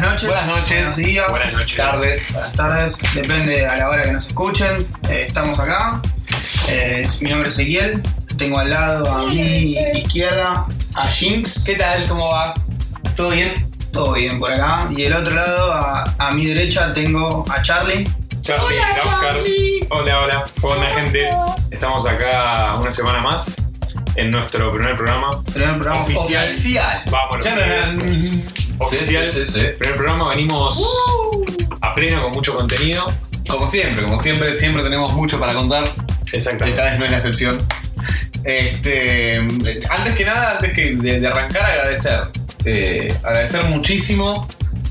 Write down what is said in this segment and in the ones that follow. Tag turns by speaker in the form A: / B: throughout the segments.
A: noches.
B: Buenas noches.
A: Días.
B: Buenas noches.
A: Tardes. Buenas tardes. Depende a la hora que nos escuchen. Eh, estamos acá. Eh, es- mi nombre es Ezequiel. Tengo al lado a mi izquierda a Jinx.
B: ¿Qué tal? ¿Cómo va? ¿Todo bien?
A: Todo bien por acá. Y del otro lado, a, a mi derecha, tengo a Charlie.
C: Charlie,
D: Hola,
C: Oscar.
D: Charlie.
C: Hola, hola. Hola,
D: ¿Cómo
C: gente.
D: estás?
C: Estamos acá una semana más en nuestro primer programa.
A: Primer programa
C: Oficial.
B: Oficial.
C: Vámonos.
B: Chanan.
C: Oficial.
B: Sí, sí, sí, sí.
C: Primer programa, venimos
D: Uh.
C: a pleno con mucho contenido.
B: Como siempre, como siempre, siempre tenemos mucho para contar.
C: Exactamente.
B: Esta vez no es la excepción. Este, antes que nada, antes que de, de arrancar, agradecer. Eh, agradecer muchísimo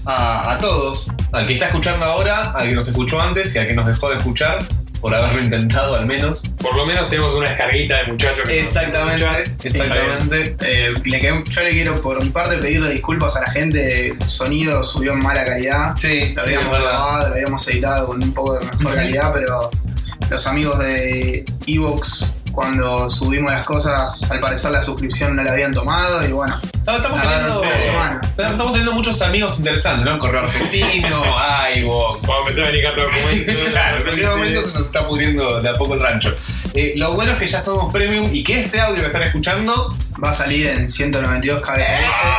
B: a, a todos. Al que está escuchando ahora, al que nos escuchó antes y al que nos dejó de escuchar, por haberlo intentado al menos.
C: Por lo menos tenemos una descarguita de muchachos. que nos
B: Exactamente,
C: escuchan.
B: exactamente.
A: Eh, le que- yo le quiero por mi parte pedirle disculpas a la gente. El sonido subió en mala calidad.
B: Sí,
A: Lo
B: sí, es
A: habíamos
B: verdad.
A: grabado, lo habíamos editado con un poco de mejor
B: Ujú.
A: calidad, pero los amigos de Evox, cuando subimos las cosas, al parecer la suscripción no la habían tomado y bueno,
B: Estamos, estamos
A: Nada,
B: teniendo,
A: no sé,
B: Ah,
A: semana.
B: estamos teniendo muchos amigos interesantes, ¿no? Correo Argentino, iVox.
C: Vamos a empezar a ligar los documentos.
B: Claro, en cualquier momento se nos está pudriendo de a poco el rancho. Eh, lo bueno es que ya somos premium y que este audio que están escuchando.
A: va a salir en 192 kbps.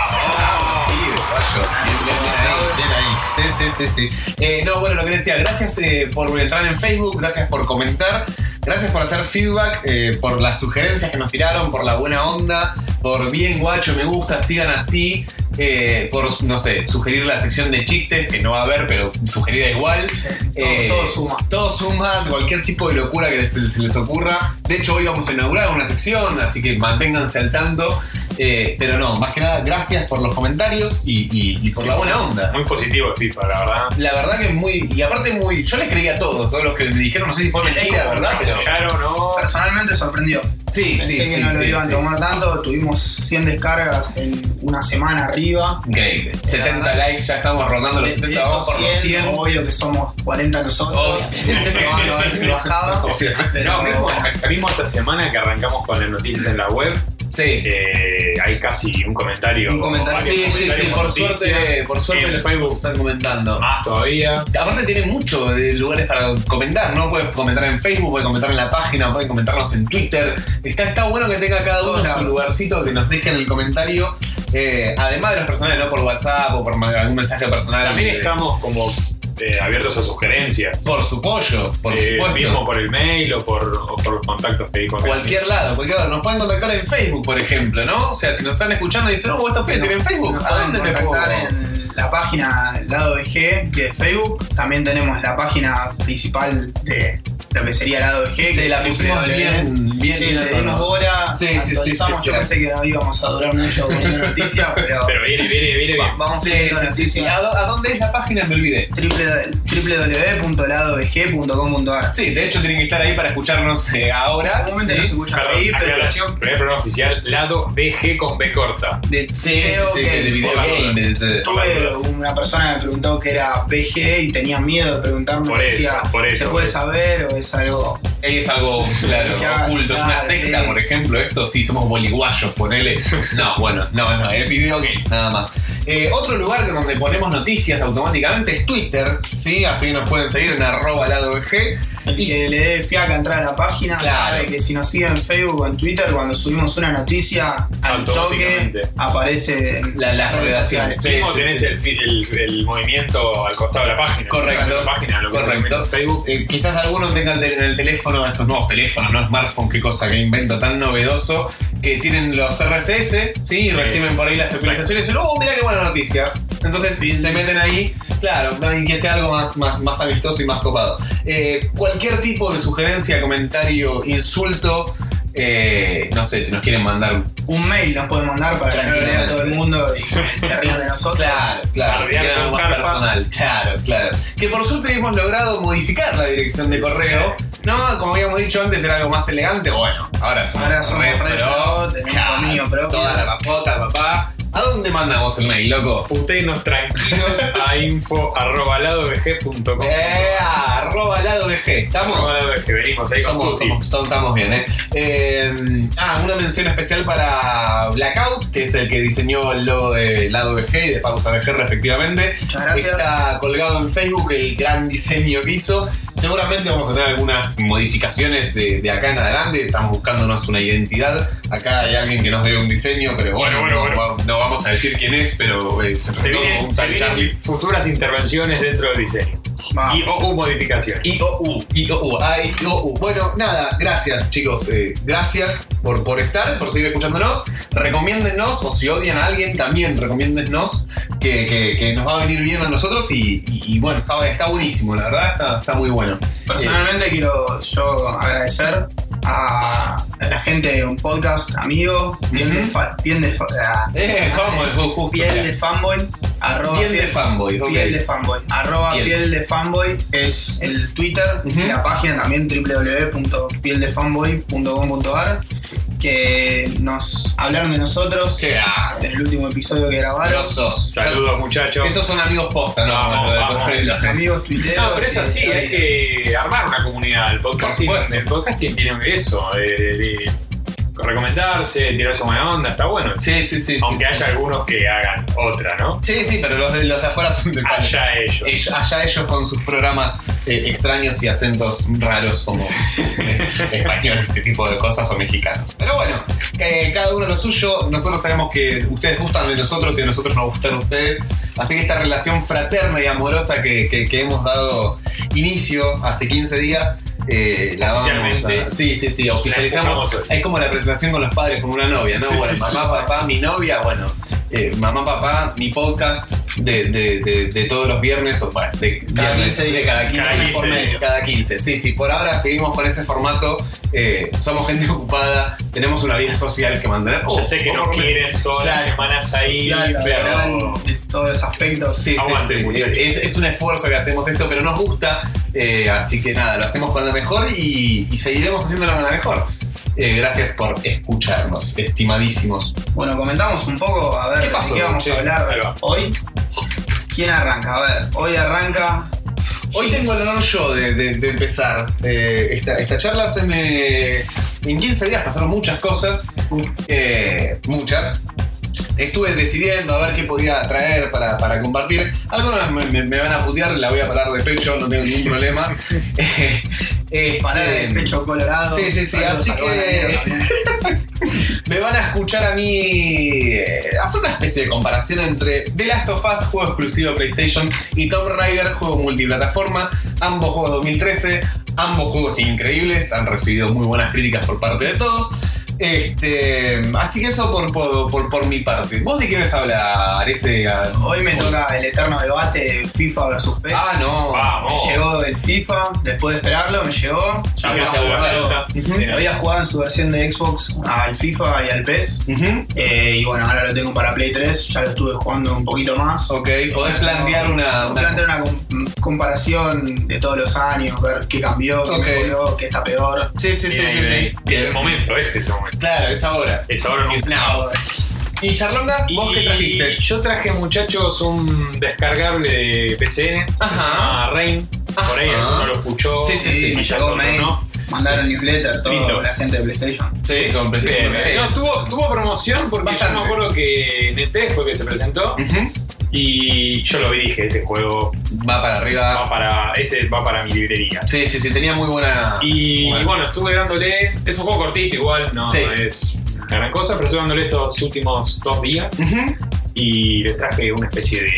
B: Ah, sí, guayo. Bien, bien, bien ahí, bien ahí. Sí, sí, sí, sí. Eh, no, bueno, lo que decía, gracias eh, por entrar en Facebook, gracias por comentar, gracias por hacer feedback, eh, por las sugerencias que nos tiraron, por la buena onda, por bien guacho, me gusta, sigan así, eh, por, no sé, sugerir la sección de chistes, que no va a haber, pero sugerida igual.
A: Todo,
B: Eh,
A: todo suma.
B: todo suma, cualquier tipo de locura que se, se les ocurra. De hecho, hoy vamos a inaugurar una sección, así que manténganse al tanto. Eh, pero no, más que nada, gracias por los comentarios y, y- y por
C: Sí,
B: la
C: sí.
B: buena onda.
C: Muy positivo el FIFA, la verdad.
B: La verdad que muy. Y aparte, muy. Yo les creí a todos, todos los que me dijeron, no sé si fue mentira, ¿verdad? Pero.
C: Claro, no.
A: Personalmente sorprendió.
B: Sí, sí,
A: Pensé
B: sí.
A: que no lo
B: sí,
A: iban a
B: sí.
A: tomar tanto, tuvimos 100 descargas en una semana arriba.
B: Increíble. 70
A: verdad.
B: likes, ya estamos rondando los
A: De
B: 70
A: esos
B: vamos por los
A: 100,
B: 100.
A: Obvio que somos 40 nosotros.
B: Obvio.
A: Probando a ver si bajaba. Pero
C: No, mismo, mismo esta semana que arrancamos con las noticias en la web,
B: Sí.
C: eh, hay casi un comentario.
A: Un comentario.
C: varios
B: Sí, sí, sí,
C: comentarios
B: por
C: con noticias.
B: suerte, por suerte
C: En
B: los
C: Facebook.
B: chicos están comentando.
C: Más todavía.
B: Aparte tiene muchos lugares para comentar, ¿no? Puedes comentar en Facebook, puedes comentar en la página, pueden comentarnos en Twitter. Está, está bueno que tenga cada uno
A: Todos
B: su
A: lados.
B: lugarcito que nos dejen el comentario. Eh, además de los personales, ¿no? Por WhatsApp o por ma- algún mensaje personal.
C: También
B: eh,
C: estamos como eh, abiertos a sugerencias.
B: Por su pollo, por
C: Eh,
B: supuesto.
C: Mismo por el mail o por, o por los contactos que di con
B: Cualquier lado, cualquier lado. Nos pueden contactar en Facebook, por ejemplo, ¿no? O sea, si nos están escuchando y dicen, no, vos estás
A: Bueno,
B: prendiendo en Facebook.
A: Nos
B: ¿A
A: pueden
B: dónde te puedo?
A: contactar en la página del lado de G que es Facebook. También tenemos la página principal de lo que sería lado de G.
B: Sí,
A: que
B: la
A: es
B: pusimos
A: www.
B: bien, bien,
A: ¿eh? Sí,
B: bien a
A: le dimos
B: tono.
A: bola.
B: Sí, sí, sí, sí,
A: actualizamos.
B: sí,
A: Yo
B: sí.
A: pensé que no íbamos a durar mucho poniendo noticias, pero,
C: Pero viene, viene, viene.
A: va- vamos
B: Sí,
A: poniendo
B: sí, sí, sí. ¿A
A: noticias.
B: dó- ¿A dónde es la página? Me olvidé.
A: www.ladovg.com.ar
B: Sí, de hecho tienen que estar ahí para escucharnos eh, ahora.
A: Comúnmente nos
B: ¿sí?
A: escuchan
C: Perdón,
A: ahí, pero
C: aclaración, primer programa oficial, lado BG con B corta.
A: de-
B: Sí, sí,
A: creo
B: sí,
A: que-
B: de video
C: Por las
B: games. eh.
C: Por las
A: Tuve
C: dudas.
A: una persona que me preguntó que era PG y tenía miedo de preguntarme.
C: Por
A: me
C: eso,
A: decía,
C: por
A: ¿se
C: eso,
A: puede
C: por eso".
A: saber o es algo?
B: Es algo, claro,
A: Claro,
B: oculto. es una
A: claro,
B: secta,
A: sí.
B: por ejemplo. Esto sí, somos boliguayos, ponele. No, bueno, no, no, es video game, nada más. Eh, otro lugar que donde ponemos noticias automáticamente es Twitter, ¿sí? Así que nos pueden seguir en arroba lado EG.
A: El
B: Y-
A: que le dé fiaca entrar a la página
B: Claro.
A: sabe que si nos siguen en Facebook o en Twitter, cuando subimos una noticia, al toque
C: Automáticamente.
A: aparece en
B: La- las
A: redes
B: relaciones.
A: sociales.
B: Sí,
C: mismo
B: sí,
C: tenés
B: sí.
C: El, fi- el- el movimiento al costado de la página.
B: Correcto.
C: Al costado de La página, lo que
B: Correcto.
C: movimiento en Facebook.
B: Eh, quizás alguno tenga el te- en el teléfono, estos nuevos teléfonos, no smartphone, qué cosa, qué invento tan novedoso, que tienen los RSS, ¿sí? Y reciben por ahí las
C: exacto.
B: actualizaciones y dicen, oh, mira qué buena noticia. Entonces se meten ahí, claro, y que sea algo más, más, más amistoso y más copado. Eh, cualquier tipo de sugerencia, comentario, insulto, eh, no sé, si nos quieren mandar.
A: Un mail nos pueden mandar para que lo lea todo el mundo y se rían de nosotros.
B: Claro, claro, si
C: Bardear
B: quieren algo
C: con
B: más
C: carpa.
B: personal. Claro, claro. Que por suerte hemos logrado modificar la dirección de correo. No, como habíamos dicho antes, era algo más elegante. Bueno, ahora somos,
A: Ahora somos re pro, tenemos dominio propio.
B: Toda la papota, papá. ¿A dónde mandamos el mail, loco?
C: Putenos tranquilos a info.ladovg.com.
B: Eh, arroba lado BG. ¿Estamos?
C: Venimos ahí con
B: Somos-
C: Tusi.
B: somos- son- estamos bien, ¿eh? Eh, Ah, una mención especial para Blackout, que es el que diseñó el logo de Lado BG y de Pausa BG respectivamente.
A: Muchas gracias.
B: Está colgado en Facebook el gran diseño que hizo. Seguramente vamos a tener algunas modificaciones de, de acá en adelante. Estamos buscándonos una identidad. Acá hay alguien que nos debe un diseño, pero bueno,
C: Bueno, bueno,
B: no, va- no vamos a decir quién es, pero eh, se
C: Se
B: presentó como
C: vienen,
B: un
C: se
B: tal
C: vienen
B: Charlie. Ah.
C: futuras intervenciones dentro del diseño.
A: Va.
C: Y o o modificaciones.
B: IOU, IOU, ay, IOU. Bueno, nada, gracias chicos, eh, gracias por, por estar, por seguir escuchándonos. Recomiéndennos, o si odian a alguien, también recomiéndennos, que, que- que nos va a venir bien a nosotros. Y, y- y bueno, está, está buenísimo, la verdad, está, está muy bueno.
A: Personalmente quiero yo agradecer a la gente de un podcast amigo, piel de,
B: Ujú.
A: fa- piel de, fa- ah,
B: Eh, ¿cómo? Ju- justo,
A: piel
B: mira.
A: de fanboy, arroba
B: Piel de fanboy, ok.
A: piel de fanboy, arroba
B: Piel.
A: piel. de fanboy es el Twitter,
B: Ujú.
A: y la página también www.pieldefanboy.com.ar que nos hablaron de nosotros
B: Qué grande.
A: en el último episodio que grabaron,
B: Grosos.
C: Saludos, muchachos.
B: Esos son amigos posta, ¿no?
C: Vamos,
B: Lo de-
C: vamos.
A: amigos tuiteros. este,
C: No, pero es
A: y-
C: así, hay que armar una comunidad. El podcasting,
B: Por supuesto.
C: el podcasting tiene eso, de, de- de recomendarse, tirarse buena onda, está bueno.
B: Sí, sí, sí. sí.
C: Aunque haya algunos que hagan otra, ¿no?
B: Sí, sí, pero los de, los de afuera son de palo.
C: Allá ellos.
B: Ell- allá ellos con sus programas eh, extraños y acentos raros como eh, españoles, ese tipo de cosas, o mexicanos. Pero bueno, que cada uno lo suyo, nosotros sabemos que ustedes gustan de nosotros y a nosotros nos gustan ustedes, así que esta relación fraterna y amorosa que, que- que hemos dado inicio hace 15 días, eh, la vamos a...
C: Oficialmente.
B: Sí, sí, sí, oficializamos.
C: empujamos hoy.
B: Es como la presentación con los padres, con una novia, ¿no?
C: Sí,
B: bueno,
C: sí, sí.
B: mamá, papá, mi novia, bueno, eh, mamá, papá, mi podcast de, de- de- de todos los viernes, o bueno, de
A: Cada
B: viernes,
A: 15
B: de cada 15,
C: cada 15
B: por medio,
C: días.
B: cada 15. Sí, sí, por ahora seguimos con ese formato. eh, somos gente ocupada, tenemos una vida social que mantener.
C: Ya sé que
B: Oh,
C: nos
B: oh,
C: quieren todas las
B: Claro.
C: semanas ahí,
A: social, laboral,
C: pero
A: de todos los aspectos.
B: Sí, sí,
C: Aguante,
B: sí.
C: muchachos.
B: Es, es un esfuerzo que hacemos esto, pero nos gusta. eh, así que nada, lo hacemos con lo mejor y, y seguiremos haciéndolo con lo mejor. Eh, gracias por escucharnos, estimadísimos.
A: Bueno, comentamos un poco, a ver,
B: ¿Qué pasó,
A: de qué vamos
B: che?
A: a
C: Ahí
A: hablar
C: va.
A: hoy. ¿Quién arranca? A ver, hoy arranca.
B: Hoy tengo el honor yo de, de- de empezar eh, esta, esta charla. Se me. En 15 días pasaron muchas cosas. eh, muchas. Estuve decidiendo a ver qué podía traer para, para compartir. Algunas me, me- me van a putear, la voy a parar de pecho, no tengo ningún problema. Eh, este,
A: Parar el pecho colorado.
B: sí, sí, sí,
A: Saludos
B: así
A: a Luana
B: que-
A: Negro también.
B: me van a escuchar a mí eh, hacer una especie de comparación entre The Last of Us, juego exclusivo de PlayStation, y Tomb Raider, juego multiplataforma, ambos juegos 2013, ambos juegos increíbles, han recibido muy buenas críticas por parte de todos. Este, así que eso por, por, por- por mi parte. ¿Vos de qué ves hablar? Ese, ah,
A: Hoy me toca el eterno debate de FIFA versus PES.
B: Ah, no.
C: vamos.
A: Me llegó el FIFA, después de esperarlo, me llegó. Ya había jugado, había jugado en su versión de Xbox al FIFA y al PES.
B: Ujú.
A: Eh, y bueno, ahora lo tengo para Play 3, ya lo estuve jugando un poquito más.
B: Ok, podés plantear una.
A: Vamos a
B: una-
A: plantear una com- comparación de todos los años, ver qué cambió, qué
B: Ok.
A: mejoró, qué está peor.
B: Sí, sí, sí, sí. sí.
C: Es el momento, este es el momento.
B: Claro, es ahora.
C: Es ahora no.
B: It's now. ¿Y Charlonga, vos qué
C: Y
B: trajiste?
C: Yo traje, muchachos, un descargable de PCN.
B: Ajá.
C: A Rain. Por ahí
B: Ajá.
C: alguno lo escuchó.
B: Sí, sí, sí,
C: y
A: me
C: ya
A: llegó
C: otro
A: mail.
C: no.
A: Mandaron newsletter, todo
C: Lindo.
A: la gente de PlayStation.
B: Sí, con
C: Bien, bien. No, tuvo, tuvo promoción porque
B: Bastante.
C: yo me acuerdo que NT fue que se presentó y yo lo vi y dije, ese juego
B: Va para arriba.
C: va para, ese va para mi librería.
B: Sí, sí, sí, tenía muy buena.
C: Y
B: Bueno.
C: bueno. estuve dándole. Es un juego cortito, igual, no
B: Sí.
C: es gran cosa, pero estuve dándole estos últimos dos días
B: Ujú.
C: y les traje una especie de,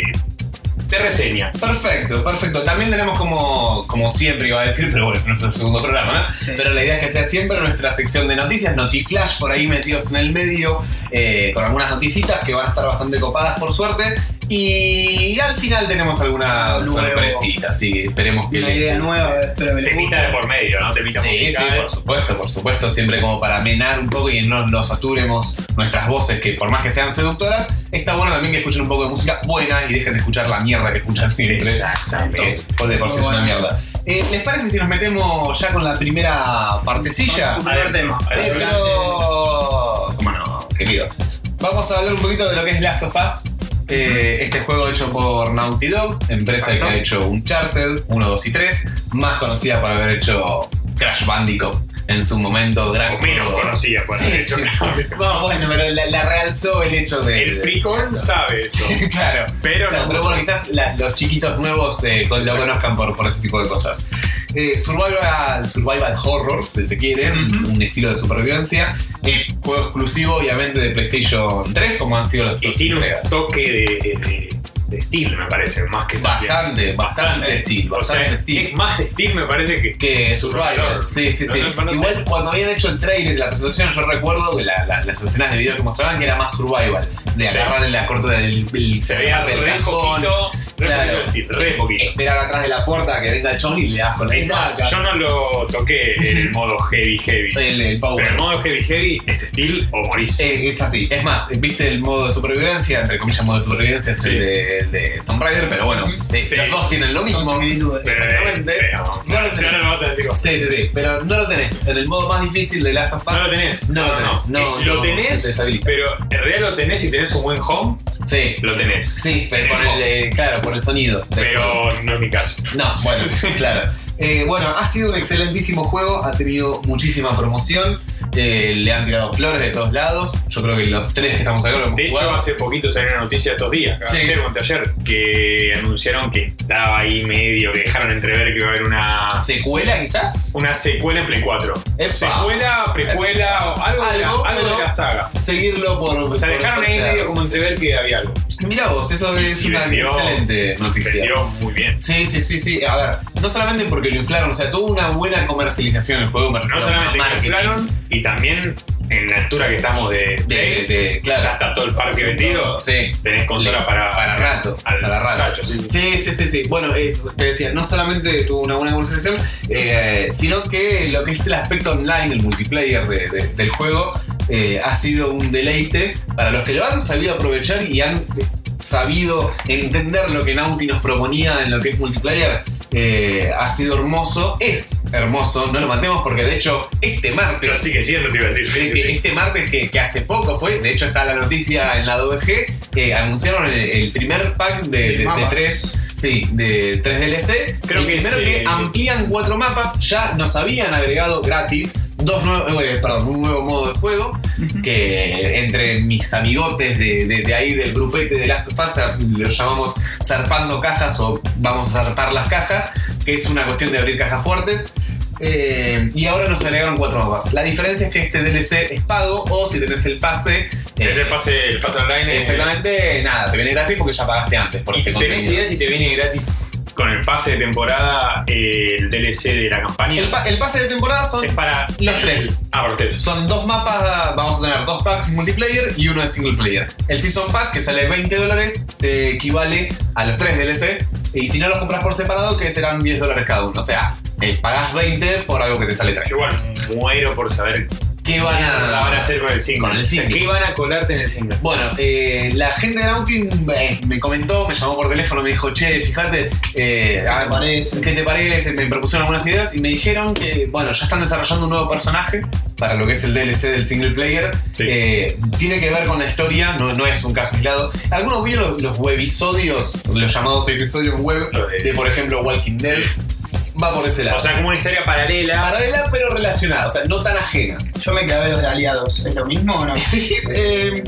C: de reseña.
B: Perfecto, perfecto. También tenemos como, como siempre, iba a decir, pero bueno, nuestro segundo programa, ¿no?
A: Sí.
B: Pero la idea es que sea siempre nuestra sección de noticias, Notiflash por ahí metidos en el medio, eh, con algunas noticitas que van a estar bastante copadas por suerte. Y al final tenemos alguna
A: Luego.
B: sorpresita, así que esperemos que
A: Una
B: les
A: idea
B: guste.
A: nueva, espero que les
C: Temita de
A: guste.
C: por medio, ¿no? Temita
B: Sí, sí,
C: musical.
B: por supuesto, por supuesto, siempre como para amenar un poco y no nos saturemos nuestras voces, que por más que sean seductoras, está bueno también que escuchen un poco de música buena y dejen de escuchar la mierda que escuchan siempre.
C: Exactamente.
B: Que es, por de por sí es una mierda. Eh, ¿Les parece si nos metemos ya con la primera partecilla?
A: Primer
C: Adelante,
A: tema.
C: adelante.
B: Eh, pero... ¿Cómo no, querido? Vamos a hablar un poquito de lo que es Last of Us. Eh, este juego hecho por Naughty Dog, empresa
A: Exacto.
B: que ha hecho Uncharted 1, 2 y 3, más conocida por haber hecho Crash Bandicoot en su momento, gran
C: O menos
B: juego.
C: conocía pues, por
B: Sí,
C: haber hecho
B: sí.
C: Crash.
B: No, bueno, pero la, la realzó el hecho de.
C: El Freakorn sabe eso.
B: claro.
C: Pero
B: Claro,
C: no.
B: pero bueno, quizás la- los chiquitos nuevos eh, con- lo conozcan por, por ese tipo de cosas. Eh, survival, survival horror, si se quiere,
A: Ujú.
B: un estilo de supervivencia. Eh, juego exclusivo, obviamente, de PlayStation 3, como han sido las
C: Y
B: otras
C: tiene un
B: entregas.
C: toque de, de, de Steam, me parece, más que
B: Bastante, bastante
C: Bastante.
B: estilo,
C: O sea,
B: bastante estilo.
C: es más de Steam, me parece que.
B: que Survivor.
C: Survivor.
B: Sí, sí,
C: No,
B: sí.
C: no, no sé.
B: Igual cuando habían hecho el trailer, la presentación, yo recuerdo que la- la- las escenas de video que mostraban que era más Survival. De
C: Sí.
B: agarrar la corte del, el-
C: Se veía
B: del
C: re poquito. Re
B: Claro.
C: poquito de Steam, re poquito.
B: Esperar atrás de la puerta que venga el chon y le das con
C: Es
B: el
C: más, yo no lo toqué en el modo heavy heavy.
B: el, el power.
C: Pero el modo heavy heavy es Steel o morís.
B: Eh, Es así, es más, viste el modo de supervivencia, entre comillas modo de supervivencia es
C: Sí.
B: el de, el de Tomb Raider, pero bueno, eh,
C: Sí.
B: los dos tienen lo mismo.
A: Son similitudes.
C: Pero,
B: exactamente.
C: pero-
B: No lo
C: ya
B: tenés.
C: no lo vas a decir vos.
B: Sí, sí, sí, pero no lo tenés. En el modo más difícil de Last of Us.
C: No lo tenés.
B: No lo tenés. No,
C: Eh, lo
B: no, se te
C: tenés,
B: deshabilita.
C: pero en realidad lo tenés y tenés un buen home,
B: Sí,
C: lo tenés.
B: Sí, pero
C: Pero-
B: por el, eh, claro, por el sonido.
C: Pero no es mi caso.
B: No, bueno, claro. Eh, bueno, ha sido un excelentísimo juego, ha tenido muchísima promoción, eh, le han tirado flores de todos lados. Yo creo que los tres que estamos acá lo hemos
C: De hecho,
B: jugado.
C: hace poquito salió una noticia estos días,
B: Sí.
C: ayer o anteayer, que anunciaron que estaba ahí medio, que dejaron entrever que iba a haber una,
B: Ah, ¿Secuela quizás?
C: una secuela en Play 4.
B: Epa.
C: Secuela, precuela, o algo, de, la,
B: Algo,
C: algo de
B: pero-
C: la saga.
B: Seguirlo por.
C: O sea, dejaron ahí medio como entrever que había algo.
B: Mira vos, eso
C: Y
B: es
C: si
B: una
C: vendió-
B: excelente noticia.
C: Vendió muy bien.
B: Sí, sí, sí, sí. A ver, no solamente porque lo inflaron, o sea, tuvo una buena comercialización el juego, me
C: No
B: refiero a
C: solamente que
B: marketing.
C: inflaron, y también en la altura que estamos de,
B: De-
C: Play,
B: de- de- claro.
C: ya está todo el parque vendido.
B: Sí.
C: Tenés eh, consola
B: Le-
C: para,
B: para rato.
C: al-
B: para rato.
C: muchacho.
B: Sí, sí, sí, sí. Bueno, eh, te decía, no solamente tuvo una buena conversación, eh, sino que lo que es el aspecto online, el multiplayer de- de- del juego, eh, ha sido un deleite para los que lo han sabido aprovechar y han sabido entender lo que Naughty nos proponía en lo que es multiplayer. eh, ha sido hermoso, es hermoso, no lo matemos porque de hecho este martes
C: Pero sigue siendo, te iba a decir.
B: Sí, que este martes, que, que hace poco fue, de hecho está la noticia en la 2G, que anunciaron el, el primer pack de, de- de
A: mapas.
B: tres. Sí, de tres DLC.
C: Creo
B: el
C: que
B: primero
C: sí.
B: que amplían cuatro mapas, ya nos habían agregado gratis dos nuevos, eh, perdón, un nuevo modo de juego. Que entre mis amigotes de, de- de ahí del grupete de Last of Us, lo llamamos zarpando cajas o vamos a zarpar las cajas, que es una cuestión de abrir cajas fuertes. Eh, y ahora nos agregaron cuatro mapas. La diferencia es que este DLC es pago o si tenés el pase.
C: Es
B: eh,
C: el pase, el pase online. es-
B: Exactamente, nada, te viene gratis porque ya pagaste antes por
C: Y
B: este
C: ¿Tenés
B: contenido.
C: idea si te viene gratis con el pase de temporada eh, el DLC de la campaña?
B: El, pa- el pase de temporada son,
C: es para
B: los tres.
C: Ah, para ustedes.
B: son dos mapas, vamos a tener dos packs multiplayer y uno de single player. El Season Pass, que sale 20 dólares, te equivale a los tres DLC. Y si no los compras por separado, que serán 10 dólares cada uno. O sea, eh, pagás 20 por algo que te sale 3.
C: Yo igual muero por saber qué
B: ¿Qué van a,
C: van a hacer con el single.
B: Con el
C: O sea,
B: single.
C: ¿Qué van a colarte en el single?
B: Bueno, eh, la gente de Naughty eh, me comentó, me llamó por teléfono, me dijo, che, fíjate, eh,
A: ¿Qué
B: a-
A: te parece?
B: ¿qué te parece? Me propusieron algunas ideas y me dijeron que, bueno, ya están desarrollando un nuevo personaje para lo que es el DLC del single player.
C: Sí.
B: Eh, tiene que ver con la historia, no, no es un caso aislado. Algunos vieron los, los webisodios, los llamados episodios web,
C: Los de-
B: de por ejemplo Walking Dead, va por ese lado.
C: O sea, como una historia paralela.
B: Paralela pero relacionada, o sea, no tan ajena.
A: Yo me clavé los de aliados. ¿Es lo mismo o no?
B: Sí, eh,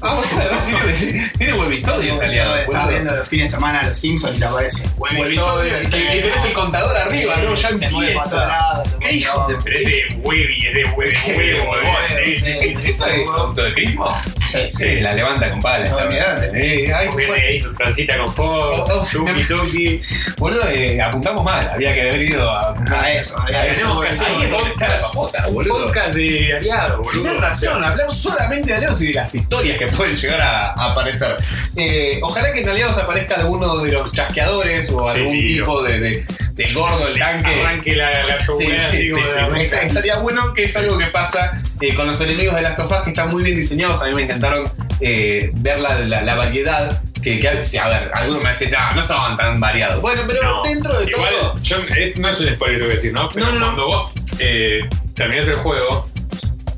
B: ah, bueno, tiene, tiene webisodios aliados,
A: Estaba
B: boludo.
A: viendo los fines de semana a los Simpsons y le aparece.
B: Webisodios, que, que tenés el contador arriba, ¿no? Ya
A: Se mueve para todos
B: empieza.
A: lados,
B: ¿Qué hijo de
C: Pero es de Webby, es de hue- de huevo.
B: Bueno,
C: de-
B: sí, sí, sí, sí, ¿sabes? ¿Tonto de primo?
A: Sí, sí.
B: Sí, la levanta con pala.
A: No,
B: está bien. Eh, ay,
C: Juguete
B: bueno,
C: ahí su transita con Ford,
B: Oh, oh,
C: Tuki Tuki.
B: Boludo, eh, apuntamos mal. Había que haber ido a apuntar
A: A eso, a
B: Ahí es
A: eso.
C: Tenemos que hacer un
B: donde está la
C: podcast,
B: papota, boludo.
C: podcast de aliado, boludo.
B: Tienes razón, hablar solamente de Aliados y de las historias que pueden llegar a, a aparecer. Eh, ojalá que en Aliados aparezca alguno de los chasqueadores o
C: Sí,
B: algún
C: sí,
B: tipo de, de, de gordo, el tanque.
C: Arranque la, la
B: Sí,
C: yogur
B: sí,
C: así
B: sí,
C: como
B: sí.
C: de arranque.
B: Está- Estaría bueno que es algo que pasa eh, con los enemigos de las of Us, que están muy bien diseñados. A mí me encantaron eh, ver la, la- la variedad. Que, que hay- sí, a ver, algunos me dicen, no, no son tan variados. Bueno, pero
C: No,
B: dentro de
C: igual,
B: todo.
C: yo- es- no es un spoiler lo que decir, ¿no? Pero
B: No, no, no.
C: cuando vos eh, terminás el juego,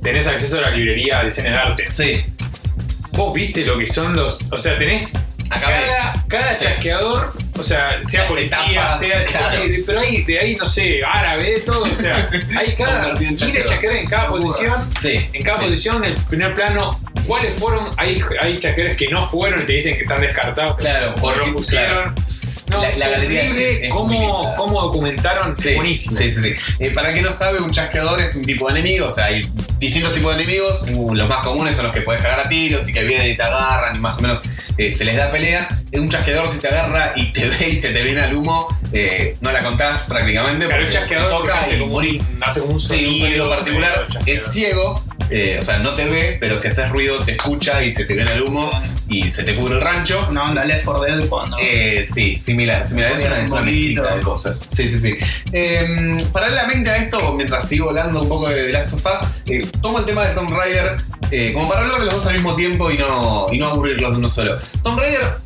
C: tenés acceso a la librería de diseño de arte.
B: Sí,
C: vos viste lo que son los. O sea, tenés.
B: Acá
C: Cada, cada
B: Sí.
C: chasqueador, o sea, sea
B: Las
C: policía,
B: etapas,
C: sea.
B: claro.
C: sea- pero hay de ahí, no sé, árabe, todo, o sea, hay cada.
B: Convertido en
C: Mire
B: chasqueador.
C: chasqueador en cada
A: Locura.
C: posición.
B: Sí.
C: En cada
B: sí.
C: posición, en el primer plano, ¿cuáles fueron? Hay, hay chasqueadores que no fueron y te dicen que están descartados.
B: Claro,
C: o
B: porque-
C: los pusieron.
B: La- la galería es-
C: terrible
B: es muy
C: cómo,
B: linda.
C: cómo documentaron,
B: Sí,
C: buenísimo.
B: sí, sí, sí. Eh, para el que no sabe, un chasqueador es un tipo de enemigo, o sea, hay distintos tipos de enemigos. Uh, los más comunes son los que puedes cagar a tiros y que vienen y te agarran y más o menos eh, se les da pelea. Eh, Un chasqueador si te agarra y te ve y se te viene al humo, eh, no la contás prácticamente.
C: Claro, el
B: porque
C: chasqueador
B: te toca
C: hace
B: y
C: como, un,
B: morís.
C: hace como un
B: Sí,
C: sonido,
B: un sonido particular.
C: medio chasqueador.
B: Es ciego, eh, o sea, no te ve, pero si haces ruido te escucha y se te viene el humo y se te cubre el rancho.
A: Una onda Left 4 Dead cuando.
B: Eh, sí, similar, similar. Es una, es una
A: Un poquito.
B: mezclita de cosas. Sí, sí, sí. Eh, paralelamente a esto, mientras sigo hablando un poco de The Last of Us, eh, tomo el tema de Tomb Raider eh, como para hablar de los dos al mismo tiempo y no, y no aburrirlos de uno solo. Tomb Raider,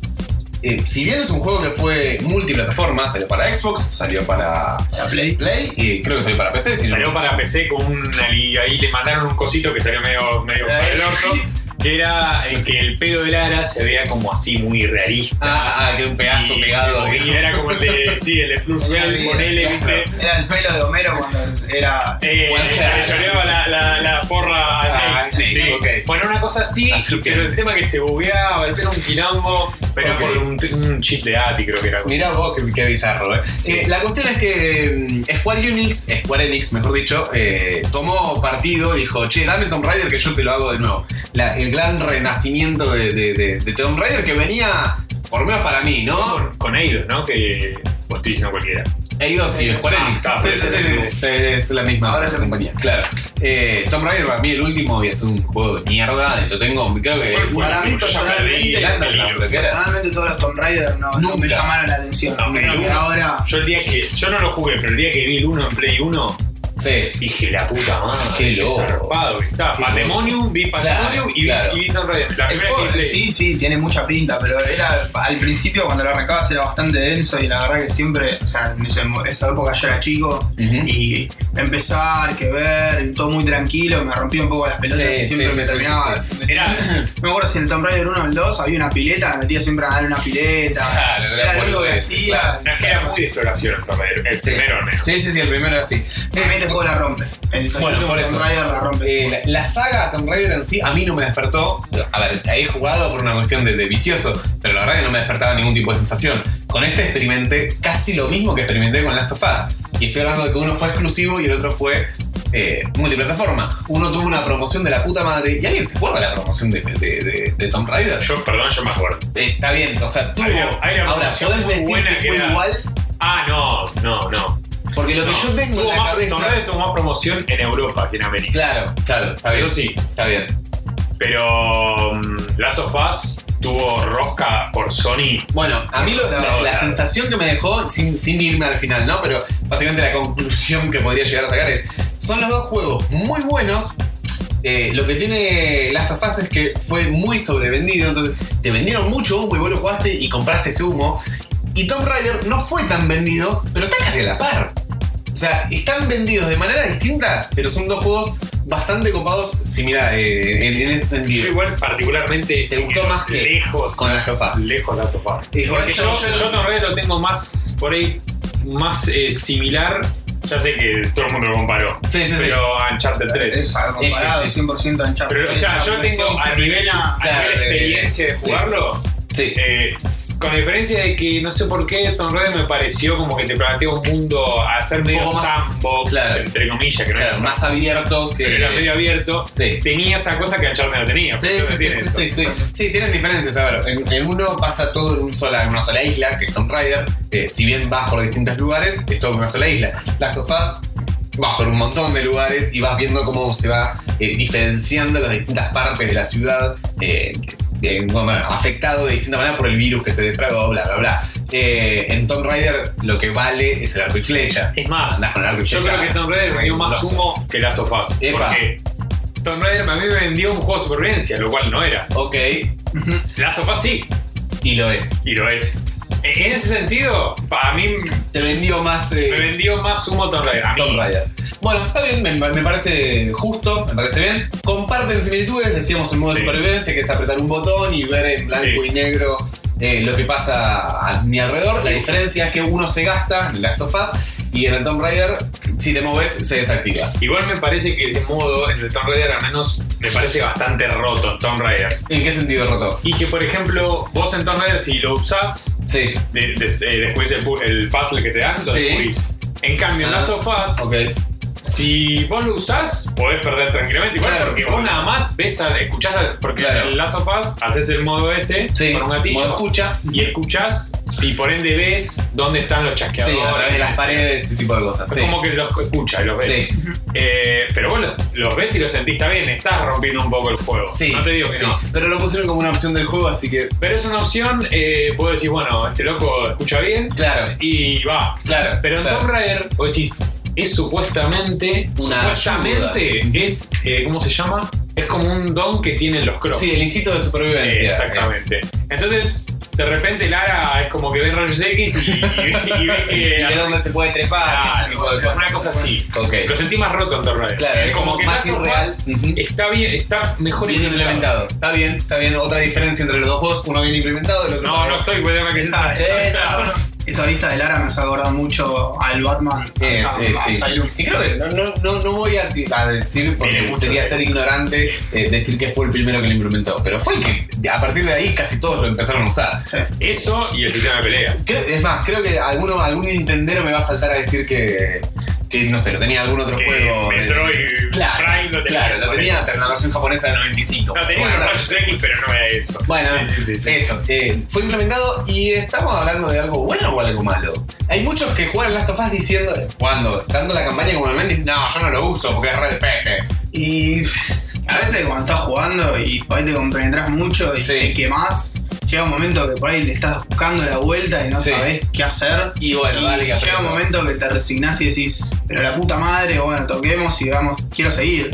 B: eh, si bien es un juego que fue multiplataforma, salió para Xbox, salió para
A: la Play.
B: Play y creo que salió para PC. Si no-
C: Salió para PC con un. Y ahí le mandaron un cosito que salió medio, medio
B: Ay.
C: para el orto. Que era el que el pedo de Lara se veía como así muy realista.
B: Ah, ah, que era un pedazo
C: y
B: pegado.
C: se movía, era como el de. Sí, el de Plus Bell, ponele, ¿viste?
A: Era el pelo de Homero cuando era.
C: Eh,
B: Bueno,
C: le
B: claro.
C: choreaba la, la, la porra a
B: Ah,
C: Nate,
B: sí,
C: sí.
B: ok.
C: Bueno, una cosa así,
B: Así que-
C: pero el tema que se bugueaba, el pelo un quilombo, pero
B: Ok.
C: por un, un chip de ATI creo que era.
B: Mirá vos, qué, qué bizarro, ¿eh?
C: Sí.
B: Eh, La cuestión es que mm, Square Enix, Square Enix, mejor dicho, eh, tomó partido y dijo, che, dame Tomb Raider que yo te lo hago de nuevo. La- el gran renacimiento de, de, de- de Tomb Raider que venía, por lo menos para mí, ¿no?
C: Con, con Eidos, ¿no? Que vos estoy diciendo cualquiera.
B: Eidos y Square
C: Ah,
B: Enix.
C: ah,
B: Sí,
C: pero
B: sí,
C: es
B: sí,
C: el-
B: sí, es la misma
A: Ahora es la
B: compañía. Claro. Eh, Tomb Raider para mí el último y es un juego de mierda, lo tengo, creo que...
C: ¿Cuál fue
A: para
C: el
A: mí,
C: último? Yo
A: personalmente,
C: perdí el
B: Underground,
C: hilo.
B: creo que era.
A: Personalmente todos los Tomb Raider no, no me
B: Nunca.
A: llamaron la atención.
C: No,
A: Creo
C: nunca.
A: que ahora.
C: Yo el día que. Yo no lo jugué, pero el día que vi el 1 en Play 1,
B: Sí.
C: dije la puta madre.
B: Qué loco.
C: zarpado que está.
B: Qué
C: Pandemonium, vi Pandemonium y, vi-
B: claro.
C: y vi Tomb Raider. La
A: El
C: primera que vi
A: juego,
C: Play.
A: sí, sí, tiene mucha pinta, pero era al principio cuando lo arrancabas era bastante denso y la verdad que siempre, o sea, en ese- esa época yo era chico
B: Ujú.
A: y empezar, que ver, todo muy tranquilo, me rompía un poco las pelotas
B: Sí,
A: y siempre
B: sí,
A: me
B: sí, sí,
A: terminaba.
C: Era.
A: Me acuerdo si en el Tomb Raider 1 o el 2 había una pileta, me metía siempre a dar una pileta.
B: Claro, era
A: era lo único que
B: boludez,
A: hacía.
C: No es que era muy de exploración Tomb Raider, el
B: Sí.
C: primero no.
B: Sí, sí, sí, el primero era así.
A: Obviamente el juego la rompe. El
B: Bueno,
A: último
B: por eso.
A: Tomb Raider la rompe.
B: Eh, la, la saga Tomb Raider en sí a mí no me despertó. A ver, la he jugado por una cuestión de, de vicioso, pero la verdad que no me despertaba ningún tipo de sensación. Con este experimenté casi lo mismo que experimenté con Last of Us. Y estoy hablando de que uno fue exclusivo y el otro fue eh, multiplataforma. Uno tuvo una promoción de la puta madre. ¿Y alguien se acuerda de la promoción de, de, de- de Tomb Raider?
C: Yo, perdón, yo me acuerdo.
B: Eh, está bien, o sea, tuvo.
C: Había- había una
B: Ahora,
C: promoción
B: podés
C: muy
B: decir
C: buena que
B: que fue
C: era-
B: igual,
C: Ah, no, no, no.
B: porque lo que
C: No.
B: yo tengo en
C: Tuvo
B: la
C: más-
B: cabeza.
C: Tomb Raider tuvo más promoción en Europa que en América.
B: Claro, claro, está bien.
C: Pero sí.
B: Está bien.
C: Pero mm, Last of Us tuvo rosca por Sony.
B: Bueno, a mí lo- la,
C: No,
B: la
C: claro.
B: sensación que me dejó, sin, sin irme al final, ¿no? Pero básicamente la conclusión que podría llegar a sacar es, son los dos juegos muy buenos. eh, lo que tiene Last of Us es que fue muy sobrevendido, entonces te vendieron mucho humo y vos lo jugaste y compraste ese humo. Y Tomb Raider no fue tan vendido, pero está casi a la par. O sea, están vendidos de maneras distintas, pero son dos juegos bastante copados similar eh, en, en ese
C: Yo
B: sentido.
C: igual particularmente
B: ¿Te gustó más que-
C: lejos,
B: Con Last of Us.
C: lejos Last of Us.
B: Igual
C: Porque yo, yo Tomb Raider lo tengo más por ahí más eh, similar. Ya sé que todo el mundo lo comparó.
B: Sí, sí, sí.
C: pero a Uncharted 3.
A: Es algo comparado,
B: Es que sí.
A: 100% anchado.
C: Pero, o sea, yo tengo a nivel, a
B: Claro,
C: nivel
B: de- de-
C: experiencia de
B: de-
C: jugarlo,
B: Sí.
C: eh, con la diferencia de que no sé por qué Tomb Raider me pareció como que te plantea un mundo a ser medio
B: poco más-
C: sandbox,
B: claro.
C: entre comillas, que no
B: Claro,
C: era
B: más abierto que.
C: pero era medio abierto,
B: Sí.
C: tenía esa cosa que Uncharted no tenía.
B: Sí,
C: porque
B: sí, sí,
C: tiene
B: sí,
C: eso.
B: sí, sí. Sí, tienen diferencias. A ver, en, en uno pasa todo en, un sola, en una sola isla, que es Tomb Raider. eh, si bien vas por distintos lugares, es todo en una sola isla. Last of Us, vas por un montón de lugares y vas viendo cómo se va eh, diferenciando las distintas partes de la ciudad, eh, de- bueno, afectado de distinta manera por el virus que se desfragó, bla, bla, bla. Eh, en Tomb Raider lo que vale es el arco y flecha.
C: Es más,
B: Andás con el arco y
C: yo
B: flecha.
C: creo que Tomb Raider me dio más
B: Grosso.
C: humo que Last of Us.
B: Epa.
C: Porque Tomb Raider a mí me vendió un juego de supervivencia, lo cual no era.
B: Ok,
C: Last of Us sí,
B: y lo es.
C: y lo es. E, En en ese sentido, a mí
B: Te vendió más. eh,
C: me vendió más humo Tomb Raider. A mí.
B: Tomb Raider. Bueno, está bien, me, me parece justo, me parece bien. Comparten similitudes, decíamos el modo
C: Sí.
B: de supervivencia, que es apretar un botón y ver en blanco
C: Sí.
B: y negro eh, lo que pasa a mi alrededor. La diferencia es que uno se gasta, en el Last of Us, y en el Tomb Raider, si te moves, se desactiva.
C: Igual me parece que ese modo en el Tomb Raider al menos me parece bastante roto en Tomb Raider.
B: ¿En qué sentido roto?
C: Y que por ejemplo, vos en Tomb Raider si lo usás,
B: Sí,
C: de- des- eh, descubrís el, pu- el puzzle que te dan, lo
B: Sí.
C: descubrís. En cambio, en
B: Ah.
C: las sofás,
B: ok.
C: Si vos lo usás, podés perder tranquilamente. Igual
B: Claro,
C: porque
B: claro.
C: vos nada más ves, a, escuchás, a- porque
B: Claro.
C: en el Last of Us haces el modo ese
B: Sí,
C: con un
B: modo
C: gatillo
B: escucha.
C: y escuchás y por ende ves dónde están los
B: Sí,
C: chasqueadores.
B: a través de las paredes, ese tipo de cosas.
C: Es
B: Sí.
C: como que los escuchas y los ves.
B: Sí.
C: Eh, pero vos los, los ves y los sentís, está bien, estás rompiendo un poco el juego.
B: Sí,
C: no te digo que
B: sí.
C: no.
B: Pero lo pusieron como una opción del juego, así que.
C: Pero es una opción, eh, vos decís, bueno, este loco escucha bien
B: Claro,
C: y va.
B: claro.
C: Pero en
B: claro.
C: Tomb Raider, vos decís, es supuestamente.
B: Una
C: supuestamente es. eh, ¿Cómo se llama? Es como un don que tienen los crocs.
B: Sí, el instinto de
C: Eh,
B: supervivencia.
C: exactamente. Entonces, de repente Lara es como que ve rayos X y, y- y ve
B: Es-
C: que.
B: Y de dónde se puede trepar, ese
C: Claro,
B: tipo de
C: una
B: cosas.
C: cosa así.
B: Ok.
C: Lo sentí más roto en Tomb Raider.
B: Claro, es como más
C: Last of
B: irreal.
C: Us
B: Ujú.
C: Está bien, está mejor
B: Bien implementado. Está bien, está bien. Otra diferencia entre los dos juegos, uno bien implementado, el otro.
C: No, no estoy, puede ver que
A: Esa,
C: sabes.
B: Sí,
A: esa-
B: no, no.
A: esa vista de Lara me hace acordar mucho al Batman.
B: Eh,
A: a-
B: sí,
A: a-
B: sí.
A: a Salud.
B: Y creo que no, no, no, no voy a, ti- a decir, porque
C: Tiene mucho
B: sería
C: de-
B: ser ignorante eh, decir que fue el primero que lo implementó, pero fue el que a partir de ahí casi todos lo empezaron a usar.
A: Sí.
C: Eso y el sistema de pelea.
B: Creo- es más, creo que alguno, algún Nintendero me va a saltar a decir que, que no sé, lo tenía algún otro
C: Que
B: juego. de-
C: Eh, Metroid
B: Claro,
C: Prime lo tenía.
B: claro, lo tenía, pero en la versión japonesa de 95.
C: No, tenía
B: Bueno,
C: los rayos X, pero no era eso.
B: Bueno,
C: Sí, sí, sí, sí.
B: eso. eh, fue implementado y estamos hablando de algo bueno o algo malo. Hay muchos que juegan Last of Us diciendo, cuando, tanto la campaña como el main, dicen, no, yo no lo uso porque es re de pete.
A: Y a veces cuando estás jugando y por ahí te compenetras mucho y
B: Sí.
A: te quemás, llega un momento que por ahí le estás buscando la vuelta y no
B: Sí.
A: sabés qué hacer.
B: Y bueno,
A: Y
B: dale, que
A: llega
B: aprendo.
A: un momento que te resignás y decís, pero la puta madre, bueno, toquemos y vamos, quiero seguir.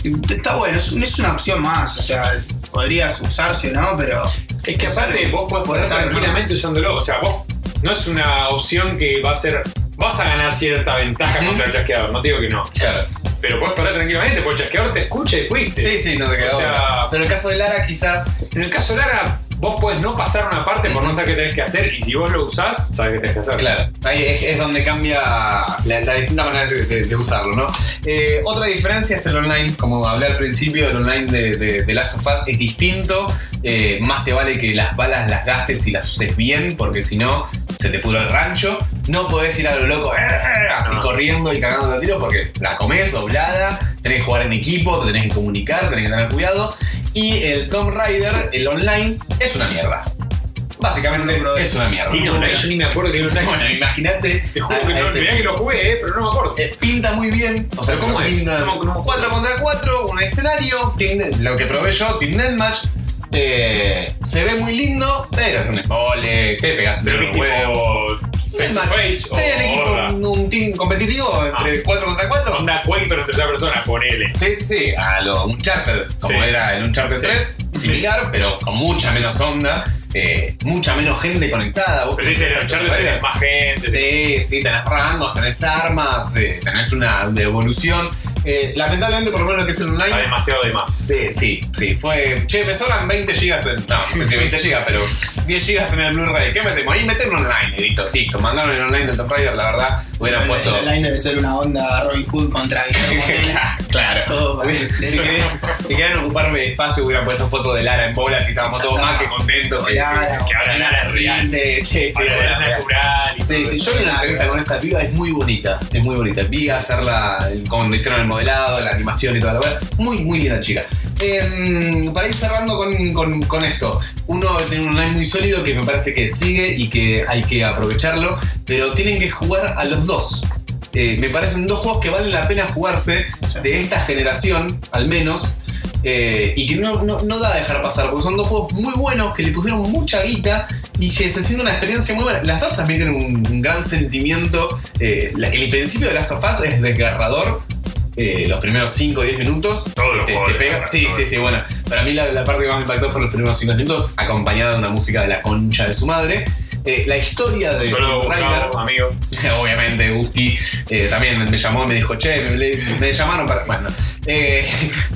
A: Sí, Está bueno, es, es una opción más, o sea, podrías usarse, ¿no? Pero
C: Es que aparte
A: Sale.
C: vos
A: Podés
C: podés poner
A: saber,
C: tranquilamente usándolo. O sea, vos no es una opción que va a ser. Vas a ganar cierta ventaja
B: Ujú.
C: contra el chasqueador, no te digo que no.
B: Claro.
C: Pero podés parar tranquilamente porque el chasqueador te escucha y fuiste.
B: Sí, sí, no te quedó.
C: O sea-
B: otra. Pero en el caso de Lara, quizás.
C: En el caso de Lara, vos podés no pasar una parte por no saber qué tenés que hacer y si vos lo usás, sabés qué tenés que hacer.
B: Claro, ahí es, es donde cambia la, la distinta manera de, de- de usarlo, ¿no? Eh, otra diferencia es el online, como hablé al principio, el online de, de- de Last of Us es distinto, eh, más te vale que las balas las gastes y las uses bien, porque si no, se te pudre el rancho, no podés ir a lo loco, "Eh", así
C: No.
B: corriendo y cagando a tiros, porque la comés doblada, tenés que jugar en equipo, te tenés que comunicar, tenés que tener cuidado, y el Tomb Raider, el online, es una mierda. Básicamente
A: No, no,
B: es una mierda.
C: Tiene online, yo ni me acuerdo que tiene online.
B: Bueno, imagínate.
C: Te juro que
B: a- a
C: no,
B: Ah, ese-
C: mirá que lo jugué, eh, pero no me acuerdo.
B: eh, pinta muy bien. O sea,
C: ¿Cómo
B: creo que
C: es?
B: pinta
C: No, no.
B: 4 contra 4, un escenario, team net- lo que probé yo, Team Netmatch. Eh, se ve muy lindo, pero es un embole, te pegas
C: Pero
B: un
C: es tipo
B: huevo.
C: face to face
B: Sí,
C: o
B: en
C: horda.
B: equipo, un team competitivo
C: Ah.
B: entre 4 contra 4.
C: Onda Quake, pero en tercera persona, ponele.
B: Sí, sí, sí, a lo Uncharted, como
C: Sí.
B: era el Uncharted
C: Sí.
B: 3,
C: Sí.
B: similar, pero con mucha menos onda, eh, mucha menos gente conectada. Vos
C: Pero
B: tenés
C: dice, el Uncharted tenés más gente.
B: Sí, sí, tenés rangos, tenés armas, eh, tenés una evolución. Eh, lamentablemente, por lo menos lo que es el
C: Está
B: online.
C: demasiado de más.
B: eh, sí, sí, fue. Che, me sobran 20 gigas. En, no, no sé si 20 gigas, pero 10 gigas en el Blu-ray. ¿Qué metemos? Ahí meten un online, edito, listo. Mandaron el online del Tomb Raider, la verdad, hubieran
A: el,
B: puesto.
A: el online debe ser una onda Robin Hood contra Guillermo Tell.
B: claro.
A: Todo para-
B: Si querían, si querían ocuparme de espacio, hubieran puesto fotos de Lara en bolas y estábamos todos más que contentos. que-
A: Claro.
C: Que ahora Lara es real.
B: Sí, sí, sí.
C: Ahora
B: bueno,
C: Lara es natural. y
B: Sí,
C: todo
B: sí,
C: eso.
B: yo vi una entrevista con esa piba, es muy bonita, es muy bonita. Vi hacerla, cuando hicieron el modelado, la animación y toda la verdad. Muy, muy linda chica. Em, para ir cerrando con, con- con esto, uno tiene un online muy sólido que me parece que sigue y que hay que aprovecharlo, pero tienen que jugar a los dos. Eh, me parecen dos juegos que valen la pena jugarse de esta generación, al menos, eh, y que no, no- no da a dejar pasar, porque son dos juegos muy buenos que le pusieron mucha guita y que se siente una experiencia muy buena. Las dos también tienen un, un gran sentimiento. eh, la- el principio de Last of Us es desgarrador. eh, los primeros 5 o 10 minutos
C: Todos los
B: te,
C: juegos
B: te
C: de
B: pega.
C: Last
B: Sí,
C: of Us.
B: sí, sí, bueno. Para mí la, la parte que más me impactó fueron los primeros 5 minutos, acompañada de una música de la concha de su madre. eh, la historia de
C: Solo
B: Tomb Raider.
C: Gustavo, amigo.
B: Obviamente, Gusti eh, también me llamó y me dijo, che, me, le- me llamaron para. Bueno, Eh,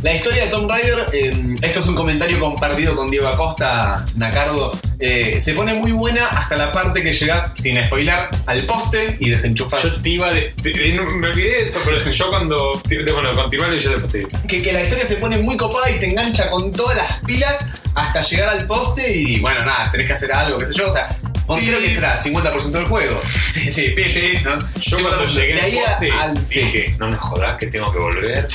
B: la historia de Tomb Raider, eh, esto es un comentario compartido con Diego Acosta, Nacardo. eh, se pone muy buena hasta la parte que llegás, sin spoiler, al poste y desenchufas.
C: Yo te iba de. te- te- no, me olvidé de eso, pero yo cuando. te- te- Bueno, continuarlo y yo después te digo.
B: que, que la historia se pone muy copada y te engancha con todas las pilas hasta llegar al poste y bueno, nada, tenés que hacer algo, qué sé yo, o sea, vos
A: Sí.
B: creo que será 50% del juego. Sí, sí, pi, pi, ¿no?
C: Yo
B: 50%.
C: cuando llegué
B: de ahí a-
C: al
B: al
C: poste
B: sí.
C: dije, no me jodas que tengo que volver.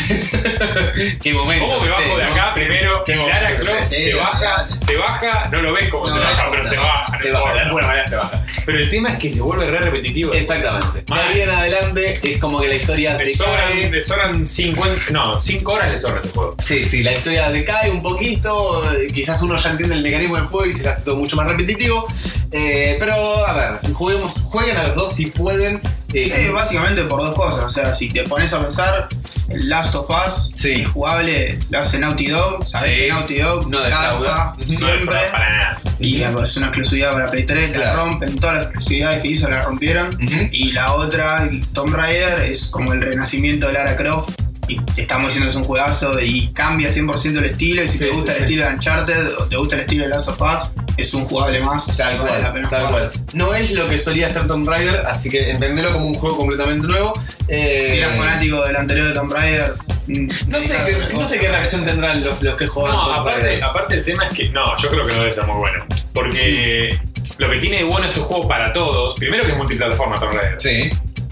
B: Qué momento.
C: ¿Cómo me bajo de
B: ¿no?
C: acá
B: Qué-
C: primero?
B: qué
C: Lara
B: momento.
C: Croft
A: sí,
C: se
A: la
C: baja,
A: verdad.
C: se baja, no lo ves cómo
A: No,
C: se
A: no,
C: baja,
A: no,
C: pero
A: no,
C: se
A: no,
C: baja. Ah, no
B: Se baja, de
C: importa.
B: alguna manera se baja.
C: Pero el tema es que se vuelve re repetitivo.
B: Exactamente. De ahí en adelante es como que la historia
C: Le
B: te
C: sobran,
B: cae.
C: le sobran 50. No, 5 horas le sobran de juego.
B: Sí, sí, la historia decae un poquito, eh, quizás uno ya entiende el mecanismo del juego y se le hace todo mucho más repetitivo, eh, pero a ver, juguemos, jueguen a los dos si pueden. eh,
A: Sí, básicamente por dos cosas. O sea, si te pones a pensar, el Last of Us,
B: Sí.
A: el jugable, lo hace Naughty Dog. Sabés
B: Sí.
A: que Naughty Dog
B: No defrauda.
A: garpa
C: No le sobra
A: siempre.
C: para nada.
A: y la- es una exclusividad para Play 3, la
B: Claro.
A: rompen, todas las exclusividades que hizo la rompieron.
B: ujú.
A: Y la otra, el Tomb Raider, es como el renacimiento de Lara Croft. Y te estamos diciendo que es un juegazo y cambia 100% el estilo. Y si
B: Sí,
A: te gusta
B: sí,
A: el
B: sí.
A: estilo de Uncharted o te gusta el estilo de Last of Us, es un jugable más.
B: Tal
A: que vale la
B: cual,
A: pena
B: tal
A: jugar.
B: cual. No es lo que solía hacer Tomb Raider, así que entendelo como un juego completamente nuevo. eh,
A: Si eras fanático del anterior de Tomb Raider, mm,
B: No sé,
A: necesitas otra
B: qué, no
A: cosa.
B: sé qué reacción tendrán los, los que juegan
C: No,
B: Tomb
C: aparte,
B: Raider.
C: aparte el tema es que. No, yo creo que no debe ser muy bueno. Porque lo que tiene de bueno este juego para todos, primero que es multiplataforma Tomb Raider,
B: Sí,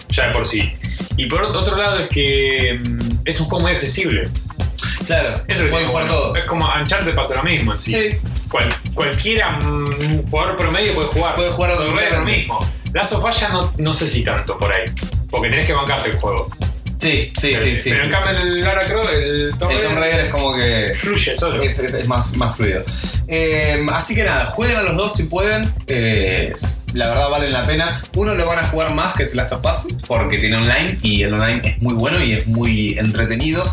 C: ya de por sí. Y por otro lado es que mm, es un juego muy accesible.
B: claro,
C: Eso que
B: pueden
C: tiene
B: jugar
C: bueno.
B: todos.
C: Es como Uncharted pasa lo mismo. en sí.
B: Sí,
C: Cual- cualquiera, mm, un jugador promedio puede jugar.
B: Puede jugar a otro
C: Tomb Raider lo
B: juego.
C: mismo. Las of ya no, no sé si tanto por ahí. Porque tenés que bancarte el juego.
B: sí, sí,
C: pero,
B: sí. sí.
C: pero en cambio el Lara Croft, el Tomb
B: El Tomb
C: Raider,
B: Raider es como que
C: fluye solo.
B: es, eh, es- es más, más fluido. Eh, así que nada, jueguen a los dos si pueden. eh, la verdad valen la pena. Uno lo van a jugar más que es Last of Us porque tiene online y el online es muy bueno y es muy entretenido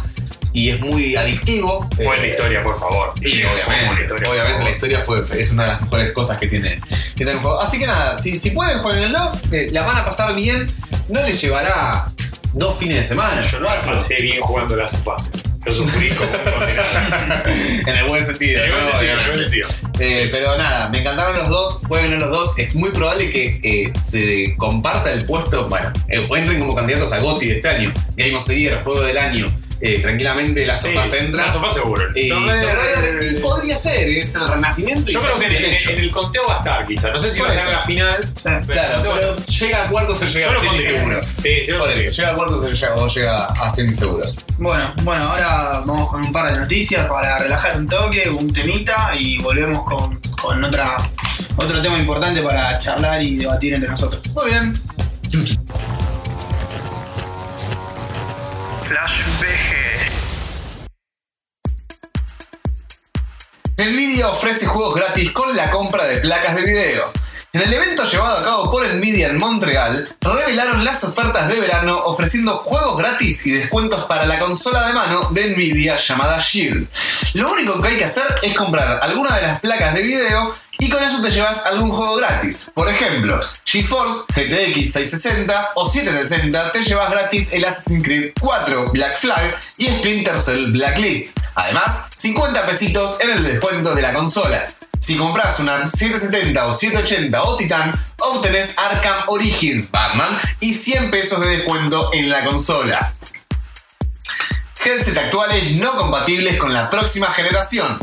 B: y es muy adictivo.
C: Buena
B: Eh,
C: historia, por favor.
B: y
C: Buena
B: obviamente, obviamente
C: historia, por
B: la
C: favor.
B: historia fue, es una de las mejores cosas que tiene, que tiene el juego. Así que nada, si, si pueden jueguen en Love, eh, la van a pasar bien. No les llevará dos fines de semana.
C: Yo no la
B: cuatro.
C: pasé bien jugando la sofá. Yo sufrí como un condenado.
B: en el buen sentido.
C: En
B: ¿no?
C: el buen sentido, en el
B: Obviamente.
C: buen sentido.
B: Eh, pero nada, me encantaron los dos, jueguen los dos. Es muy probable que eh, se comparta el puesto, bueno, eh, o entren como candidatos a GOTY de este año. Game of the Year, juego del año. Eh, tranquilamente las
C: Sí,
B: sofás entran.
C: la sofá seguro.
B: Y
C: Tomb
B: Tomb
C: Raider-
B: Raider, y podría ser, es el renacimiento. y
C: Yo creo
B: está
C: que en,
B: bien hecho.
C: en- en el conteo va a estar, quizá. No sé si
B: Por
C: va a estar en
B: eso.
C: la final.
B: Claro, pero llega a cuartos o llega
C: yo
B: a
C: lo
B: semi
C: conté.
B: seguro.
C: Sí, yo lo
B: Por
C: conté.
B: eso, llega a cuartos o llega- o llega a semi seguros.
A: Bueno, bueno, ahora vamos con un par de noticias para relajar un toque, un temita y volvemos con, con otra, otro tema importante para charlar y debatir entre nosotros.
B: Muy bien.
A: Flash BG.
B: Nvidia ofrece juegos gratis con la compra de placas de video. En el evento llevado a cabo por Nvidia en Montreal, revelaron las ofertas de verano ofreciendo juegos gratis y descuentos para la consola de mano de Nvidia llamada Shield. Lo único que hay que hacer es comprar alguna de las placas de video y con eso te llevas algún juego gratis. Por ejemplo, GeForce GTX 660 o 760 te llevas gratis el Assassin's Creed 4 Black Flag y Splinter Cell Blacklist. Además, 50 pesitos en el descuento de la consola. Si compras una 770 o 780 o Titan, obtenés Arkham Origins Batman y 100 pesos de descuento en la consola. Headset actuales no compatibles con la próxima generación.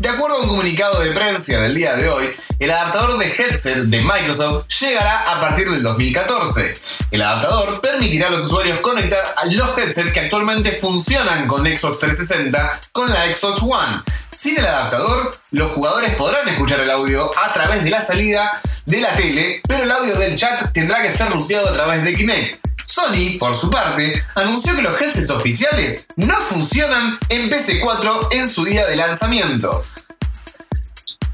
B: De acuerdo a un comunicado de prensa del día de hoy, el adaptador de headset de Microsoft llegará a partir del 2014. El adaptador permitirá a los usuarios conectar a los headsets que actualmente funcionan con Xbox 360 con la Xbox One. Sin el adaptador, los jugadores podrán escuchar el audio a través de la salida de la tele, pero el audio del chat tendrá que ser ruteado a través de Kinect. Sony, por su parte, anunció que los headsets oficiales no funcionan en PC4 en su día de lanzamiento.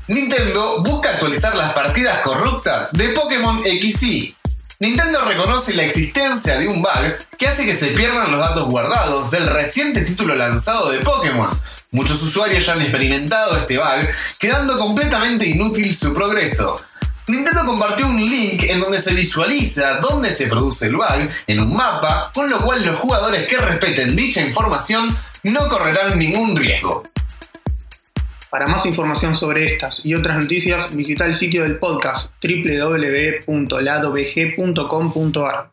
B: Nintendo busca actualizar las partidas corruptas de Pokémon XY. Nintendo reconoce la existencia de un bug que hace que se pierdan los datos guardados del reciente título lanzado de Pokémon. Muchos usuarios ya han experimentado este bug, quedando completamente inútil su progreso. Nintendo compartió un link en donde se visualiza dónde se produce el bug en un mapa, con lo cual los jugadores que respeten dicha información no correrán ningún riesgo.
A: Para más información sobre estas y otras noticias, visita el sitio del podcast www.ladobg.com.ar.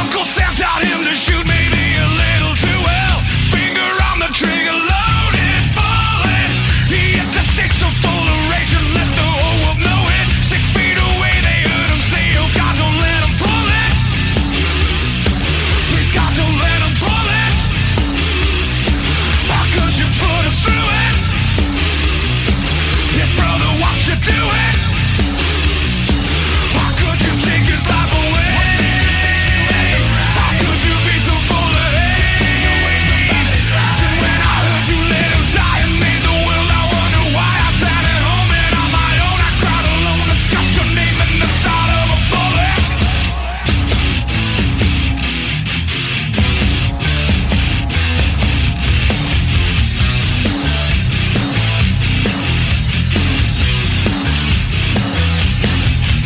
D: Uncle Sam taught him to shoot maybe a little too well. Finger on the trigger, loaded, falling. He hit the stick so full of rage and let the whole world know it. Six feet away, they heard him say, Oh God, don't let him pull it. Please, God, don't let him pull it. How could you put us through it? His brother watched you do it. How could you take his life away? How could you be so full of hate? And when I heard you let him die, it made the world. I wonder why I sat at home and on my own. I cried alone and scratched your name in the side of a bullet.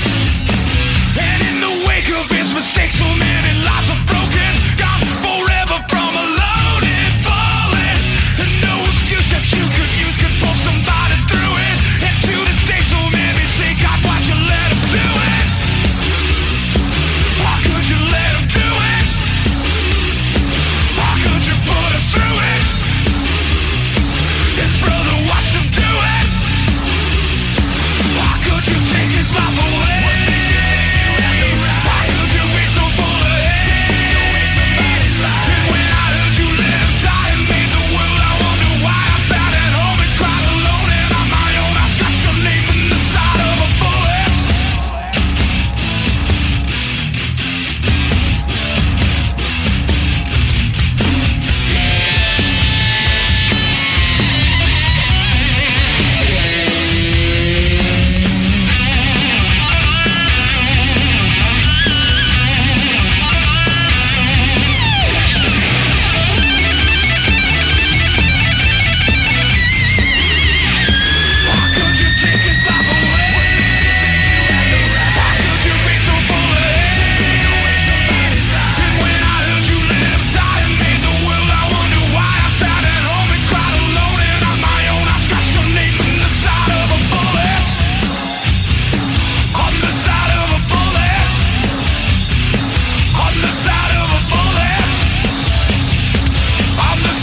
D: And in the wake of his mistakes, so many lives are broken. Gone forever from a loaded bullet. And no excuse that you could use could pull somebody through it. And to this day, so many say, God, why'd you let him do it? Why could you let him do it? Why could you put us through it? His brother watched him do it. Why could you take his life away? Why could you be so full of hate? And when I heard you let him die, it made the world. I wonder why I sat at home and cried alone and on my own. I scratched your name in the side of a bullet. Why could you take his life away? Why could you be so full of hate? And when I heard you let him die, it made the world. I wonder why I sat at home and cried alone and on my own. I scratched your name in the side of a bullet, on the side of a bullet, on the side of a bullet, on the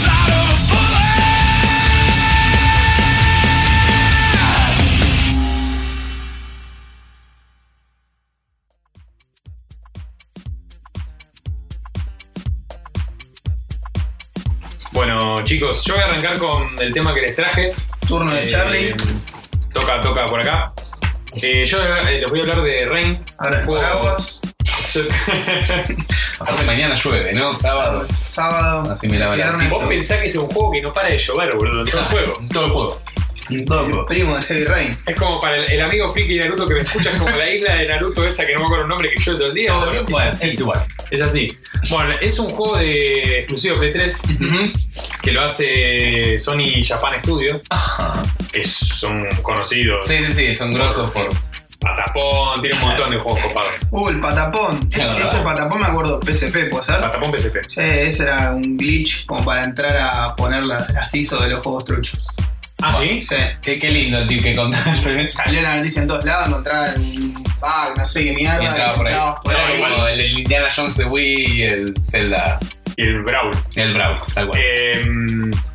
D: side of a bullet.
C: Bueno, chicos, yo voy a arrancar con el tema que les traje.
A: Turno de
C: Eh,
A: Charlie.
C: Toca, toca por acá. Eh, yo eh, les voy a hablar de Rain.
A: Abre el
C: Juego-
A: paraguas.
B: Aparte mañana llueve, ¿no? Sábado.
A: Sábado.
B: Así me lava la
A: viernes.
C: Vos pensás que es un juego que no para de llover, boludo, en todo el juego.
B: Todo el juego.
A: El primo de Heavy Rain.
C: Es como para el, el amigo friki de Naruto que me escucha, es como la isla de Naruto esa que no me acuerdo el nombre que yo todo el día. boludo.
B: Bueno, sí, es igual.
C: Es así. Bueno, es un juego de exclusivo Play 3 que lo hace Sony Japan Studio,
B: Ajá.
C: que son conocidos.
B: Sí, sí, sí, son grosos por.
C: Patapón, tiene un montón de juegos copados.
A: Uh, el patapón. Es-
B: Claro.
A: ese patapón me acuerdo, PSP, ¿puede ser?
C: Patapón PSP.
A: Sí, ese era un glitch como para entrar a poner las, las ISO de los juegos truchos.
C: Ah, sí.
A: Sí.
B: Qué, qué lindo el tip que contaste.
A: Salió la noticia en todos lados, encontraba un bug, no sé qué
C: Ah,
A: mierda.
B: Y entraba por ahí.
A: entrabas por
B: No,
A: ahí.
B: igual, el, el Indiana Jones de Wii y el Zelda.
C: Y el Brawl.
B: El Bravo, tal cual.
C: Eh,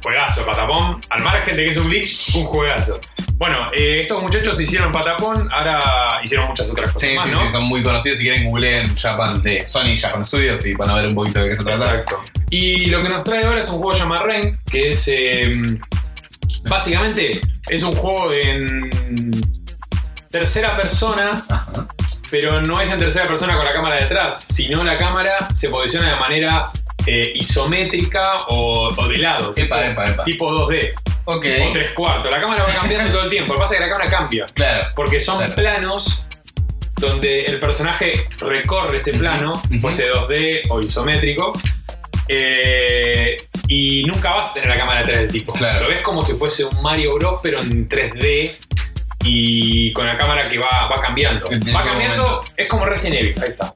C: juegazo, Patapón. Al margen de que es un glitch, un juegazo. Bueno, eh, estos muchachos hicieron Patapón, ahora hicieron muchas otras cosas
B: Sí,
C: más,
B: sí,
C: ¿no?
B: sí, son muy conocidos. Si quieren, googleen Japan de Sony Japan Studios y van a ver un poquito de qué se trata.
C: Exacto. Y lo que nos trae ahora es un juego llamado Rain, que es. eh, básicamente, es un juego en. tercera persona.
B: Ajá.
C: Pero no es en tercera persona con la cámara detrás, sino la cámara se posiciona de manera eh, isométrica o, o de lado.
B: Epa, epa, epa.
C: Tipo 2D
B: Ok.
C: o 3 cuartos. La cámara va cambiando todo el tiempo. Lo que pasa es que la cámara cambia.
B: Claro.
C: Porque son
B: Claro.
C: planos donde el personaje recorre ese plano,
B: Ujú.
C: fuese 2D o isométrico, eh, y nunca vas a tener la cámara atrás del tipo.
B: Claro.
C: Lo ves como si fuese un Mario Bros, pero en 3D y con la cámara que va, va cambiando.
B: En
C: Va
B: todo
C: cambiando,
B: momento.
C: es como Resident Evil, ahí está.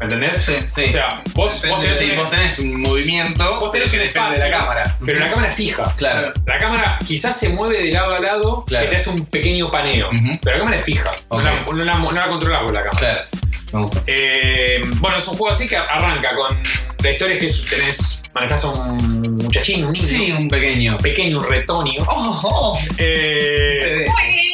C: ¿Entendés?
A: Sí,
B: sí.
C: O sea, vos, vos
B: Depende,
C: tenés,
B: sí, vos tenés un movimiento
C: vos tenés
B: que
C: un
B: depende
C: espacio,
B: de la cámara.
C: pero la cámara es fija.
B: Claro.
C: La cámara quizás se mueve de lado a lado,
B: Claro.
C: que te hace un pequeño paneo,
B: Ujú.
C: pero la cámara es fija.
B: Ok.
C: No, la, no la- no la controlás vos la cámara.
B: Claro. Me gusta.
C: Eh, bueno, es un juego así que arranca con la historia es que es- tenés, manejás a un muchachín, un niño,
B: Sí, un pequeño.
C: un pequeño retonio.
B: Oh, oh.
C: Eh,
A: Bebé.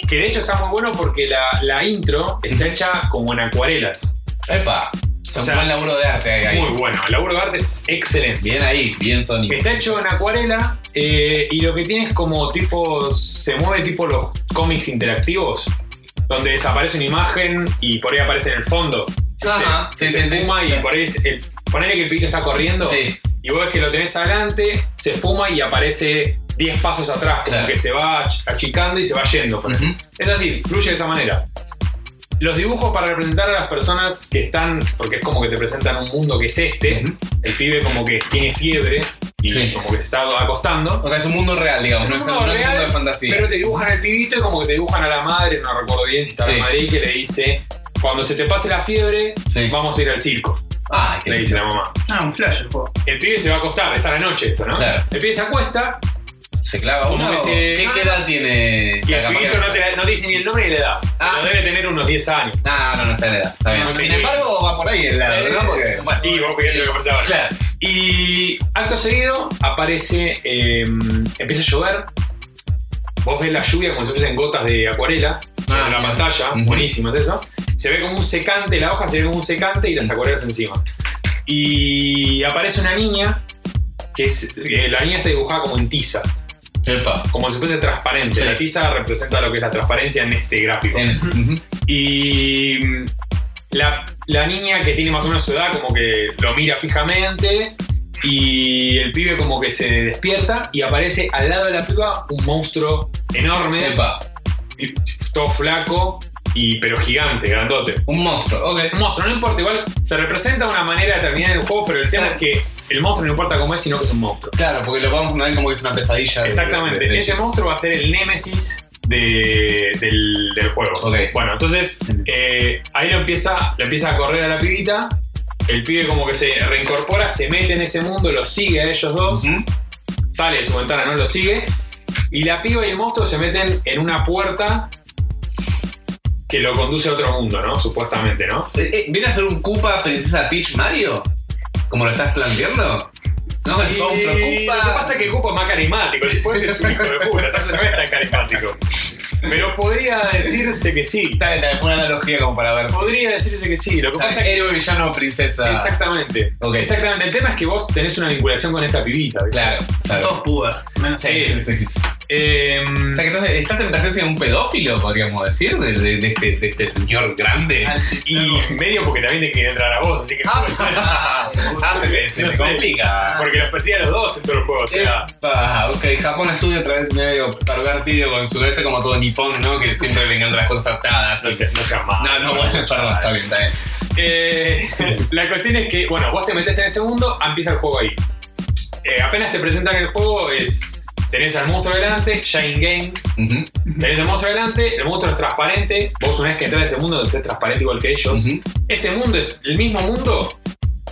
C: que de hecho está muy bueno porque la, la intro está hecha como en acuarelas.
B: Epa. Es
C: O
B: un
C: sea,
B: buen laburo de arte ahí. ahí.
C: Muy bueno, el laburo de arte es excelente.
B: Bien ahí, bien Sony.
C: Está hecho en acuarela eh, y lo que tiene es como tipo, se mueve tipo los cómics interactivos, donde desaparece una imagen y por ahí aparece en el fondo.
B: Ajá.
C: Se,
B: Sí,
C: se
B: sí, sí.
C: fuma y
B: Sí.
C: por ahí, es- el- ponele que el pibito está corriendo.
B: Sí.
C: y vos ves que lo tenés adelante, se fuma y aparece 10 pasos atrás, como
B: Claro.
C: que se va ach- achicando y se va yendo. por ejemplo. Es así, fluye de esa manera. Los dibujos para representar a las personas que están, porque es como que te presentan un mundo que es este,
B: Ujú.
C: el pibe como que tiene fiebre y
B: Sí.
C: como que se está acostando.
B: O sea, es un mundo real, digamos. No es un, no es un mundo de fantasía.
C: Pero te dibujan al pibito y como que te dibujan a la madre, no recuerdo bien si está
B: Sí.
C: la madre, y que le dice, cuando se te pase la fiebre,
B: Sí.
C: vamos a ir al circo,
B: Ah, qué
C: le dice la mamá.
A: Ah, un flash el juego.
C: El pibe se va a acostar, es a la noche esto, ¿no?
B: Claro.
C: El pibe se acuesta
B: ¿Se clava
C: Como
B: uno?
C: que se-
B: ¿Qué,
C: no,
B: qué
C: no, no.
B: edad tiene
C: Y
B: la
C: el pibito
B: camarita?
C: no, te, no te dice ni el nombre ni la edad.
B: Ah.
C: Pero debe tener unos 10 años.
B: Ah, no, no está en edad. Está bien.
C: No,
B: Sin
C: sí.
B: embargo, va por ahí el lado, ¿no? Porque. bueno,
C: y vos fíjate lo que pensabas.
B: Claro.
C: Y acto seguido aparece, eh, empieza a llover. Vos ves la lluvia como si fuesen gotas de acuarela
B: Ah,
C: en la
B: bien.
C: pantalla,
B: Ujú.
C: buenísimo es eso. Se ve como un secante, la hoja se ve como un secante y las acuarelas encima. Y aparece una niña, que es, eh, la niña está dibujada como en tiza,
B: Epa.
C: como si fuese transparente.
B: Sí.
C: La tiza representa lo que es la transparencia en este gráfico.
B: En ese. ujú.
C: Y mm, la, la niña que tiene más o menos su edad como que lo mira fijamente y el pibe como que se despierta y aparece al lado de la piba un monstruo enorme,
B: Epa.
C: t- todo flaco, y, pero gigante, grandote.
B: Un monstruo, ok.
C: Un monstruo, no importa, igual se representa una manera determinada en el juego, pero el tema es que el monstruo no importa cómo es, sino que es un monstruo.
B: Claro, porque lo vamos a ver como que es una pesadilla. de-
C: Exactamente,
B: de- de-
C: ese monstruo va a ser el némesis de- del, del juego.
B: Ok.
C: Bueno, entonces eh, ahí lo empieza, lo empieza a correr a la pibita, el pibe como que se reincorpora, se mete en ese mundo, lo sigue a ellos dos,
B: Ujú.
C: sale de su ventana, no lo sigue, y la piba y el monstruo se meten en una puerta que lo conduce a otro mundo, ¿no? Supuestamente, ¿no?
B: Eh, eh, ¿Viene a ser un Koopa Princesa Peach Mario? ¿Como lo estás planteando? No, el
C: Y
B: monstruo
C: Lo que
B: Koopa.
C: pasa es que Cupa es más carismático. Después es un hijo de puta, entonces no es tan carismático. Pero podría decirse que sí.
B: Está bien, está bien, fue una analogía como para ver. si-
C: Podría decirse que sí. Lo que
B: Está
C: pasa
B: bien,
C: es que.
B: Héroe, villano, princesa.
C: Exactamente.
B: Ok.
C: Exactamente. El tema es que vos tenés una vinculación con esta pibita. ¿viste?
B: Claro, claro.
A: Todos puber. Menos
C: Sí.
A: él.
B: Sí.
C: Em,
B: O sea que estás, estás en presencia de un pedófilo, podríamos decir, de, de- de este, de este señor grande.
C: y medio porque también te quiere entrar a vos, así que.
B: Ah, ah, se me, se
C: No
B: me
C: sé.
B: complica.
C: Porque los persigue a los dos en todo el juego. O sea,
B: Ah, ok, Japón estudia otra vez medio targar tibio con su vez como todo nipón, ¿no? Que siempre le encantan las cosas atadas.
C: no seas no seas malo.
B: No, no, bueno, perdón, está bien, está bien.
C: Eh, la cuestión es que, bueno, vos te metés en el segundo, empieza el juego ahí. Eh, apenas te presentan el juego, es. Tenés al monstruo delante, ya in-game,
B: Ujú,
C: tenés el monstruo delante, el monstruo es transparente, vos una vez que entras a ese mundo, es transparente igual que ellos.
B: ujú.
C: Ese mundo es el mismo mundo,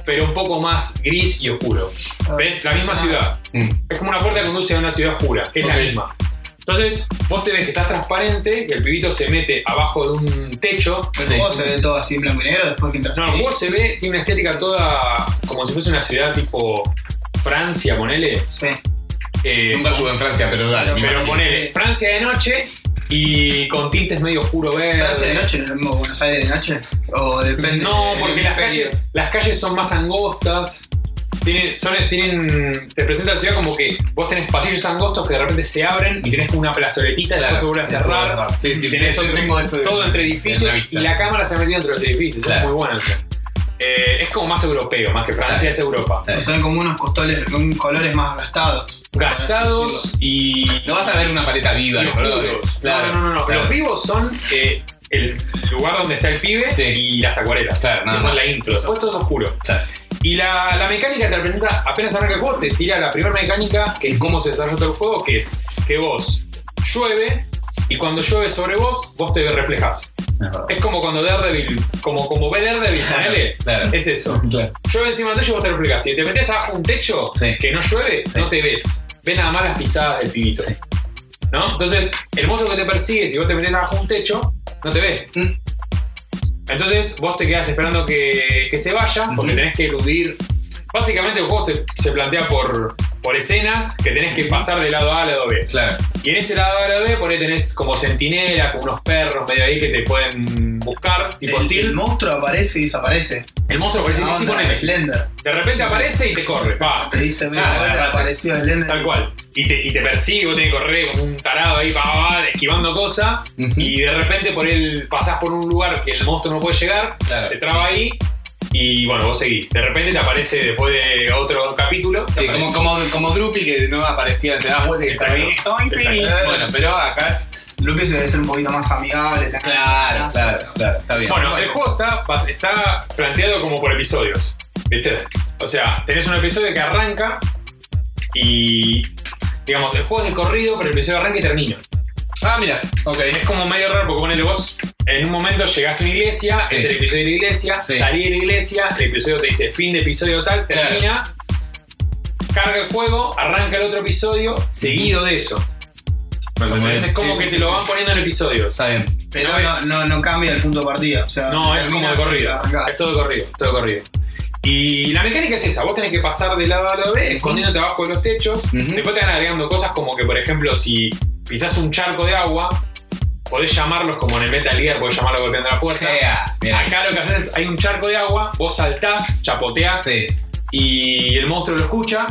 C: pero un poco más gris y oscuro. ¿Ves? La misma ciudad.
B: Mm,
C: Es como una puerta que conduce a una ciudad oscura, que es
B: Ok.
C: la misma. Entonces, vos te ves que estás transparente, que el pibito se mete abajo de un techo,
A: El
B: Sí.
A: juego se ve todo así en blanco y negro después que entras.
C: no, el juego se ve, tiene una estética toda como si fuese una ciudad tipo Francia, ponele.
A: Sí.
C: Eh,
B: Nunca estuve en Francia, pero dale. me
C: pero
B: imagino.
C: ponele Francia de noche y con tintes medio oscuro verde.
A: ¿Francia de noche no es lo mismo que Buenos Aires de noche? O depende.
C: No,
A: del
C: porque las
A: hemisferio.
C: calles, las calles son más angostas. Tienen, son- tienen, te presenta la ciudad como que vos tenés pasillos angostos que de repente se abren y tenés como una plazoletita,
B: Claro,
C: después se vuelve a
B: eso es
C: cerrar.
B: verdad. Sí, sí,
C: tenés
B: yo
C: otro-
B: tengo eso de-
C: todo entre edificios
B: en la vista.
C: y la cámara se ha metido entre los edificios.
B: Claro.
C: Es muy bueno eso. Eh, es como más europeo, más que Francia,
B: Claro.
C: es Europa.
A: O se ven como unos costoles, con colores más gastados. por así
C: gastados
A: decirlo.
C: y.
B: No vas a ver una paleta viva,
C: y
B: de
C: oscuros.
B: colores.
C: No, no, no, no, no.
B: claro.
C: Los vivos son eh, el lugar donde está el pibe
B: Sí.
C: y las acuarelas.
B: Claro, nada
C: que son
B: más.
C: la intro. Después todo es oscuro.
B: Claro.
C: Y la, la mecánica te representa, apenas arranca el juego, te tira la primera mecánica, que es cómo se desarrolla todo el juego, que es que vos llueve y cuando llueve sobre vos, vos te reflejas. Es como cuando Daredevil, como, como ve Daredevil,
B: Claro,
C: ponele,
B: claro.
C: es eso.
B: Claro.
C: Llueve encima del techo y vos te reflejas. Si te metes abajo un techo
B: Sí.
C: que no llueve,
B: Sí.
C: no te ves. Ves nada más las pisadas del pibito.
B: Sí.
C: ¿No? Entonces, el monstruo que te persigue, si vos te metés abajo un techo, no te ve.
B: Mm.
C: Entonces, vos te quedás esperando que, que se vaya, porque
B: Ujú.
C: tenés que eludir. Básicamente, el juego se, se plantea por, por escenas que tenés que pasar de lado A a lado B.
B: Claro.
C: Y en ese lado A lado B, por ahí tenés como sentinela, con unos perros medio ahí que te pueden buscar, tipo
A: el,
C: Steel.
A: el monstruo aparece y desaparece.
C: El monstruo parece
A: Una
B: Ah,
C: que es tipo
A: onda
C: Nemesis.
A: Slender.
C: De repente aparece y te corre, pa.
A: Te diste media
C: Ah,
A: vuelta,
C: agarrate.
A: apareció Slender.
C: Tal cual. Y te, y te persigue, vos tenés que correr como un tarado ahí, pa, pa, pa, esquivando cosas.
B: Ujú.
C: Y de repente por él pasás por un lugar que el monstruo no puede llegar,
B: Claro.
C: se traba ahí. Y bueno, vos seguís. De repente te aparece después de otro capítulo. te
B: Sí,
C: aparece.
B: como, como, como Drupi que no aparecía, te das vuelta y
C: Exacto.
B: salís, "Estoy
C: Exacto.
B: feliz". Bueno, pero acá.
A: Luke debe ser un poquito más amigable. tener
B: Claro,
A: más-
B: claro, claro. Está bien.
C: Bueno, el juego está, está planteado como por episodios. ¿Viste? O sea, tenés un episodio que arranca y. Digamos, el juego es de corrido, pero el episodio arranca y termina.
B: Ah, mira. Ok.
C: Es como medio raro porque ponele vos, en un momento llegás a una iglesia,
B: Sí.
C: es el episodio de la iglesia,
B: Sí.
C: salí de la iglesia, el episodio te dice fin de episodio tal,
B: Claro.
C: termina, carga el juego, arranca el otro episodio, seguido de eso. Entonces es como
B: eh. Sí,
C: que
B: sí,
C: te
B: sí,
C: lo
B: sí.
C: van poniendo en episodios.
B: Está bien.
A: Pero
C: No
A: no,
C: es-
A: no, no cambia el punto de partida. O sea,
C: No, es como de
A: terminas y
C: corrido.
B: ah,
A: arrancás.
C: Es todo de corrido, todo de corrido. Y la mecánica es esa, vos tenés que pasar de lado a lado B, escondiéndote abajo de los techos,
B: Ujú.
C: después te van agregando cosas como que, por ejemplo, si pisás un charco de agua, podés llamarlos como en el Metal Gear, podés llamarlo golpeando la puerta.
B: Ea, mira.
C: Acá lo que haces es, hay un charco de agua, vos saltás, chapoteás
B: Sí.
C: y el monstruo lo escucha,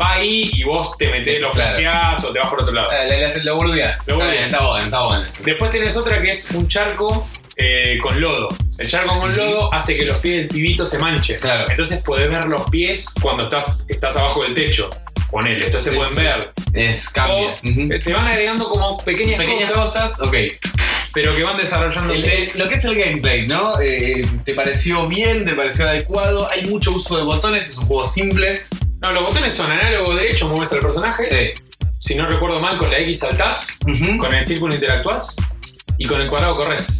C: va ahí y vos te metés, lo
B: Claro.
C: flanqueás o te vas por otro lado.
B: Ah, Le, le haces- lo burdeás. Está
C: Lo
B: bien,
C: burdeás.
B: está bueno, está bueno. eso.
C: Después tenés otra que es un charco eh, con lodo. El charco con lodo hace que los pies del pibito se manchen.
B: Claro.
C: Entonces podés ver los pies cuando estás, estás abajo del techo. Ponele,
B: Sí,
C: entonces se pueden
B: sí, sí.
C: ver.
B: Es
C: O,
B: cambia. Ujú.
C: eh, Te van agregando como pequeñas,
B: Pequeñas
C: cosas,
B: cosas, ok.
C: pero que van desarrollando.
B: El- el- lo que es el gameplay, ¿no? Eh, ¿Te pareció bien? ¿Te pareció adecuado? Hay mucho uso de botones, es un juego simple.
C: No, los botones son análogo derecho, mueves al personaje.
B: Sí.
C: Si no recuerdo mal, con la X saltás,
B: Ujú.
C: con el círculo interactuás y con el cuadrado corres.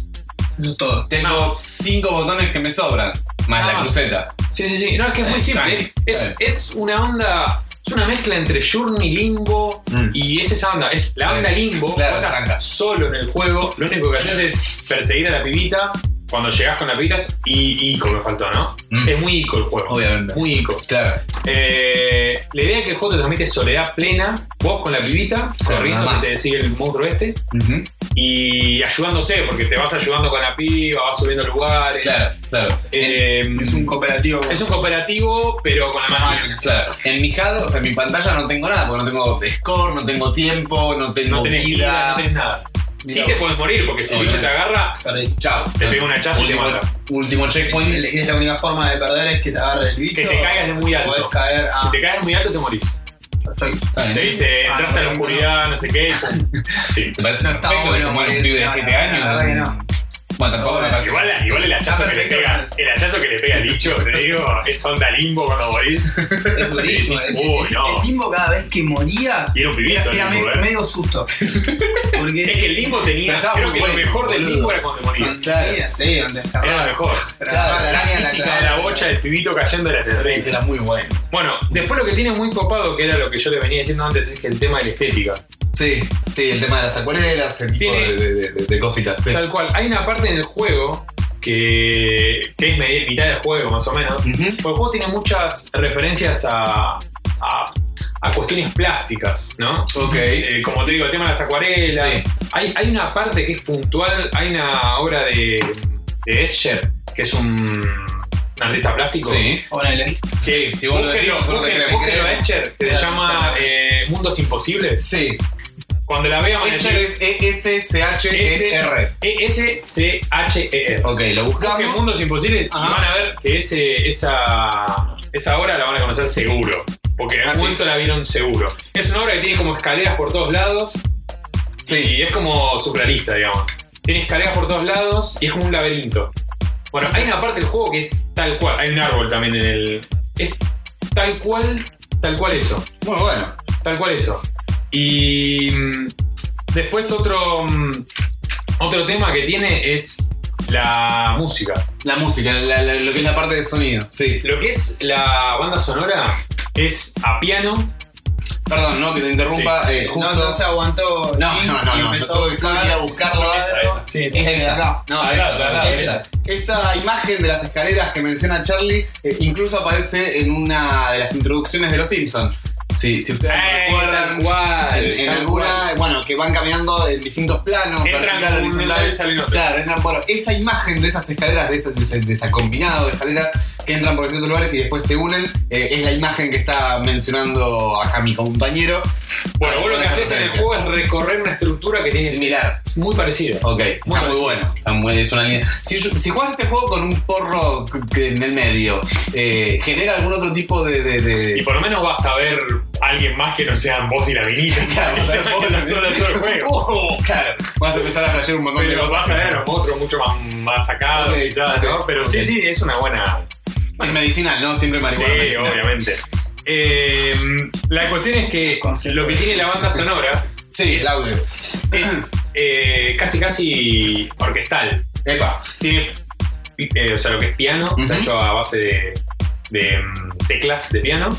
A: Eso es todo.
B: Tengo
C: Vamos.
B: cinco botones que me sobran, más la
C: Vamos.
B: cruceta.
C: Sí, sí, sí. No, es que es muy
B: Está
C: simple.
B: bien,
C: Es,
B: está
C: es una onda. Es una mezcla entre Journey Limbo
B: Mm.
C: y es esa onda. Es la
B: Está
C: onda
B: bien.
C: Limbo.
B: Claro,
C: vos estás
B: tranca.
C: solo en el juego. Lo único que haces es perseguir a la pibita. Cuando llegás con la pibita es y Ico me faltó, ¿no?
B: Mm.
C: Es muy Ico el juego.
B: Obviamente.
C: Muy Ico.
B: Claro.
C: Eh, la idea es que el juego te transmite soledad plena. Vos con la pibita, corriendo,
B: nada
C: que te
B: más.
C: sigue el monstruo este.
B: Ujú.
C: Y ayudándose, porque te vas ayudando con la piba, vas subiendo lugares.
B: Claro, claro.
C: Eh,
A: Es un cooperativo.
C: es un cooperativo, pero con la máquina.
B: Claro, en mi HUD, o sea, en mi pantalla no tengo nada, porque no tengo score, no tengo tiempo, no tengo
C: No tenés vida,
B: vida.
C: no tenés nada. Sí
B: Mirá
C: te
B: vos.
C: puedes morir, porque si el bicho
B: Obviamente.
C: te agarra,
B: Chao.
C: Te pega un hachazo y te
B: último,
C: mata.
B: último checkpoint.
A: Y es la única forma de perder es que te agarre el bicho.
C: Que te caigas de muy alto.
A: Podés caer. Ah,
C: si te caes muy alto te morís.
A: perfecto.
B: Está bien.
C: Te dice,
A: Ah,
C: entraste a la
A: no, no.
C: oscuridad, no sé qué. y pum. Sí.
B: ¿Te parece
A: No está
B: perfecto
A: bueno
B: que se muera un
A: morir,
B: pibe de
A: no,
B: 7
A: no,
B: años?
A: la verdad que no.
B: Bueno, tampoco me
A: Bueno,
B: parece.
C: Igual, igual el hachazo
A: Está
C: que le
A: perfecto,
C: pega,
A: ¿verdad?
C: el hachazo que le pega al bicho, te digo, es onda limbo cuando morís.
A: Es durísimo. eh.
C: Sí,
A: El,
C: sí, uy,
A: el-
C: Pues no.
A: el limbo cada vez que morías
C: Y era un pibito,
A: era, era
C: el limbo,
A: medio,
C: ¿eh?
A: medio susto. Porque
C: Es que el limbo tenía,
B: Pero estaba
C: creo
B: muy
C: que lo
B: bueno,
C: mejor del
B: boludo.
C: limbo era cuando morís.
A: cuando caía, sí, donde se
C: Era lo mejor.
A: agarraba
B: Claro,
A: la
C: La
A: araña, la
C: física de
A: clavaba,
C: la bocha del pibito cayendo era terrible.
B: Era muy bueno.
C: Bueno, después lo que tiene muy copado, que era lo que yo le venía diciendo antes, es que el tema de la estética.
B: Sí, sí, el tema de las acuarelas, el tipo
C: Tiene-
B: de, de- de- de cositas. Sí.
C: Tal cual. Hay una parte en el juego que, que es medi- mitad del juego, más o menos.
B: Ujú.
C: Porque el juego tiene muchas referencias a, a, a cuestiones plásticas, ¿no?
B: Ok.
C: Eh, como te digo, el tema de las acuarelas.
B: Sí.
C: Hay, hay una parte que es puntual. Hay una obra de, de Escher, que es un, un artista plástico.
B: Sí.
A: Ponele.
C: Que,
B: Si vos lo
C: búsquenlo,
B: decís, nosotros te
C: búsquenlo,
B: creemos.
C: búsquenlo a Escher, que se
A: Claro,
C: llama
A: claro.
C: eh, Mundos Imposibles.
B: Sí.
C: Cuando la vean, van a
B: Escher
C: decir
B: es E
C: E.
B: E-S-C-H-E-R.
C: S-C-H-E-R.
B: Ok, lo
C: Busquen
B: buscamos.
C: Mundos Imposibles y
B: Ajá.
C: van a ver que ese, esa, esa obra la van a conocer seguro. Porque en
B: Ah,
C: algún
B: sí.
C: momento la vieron seguro. Es una obra que tiene como escaleras por todos lados
B: Sí.
C: y es como surrealista, digamos. Tienes escaleras por todos lados y es como un laberinto. Bueno, hay una parte del juego que es tal cual. Hay un árbol también en el. Es tal cual, tal cual eso.
B: Muy bueno.
C: Tal cual eso. Y mm, después otro, mm, otro tema que tiene es la música.
B: La música, la- la- lo que es la parte de sonido. Sí.
C: Lo que es la banda sonora es a piano.
B: Perdón, no, que te interrumpa. eh, justo.
A: No, no se aguantó.
B: No,
A: Jinx
B: no, no,
A: y
B: no,
A: empezó
B: tuve que ir a buscarlo.
A: Esa, esa.
C: Sí, Eh,
A: Es de acá.
B: No,
C: Ah, Claro,
B: esta,
C: claro,
B: esta. Esta imagen de las escaleras que menciona Charlie eh, incluso aparece en una de las introducciones de Los Simpsons. Sí, si ustedes
C: tal
B: recuerdan,
C: cual,
B: en
C: Ah, tal cual.
B: alguna, bueno, que van caminando en distintos planos,
C: Entran
B: vertical,
C: por un lado y
B: horizontal.
C: salen otro.
B: Claro, entran por esa imagen de esas escaleras, de ese, de ese- de ese combinado de escaleras que entran por distintos lugares y después se unen, eh, es la imagen que está mencionando acá mi compañero.
C: Bueno,
B: Ah,
C: vos lo que
B: esa
C: haces en el
B: referencia.
C: juego es recorrer una estructura que tiene
B: Similar.
C: Es muy parecida.
B: Ok, está muy
C: parecido.
B: bueno. Está muy, es una línea. Si, yo- si juegas este juego con un porro c- c- en el medio, eh, ¿genera algún otro tipo de. de, de-
C: Y por lo menos vas a ver a alguien más que no sean vos y la minita.
B: Claro, vas a ver
C: Que no
B: porro.
C: son otro juego.
B: Oh, claro, vas a empezar a flashear un montón de
C: Pero
B: cosas.
C: vas a ver a los monstruos mucho más, más sacados
B: Ok,
C: y tal, ¿no?
B: ok,
C: Pero
B: ok.
C: sí, sí, es una buena.
B: Es medicinal, ¿no? Siempre
C: Sí,
B: marihuana. medicinal.
C: obviamente. Eh, la cuestión es que lo que tiene la banda sonora
B: Sí, el audio.
C: es eh, casi casi orquestal.
B: Epa.
C: Tiene, eh, o sea, lo que es piano,
B: Ujú.
C: está hecho a base de, de, mm, teclas de piano.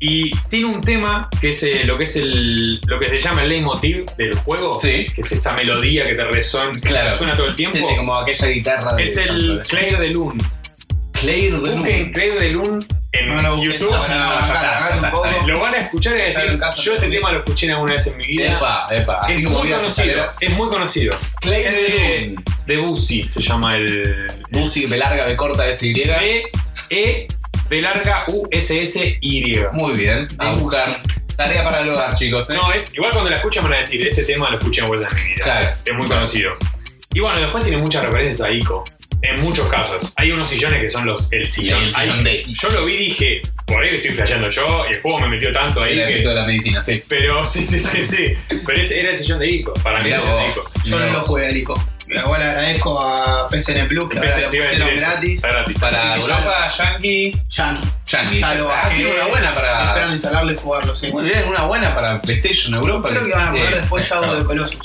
C: Y tiene un tema que es eh, lo que es el lo que se llama el leitmotiv del juego,
B: Sí.
C: que es esa melodía que te resuena, que te
B: Claro.
C: resuena todo el tiempo.
B: Sí, sí, como aquella guitarra de.
C: es el Clair de Lun.
B: Clair de
C: Busquen
B: Luna.
C: Clair de Lun en
A: No lo busques,
C: YouTube.
A: no, no, no,
B: ya está,
A: agarrate
B: ya
A: un
B: está,
A: poco.
B: ya
C: Lo van a escuchar y van a
A: Claro, en casa
C: decir, yo ese
A: también.
C: tema lo escuché alguna vez en mi vida.
B: Epa, epa. Así
C: es
B: como
C: muy
B: vi las
C: conocido,
B: escaleras.
C: es muy conocido.
B: Clair
C: Es
B: de
C: de,
B: Luna.
C: de Busy, se llama el,
B: Busi, B larga, B corta, S Y.
C: B, E, B larga, U, S, S, Y.
B: Muy bien. A
A: Busi.
B: buscar. Tarea para el hogar, chicos. ¿eh?
C: No, es igual cuando la escuchan van a decir, este tema lo escuché en Huesas de mi vida.
B: Claro.
C: Es, es muy conocido. Y bueno, después tiene muchas referencias a Ico. En muchos casos. Hay unos sillones que son los el sillón.
B: El sillón
C: Ahí-
B: de Ico.
C: Yo lo vi y dije, por ahí estoy flasheando yo, y el juego me metió tanto ahí
B: El
C: que.
B: efecto de la medicina, sí.
C: Pero sí, sí, sí, sí. Pero ese era el sillón de Ico. Para mí
B: Mirá
C: era el sillón de
B: vos.
C: Ico.
A: Yo no
B: No.
A: lo jugué, Lico. Igual agradezco a PSN Plus que ahora
C: Empecé-
A: lo
C: te iba a decir
A: pusieron
C: eso.
A: gratis.
C: Está gratis.
B: Para
A: Así que ya
B: Europa, Yankee.
A: Ya no.
B: Yankee.
A: Ya lo
B: Ah,
A: bajé.
B: tiene una buena
A: Esperando
B: para.
A: instalarlo y jugarlo, sí.
B: Ah. Muy bien, una buena para PlayStation Europa.
A: Creo que van a
B: sí.
A: poner después Shadow de Colossus.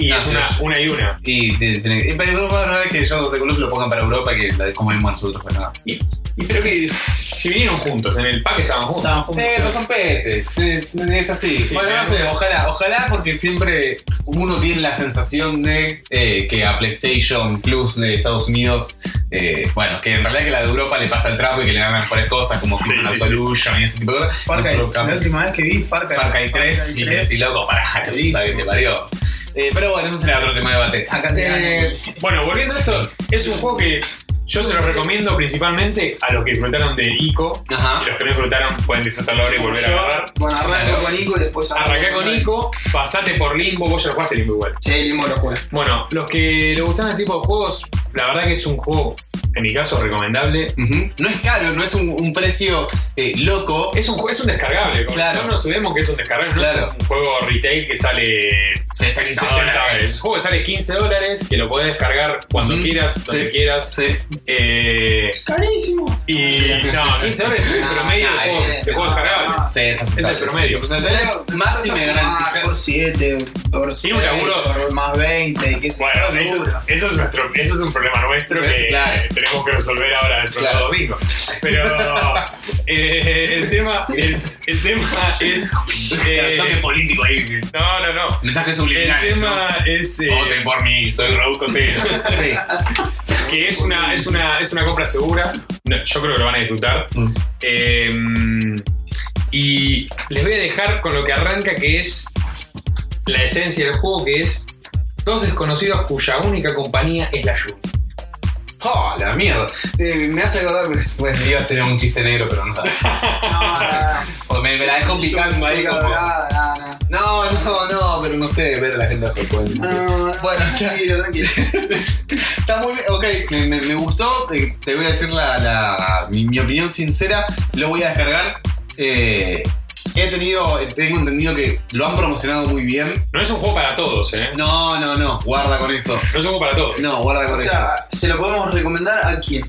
C: Y es
B: Gracias.
C: una, una y una.
B: Y te- eh, tiene que. y para Europa, una vez que yo de Colossus lo pongan para Europa, que la comemos nosotros, pues nada.
C: Y creo que si vinieron juntos, en el pack estaban juntos.
A: Estaban juntos.
B: Eh, pero son petes, eh, es así.
C: Sí,
B: bueno, no
C: claro.
B: sé, ojalá, ojalá porque siempre uno tiene la sensación de eh, que a PlayStation Plus de Estados Unidos, eh, bueno, que en realidad que la de Europa le pasa el trapo y que le dan las mejores cosas como
C: Sí,
B: Final
C: sí, sí,
B: Absolution y ese tipo de cosas.
A: Far Cry,
B: Nosotros
A: la
B: cambiamos
A: última vez que vi Far Cry,
B: Far Cry 3 y que decís, loco, pará, la puta que te
A: Durísimo.
B: parió. Eh, pero bueno, eso será otro tema de debate.
A: Acá te
B: Eh,
C: Bueno, volviendo a esto, es un juego que yo se lo recomiendo principalmente a los que disfrutaron de ICO.
B: Ajá.
C: Y los que no disfrutaron pueden disfrutarlo ahora y volver a
A: Yo,
C: agarrar.
A: Bueno, arranco
B: Claro.
A: con Ico y después
C: Arranqué con
A: Ico.
C: ICO, pasate por Limbo, vos ya lo jugaste Limbo igual.
A: Sí, Limo lo jugué.
C: Bueno, los que les gustan este tipo de juegos, la verdad que es un juego, en mi caso, recomendable.
B: ujú. No es caro, no es un, un precio eh, loco.
C: Es un, jue- es un descargable, como
B: Claro.
C: no nos olvidemos que es un descargable, no
B: Claro.
C: es un juego retail que sale
B: 60
C: dólares. Es un juego que sale 15 dólares, que lo podés descargar cuando
B: Ujú.
C: quieras, donde
B: Sí.
C: quieras.
B: Sí.
C: Eh,
A: Carísimo.
C: Y no, 15 dólares es el promedio
B: Ah,
C: de juegos-
A: es-
C: de juegos
A: es-
C: descargables.
B: Sí, es aceptable.
C: Es el promedio.
B: Sí, sí, sí. Más Eh, si me
A: Por
B: garantizan.
A: 7, por
C: Sí, un
A: 6,
C: laburo.
A: por más 20, y qué sé
C: Bueno,
A: yo,
C: eso,
A: laburo.
C: eso es nuestro, eso es un problema nuestro
B: Pues,
C: que
B: claro.
C: tenemos que resolver ahora el próximo
B: Claro.
C: domingo. Pero eh, el, tema, el, el tema es. eh,
B: Toque político ahí.
C: no, no, no.
B: Mensajes
C: El
B: subliminales.
C: tema es. eh,
B: ¿no? Voten por mí, soy Raúl Contero. Sí.
C: que es una, es una, es una compra segura. No, yo creo que lo van a disfrutar.
B: Mm.
C: Eh, y les voy a dejar con lo que arranca, que es la esencia del juego, que es dos desconocidos cuya única compañía es la lluvia.
B: ¡Oh, la mierda! Eh, me hace acordar que pues, iba a ser un chiste negro, pero no sabe.
A: No, nada,
B: Porque me, me la dejó picando ahí
A: nada,
B: como...
A: nada, nada.
B: No, no, no, pero no sé, ver a la gente bajo el puente.
A: No, no,
B: Ah, Bueno, está-
A: tranquilo, tranquilo.
B: Está muy bien, ok, me, me- me gustó, eh, te voy a decir la, la- mi, mi opinión sincera, lo voy a descargar. eh, He tenido, tengo entendido que lo han promocionado muy bien.
C: No es un juego para todos, ¿eh? No,
B: No, no, no, guarda con eso.
C: es un juego para todos.
B: No, guarda con
A: O
B: eso.
A: sea, ¿se lo podemos recomendar a quién?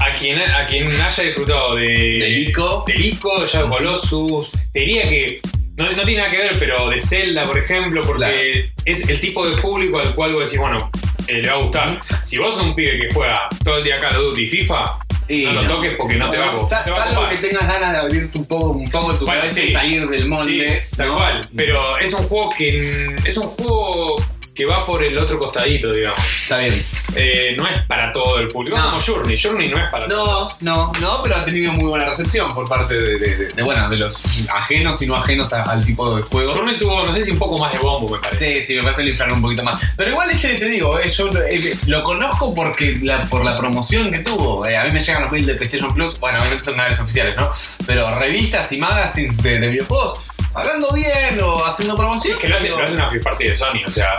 C: A quien, a quien haya disfrutado de.
B: Del Ico.
C: Del Ico, de Shadow Colossus. Te diría que. No, no tiene nada que ver, pero de Zelda, por ejemplo, porque
B: Claro.
C: es el tipo de público al cual vos decís, bueno, eh, le va a gustar. Si vos sos un pibe que juega todo el día Call of Duty y FIFA,
B: Y
C: no lo
B: no.
C: toques porque no, te va a
B: Sa-
C: gustar.
B: salvo que tengas ganas de abrirte un poco, un poco tu
C: Bueno,
B: cabeza y
C: sí.
B: salir del molde.
C: tal
B: ¿no?
C: cual. Pero es un juego que. Es un juego que va por el otro costadito, digamos.
B: Está bien.
C: Eh, no es para todo el público.
B: No.
C: No. Como Journey. Journey no es para todo.
B: No, no, no, pero ha tenido muy buena recepción por parte de, de- de- de, bueno, de los ajenos y no ajenos a- al tipo de juego.
C: Journey tuvo, no sé si un poco más de bombo, me parece.
B: Sí, sí, me parece el infierno un poquito más. Pero igual este te digo, eh, yo eh, lo conozco porque la, por la promoción que tuvo. Eh, a mí me llegan los mails de PlayStation Plus, bueno, obviamente son canales oficiales, ¿no? Pero revistas y magazines de, de videojuegos, hablando bien o haciendo promoción.
C: Que lo hace,
B: digo,
C: lo hace una free party de Sony, o sea.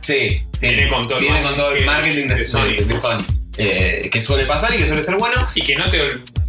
B: Sí,
C: Viene con todo el
B: viene con todo el marketing
C: marketing
B: de,
C: de Sony.
B: de- de Sony. Eh, que suele pasar y que suele ser bueno.
C: Y que no te,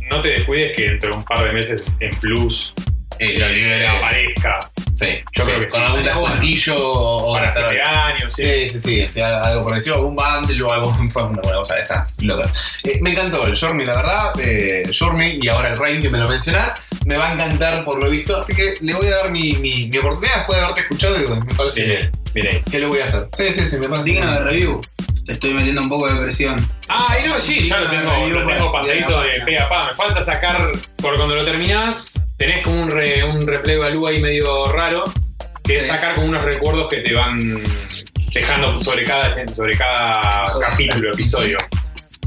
C: no te descuides que dentro de un par de meses en Plus
B: Eh, lo
C: eh,
B: libera.
C: aparezca
B: Sí,
C: Yo
B: sí,
C: creo que
B: con
C: sí.
B: algún descuentillo o o-
C: para este año, sí.
B: Sí, sí, sí, sí, algo por el estilo, algún bundle o algo, fue una buena cosa de esas locas. Eh, me encantó el Journey, la verdad, eh, Journey y ahora el Rain que me lo mencionás, me va a encantar por lo visto, así que le voy a dar mi, mi, mi oportunidad después de haberte escuchado y me parece
C: Bien, ahí, bien ahí.
B: que- que lo voy a hacer. Sí, sí, sí, me parece
A: Digno de
B: que-
A: review. Le estoy metiendo un poco de presión.
C: Ah, y no, sí, ya lo
A: Ah,
C: tengo,
A: review
C: lo
A: para
C: tengo
A: subir
C: pasadito
A: la
C: de
A: página.
C: pe a pa. Me falta sacar, por cuando lo terminás, tenés como un, re, un replay value ahí medio raro, que es
A: Sí.
C: sacar como unos recuerdos que te van dejando sobre cada, sobre cada
A: Sobre-
C: capítulo, episodio.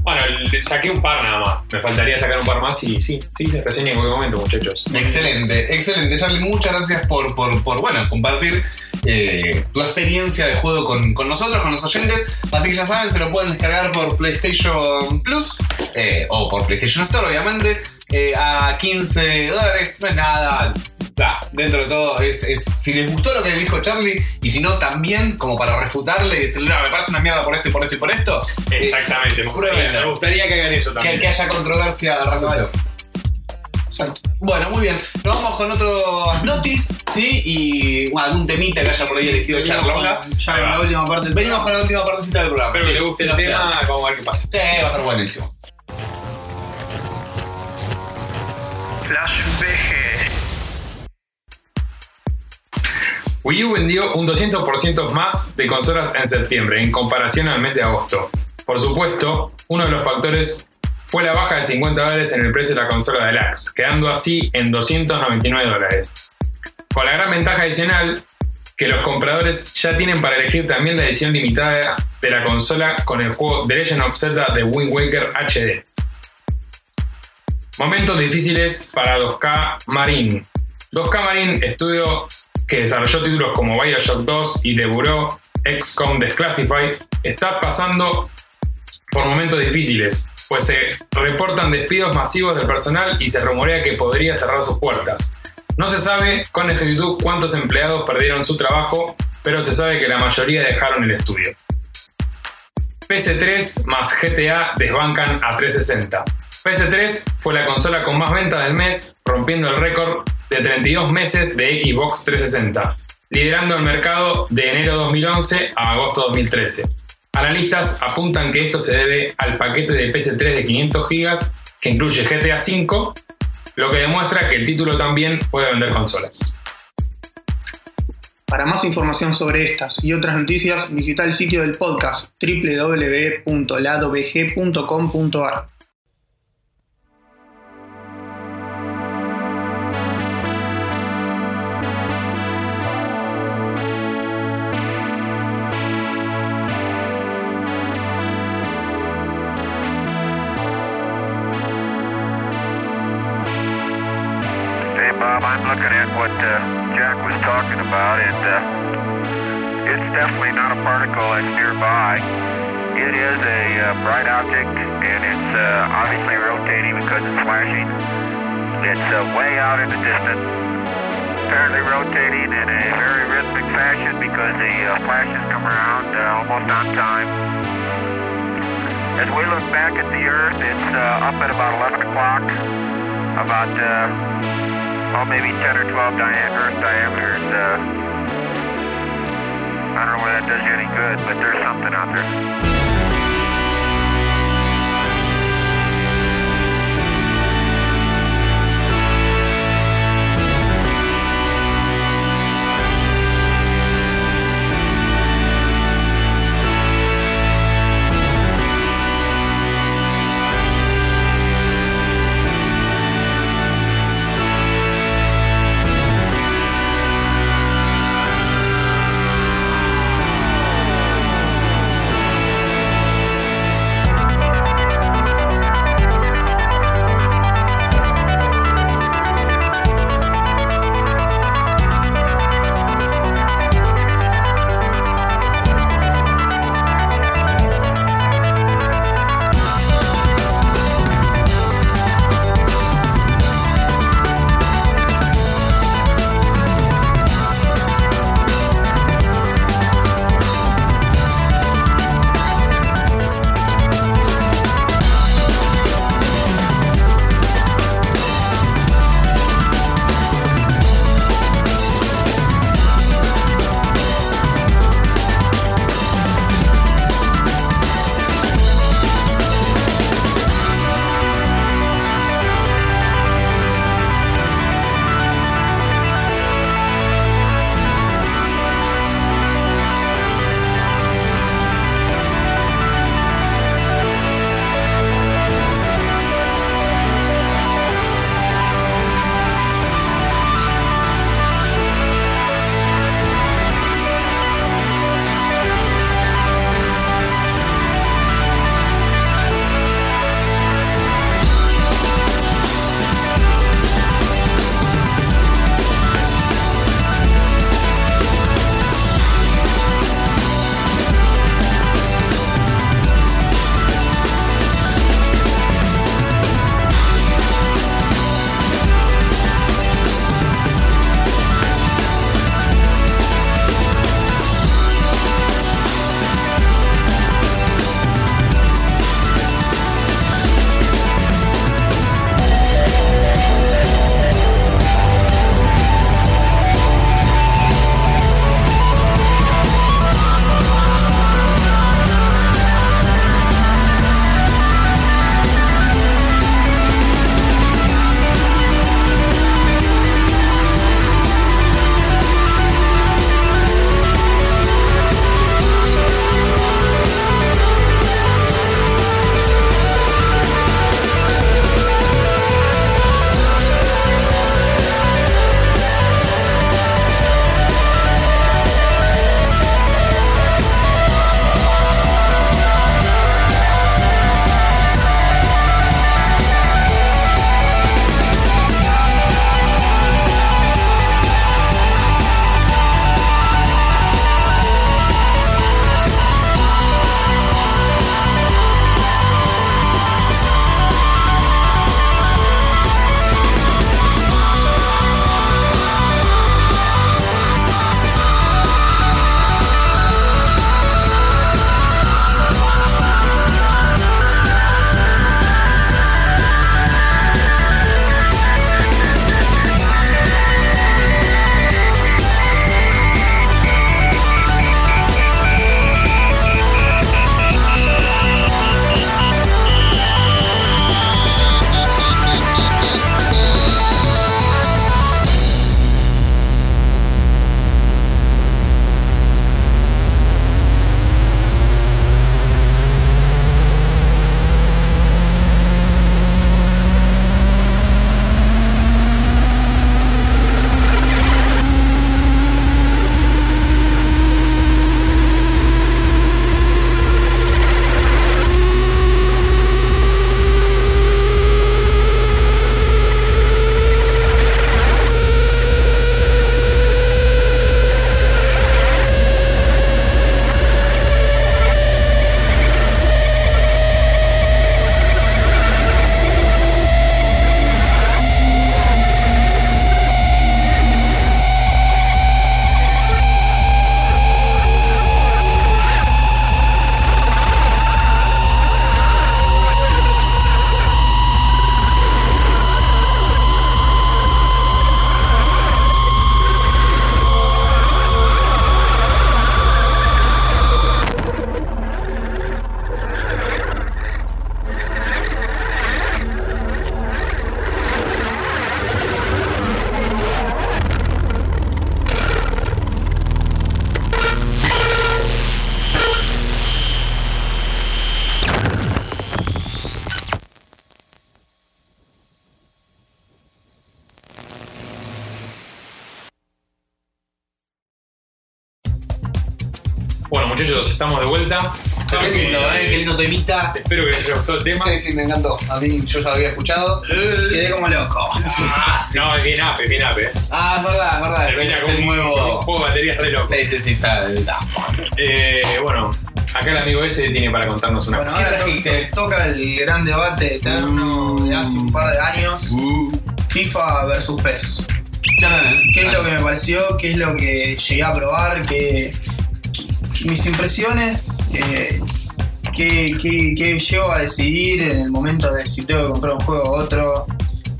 C: Bueno, le- saqué un par nada más. Me faltaría sacar un par más y sí, sí, se reseña en cualquier momento, muchachos.
B: Excelente, excelente. Charlie, muchas gracias por, por, por, bueno, compartir eh, tu experiencia de juego con, con nosotros, con los oyentes. Así que ya saben, se lo pueden descargar por PlayStation Plus eh, o por PlayStation Store, obviamente, eh, a 15 dólares. No es nada. da, dentro de todo, es, es- si les gustó lo que dijo Charlie, y si no, también, como para refutarle y decirle, no, me parece una mierda por esto y por esto y por esto, eh,
C: Exactamente, me gustaría,
B: pruébenlo.
C: me gustaría que hagan eso
B: que,
C: también.
B: que haya controversia al respecto. Bueno, muy bien. Nos vamos con otros notis, ¿sí? Y bueno, algún temita que haya por ahí elegido Charlonga.
A: Ya en la última parte del
B: Venimos con la última partecita del programa.
C: Espero
B: sí,
C: que les guste el
B: nos
C: tema,
B: queda.
C: vamos a ver qué pasa.
B: Sí, va a estar buenísimo.
E: Flash VG.
C: Wii U vendió un 200% más de consolas en septiembre en comparación al mes de agosto. Por supuesto, uno de los factores fue la baja de 50 dólares en el precio de la consola Deluxe, quedando así en 299 dólares. Con la gran ventaja adicional que los compradores ya tienen para elegir también la edición limitada de la consola con el juego The Legend of Zelda de Wind Waker HD. Momentos difíciles para 2K Marine. 2K Marine, estudio que desarrolló títulos como Bioshock 2 y The Bureau, XCOM Desclassified, está pasando por momentos difíciles, pues se reportan despidos masivos del personal y se rumorea que podría cerrar sus puertas. No se sabe con exactitud cuántos empleados perdieron su trabajo, pero se sabe que la mayoría dejaron el estudio. PS3 más GTA desbancan a 360. PS3 fue la consola con más ventas del mes, rompiendo el récord de 32 meses de Xbox 360, liderando el mercado de enero 2011 a agosto 2013. Analistas apuntan que esto se debe al paquete de PS3 de 500 GB que incluye GTA V, lo que demuestra que el título también puede vender consolas.
F: Para más información sobre estas y otras noticias, visita el sitio del podcast www.ladobg.com.ar.
E: Hey, Bob, I'm looking at what uh, Jack was talking about, and uh, it's definitely not a particle that's nearby. It is a uh, bright object, and it's uh, obviously rotating because it's flashing. It's uh, way out in the distance, apparently rotating in a very rhythmic fashion because the uh, flashes come around uh, almost on time. As we look back at the Earth, it's uh, up at about 11 o'clock, about uh, well, maybe 10 or 12 dia- Earth diameters. Uh, I don't know whether that does you any good, but there's something out there.
D: Thank
C: muchachos, estamos de vuelta.
B: Qué lindo, ¿eh? Qué lindo temita.
C: Espero que les haya gustado el tema. Eh,
B: Sí, sí, me encantó. A mí yo ya lo había escuchado.
A: Quedé como loco.
C: Ah, No, es bien ape, bien ape.
B: Ah, es verdad, es verdad.
C: Termina
B: es
C: con
B: el
C: un
B: nuevo.
C: juego de baterías re loco.
B: Sí, sí, sí, está. está.
C: Eh, bueno, acá el amigo ese tiene para contarnos una
A: Bueno,
C: cosa.
A: ahora
B: trajiste?
A: to- toca el gran debate eterno de hace un par de años.
B: Uh.
A: FIFA versus PES. ¿Qué es lo
B: Eh,
A: que me pareció? ¿Qué es lo que llegué a probar? ¿Qué, qué- mis impresiones? Eh, ¿qué, qué, qué llego a decidir en el momento de si tengo que comprar un juego u otro?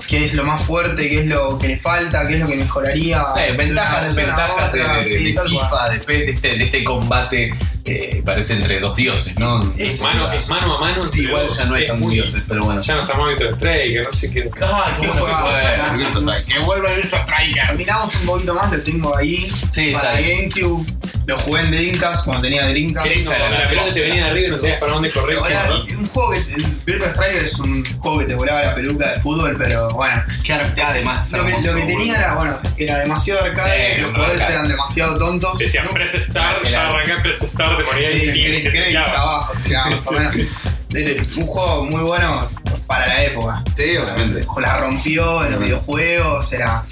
A: ¿Qué es lo más fuerte? ¿Qué es lo que le falta? ¿Qué es lo que mejoraría?
B: Eh,
A: Una
B: ventajas,
A: versión a
B: desventajas de,
A: otra,
B: de-
A: sí,
B: de
A: tal cual.
B: FIFA, de, PES, de este, de este combate, eh, parece entre dos dioses, ¿no?
C: Es mano, es mano a mano.
B: Sí, igual ya no hay
C: es
B: tan ¿eh?
C: muy-
B: dioses, pero bueno.
C: Ya no está Monitor Strike, no sé qué.
B: Ah,
A: qué
B: bueno,
A: juegazo,
B: bueno,
A: Nacho.
B: listo, o sea, Que vuelva el Ultra Striker.
A: Miramos un poquito más, lo tengo ahí.
B: Sí,
A: para
B: está
A: GameCube. Lo jugué en Dreamcast cuando tenía Dreamcast.
C: Qué lindo,
B: esa era
C: cuando
B: la
C: la pelota te
B: posta.
C: venía de arriba y no sabías para dónde correr.
A: Ahora,
C: ¿no?
A: un juego que. El Virtua Striker es un juego que te volaba la peluca de fútbol, pero bueno.
B: Qué arpeada de más.
A: Lo que, lo que tenía era, bueno, era demasiado arcade,
B: Sí,
A: los jugadores
B: arcade.
A: eran demasiado tontos.
C: Decías Press Star, ya arrancás Press Star, te ponía el
A: Sí, cre-
C: siguiente.
A: Credits abajo, tiraba
C: Sí,
A: más o
C: sí,
A: menos.
C: sí.
A: Era Un juego muy bueno para la época.
B: Sí, obviamente.
A: La rompió en los videojuegos, era.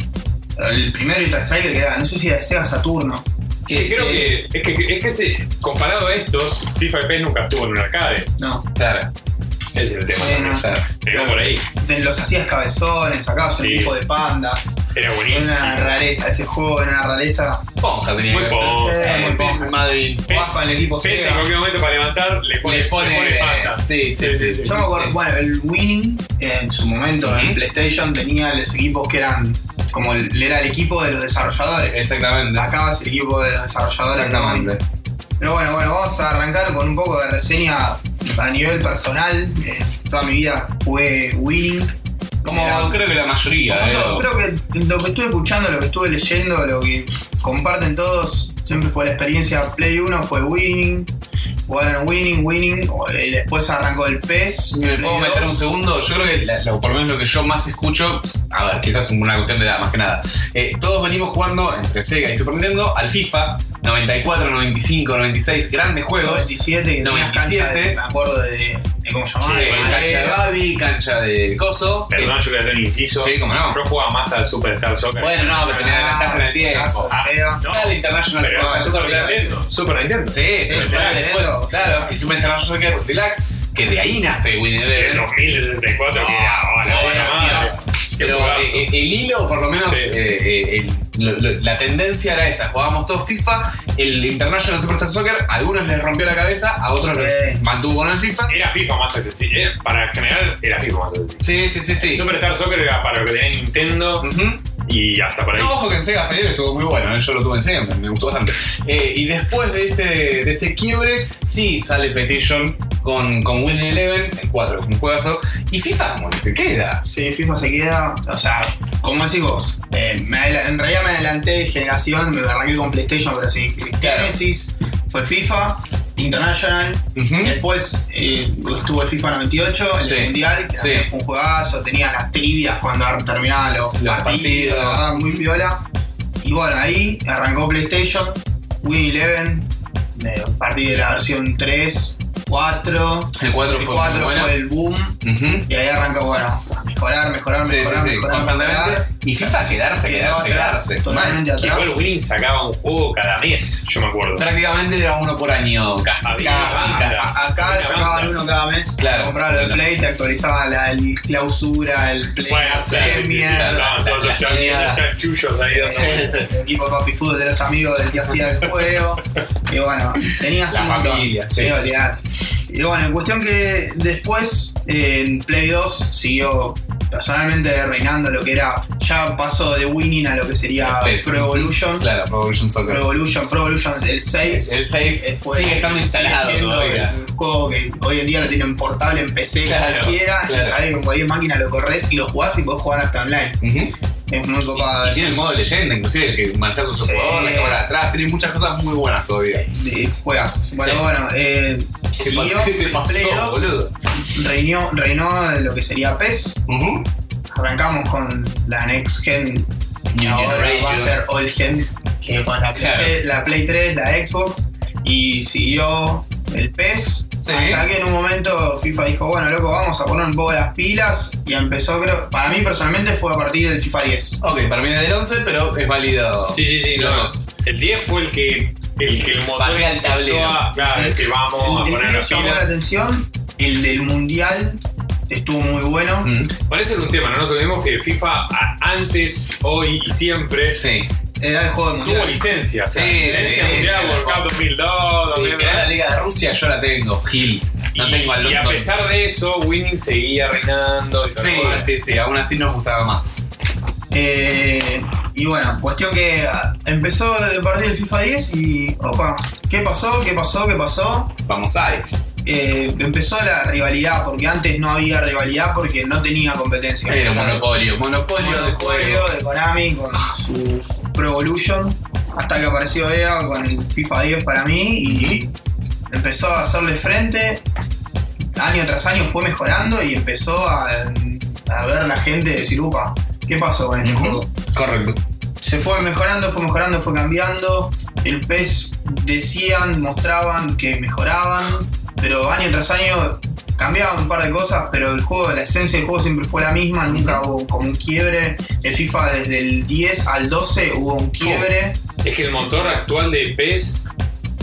A: El primer Virtua Striker que era, no sé si era de Sega Saturno.
C: Y Creo que es que, es que ese- comparado a estos, FIFA y PES nunca estuvo en un arcade.
A: No.
B: Claro,
C: Ese es el tema.
A: Bueno.
C: ¿no?
B: claro.
C: Te digo por ahí.
A: Te- Los hacías cabezones, sacabas
C: Sí.
A: un tipo de pandas.
C: Era
A: Era una
C: buenísimo.
A: rareza, ese juego era una rareza.
B: Ponja tenía
C: Muy
B: que
C: poca.
B: ser.
A: Sí,
B: Eh, Muy
A: muy
B: ponja.
A: poca.
B: Madrid.
A: Jugás con el equipo
C: PES en
A: Sega.
C: cualquier momento para levantar le pone,
B: Le pone-
C: le pone pasta.
B: sí, sí, sí, sí.
A: Yo me acuerdo, bueno, el Winning en su momento en
C: Ujú.
A: PlayStation tenía los equipos que eran como el, era el equipo de los desarrolladores.
B: Exactamente.
A: Sacabas el equipo de los desarrolladores.
B: Exactamente.
A: Pero bueno, bueno, vamos a arrancar con un poco de reseña a nivel personal. Eh, toda mi vida jugué Winning.
B: Como
A: Era-
B: creo que la mayoría,
A: como
B: eh,
A: todo.
B: o-
A: creo que lo que estuve escuchando, lo que estuve leyendo, lo que comparten todos, siempre fue la experiencia Play 1, fue Winning. Jugaron Winning, Winning, o- y después arrancó el PES.
B: ¿Me
A: Play
B: puedo meter
A: 2.
B: un segundo? Yo creo que la- la- por lo menos lo que yo más escucho, a ver, quizás una cuestión de edad, más que nada. Eh, todos venimos jugando entre Sega y Super Nintendo al FIFA 94, 95, 96, grandes juegos.
A: 97, que tenías
B: 97.
A: cancha de- me acuerdo de, de cómo llamaba.
B: Eh,
A: de
B: cancha de
A: madera.
B: Babi, cancha de Coso. eh,
C: Perdón, yo quería hacer un inciso.
B: Sí, cómo no.
C: Yo jugaba más al Superstar Soccer.
B: bueno, no, pero tenía la en el tiempo.
A: Caso, Sega.
B: Sale International
C: Ah, pero
B: Soccer,
C: era Super
B: Soccer,
C: Nintendo. Super Nintendo.
B: Sí, pero sale
A: Soccer,
B: después,
A: Soccer.
B: claro. Y Super International Soccer Deluxe, que de ahí nace Win
C: En
B: Eleven.
C: 2064, que era oh, la buena madre. Qué
B: Pero
C: jugazo.
B: eh, eh, el hilo, por lo menos,
C: Sí.
B: eh, eh, el- lo- lo- la tendencia era esa. Jugábamos todos FIFA, el International Superstar Soccer, a algunos les rompió la cabeza, a otros les
A: Sí.
B: mantuvo con el FIFA.
C: Era FIFA más accesible. eh, Para en general, era FIFA más accesible.
B: Sí, sí, sí, sí.
C: Superstar Soccer era para lo que tenía Nintendo
B: Ujú.
C: y hasta para ahí.
B: No, ojo que en Sega salió y estuvo muy bueno, ¿eh? yo lo tuve en Sega, me, me gustó bastante. Eh, y después de ese, de ese quiebre, sí sale Petition con, con Win Eleven, en 4, un juegazo. Y FIFA como que se queda.
A: Sí, FIFA se queda. O sea, como decís vos, eh, me adela- en realidad me adelanté de generación, me arranqué con PlayStation, pero sí.
B: Claro.
A: Genesis, fue FIFA, International.
B: Ujú.
A: Después eh, estuvo el FIFA 98, el
B: Sí.
A: Mundial, que
B: Sí.
A: también fue un juegazo. Tenías las trivias cuando ar- terminaban los,
B: Los partidos.
A: la verdad, muy viola. Y bueno, ahí arrancó PlayStation, Win Eleven, eh, a partir de la versión 3, 4.
B: El 4
A: El
B: fue
A: 4
B: muy bueno.
A: fue el boom.
B: Ujú.
A: Y ahí arranca, bueno, a mejorar, mejorar,
B: Sí,
A: mejorar,
B: sí, sí,
A: mejorar,
B: constantemente.
A: mejorar.
B: Y FIFA quedarse,
A: Quedaba
B: quedarse,
A: atrás,
B: quedarse. Mal.
A: totalmente
C: Que
A: atrás.
C: Igual Winning sacaba un juego cada mes, yo me acuerdo.
B: Prácticamente era uno por año, casi.
C: Había
B: Casi,
C: banda.
B: casi.
A: A- Acá
C: Una
A: sacaban
C: banda.
A: uno cada mes,
B: Claro.
A: compraban lo de
B: Bueno.
A: Play, te actualizaban la el clausura, el Play,
C: Bueno,
A: la
C: sí, sí, sí,
A: Premier,
B: claro.
C: estaban todos los
B: Las
C: chanchullos- chanchullos ahí dando
B: Sí, sí, sí.
A: el equipo papi fútbol de los amigos del que hacía el juego. Y bueno, tenías
B: La
A: un montón.
B: familia, sí.
A: Sí, olvidate. Y bueno, en cuestión que después en Play 2 siguió personalmente reinando lo que era, ya pasó de winning a lo que sería
B: El PES.
A: Pro Evolution.
B: Claro, Pro Evolution
A: Pro
B: Soccer.
A: Evolution, Pro Evolution, el 6.
B: El 6
A: Fue-
B: sigue estando instalado
A: sigue siendo
B: todavía.
A: Un juego que hoy en día lo tienen portable en PC
B: Claro,
A: cualquiera, y
B: claro.
A: sale con cualquier máquina, lo corres y lo jugás y podés jugar hasta online.
B: Ujú.
A: Es muy copado.
B: Y tiene el modo leyenda, inclusive, que manejas un
A: Sí.
B: jugador, la cámara de atrás, tiene muchas cosas muy buenas todavía.
A: de juegazos. Bueno,
B: Sí.
A: bueno, eh,
B: ¿Qué
A: siguió
B: pa- ¿Qué te pasó,
A: Play 2,
B: boludo?
A: reinó, reinó lo que sería PES.
B: Ujú.
A: Arrancamos con la Next Gen y
B: New
A: ahora va a
B: Generation.
A: ser Old Gen, que con la Play,
B: Claro.
A: la Play 3, la Xbox. y siguió el pez.
B: Sí.
A: Hasta que en un momento FIFA dijo, bueno, loco, vamos a poner un poco las pilas. Y empezó, creo, para mí personalmente fue a partir del FIFA 10.
B: Ok, para mí es del 11, pero es válido.
C: Sí, sí, sí.
B: Los
C: no.
B: dos.
C: El 10 fue el que el, que el motor
B: Patea el
C: empezó
B: tablero.
C: a- claro, decir, vamos
A: el
C: a
A: el
C: poner
A: que
C: los
A: llamó la atención, el del Mundial estuvo muy bueno.
B: Mm.
C: Parece un tema, no nos olvidemos que FIFA a- antes, hoy y siempre
B: Sí.
A: Era el juego del
C: tuvo
A: Mundial.
C: licencia. o sea,
B: Sí,
C: licencia
B: sí, sí,
C: mundial
B: sí,
C: World
B: sí.
C: Cup 2002,
B: Sí,
C: 2003.
B: pero la Liga de Rusia yo la tengo, Gil. No
C: y,
B: tengo al
C: y a
B: London.
C: pesar de eso, Winning seguía reinando. y tal
B: Sí,
C: cual.
B: sí, sí, aún así nos gustaba más.
A: Eh, y bueno, cuestión que ah, empezó el partido del FIFA 10 y, opa, ¿qué pasó? ¿Qué pasó? ¿Qué pasó?
B: Vamos ahí.
A: Eh, empezó la rivalidad, porque antes no había rivalidad porque no tenía competencia.
B: Era un
A: O sea,
B: monopolio. Monopolio de
A: monopolio
B: juego.
A: de Konami con su Pro Evolution, hasta que apareció EA con el FIFA 10 para mí y empezó a hacerle frente. Año tras año fue mejorando y empezó a, a ver la gente decir, upa, ¿qué pasó con este
B: Ujú.
A: juego?
B: Correcto.
A: se fue mejorando, fue mejorando, fue cambiando. El PES decían, mostraban que mejoraban, pero año tras año cambiaban un par de cosas, pero el juego, la esencia del juego siempre fue la misma, nunca hubo como un quiebre. El FIFA desde el 10 al 12 hubo un quiebre.
C: Es que el motor actual de PES,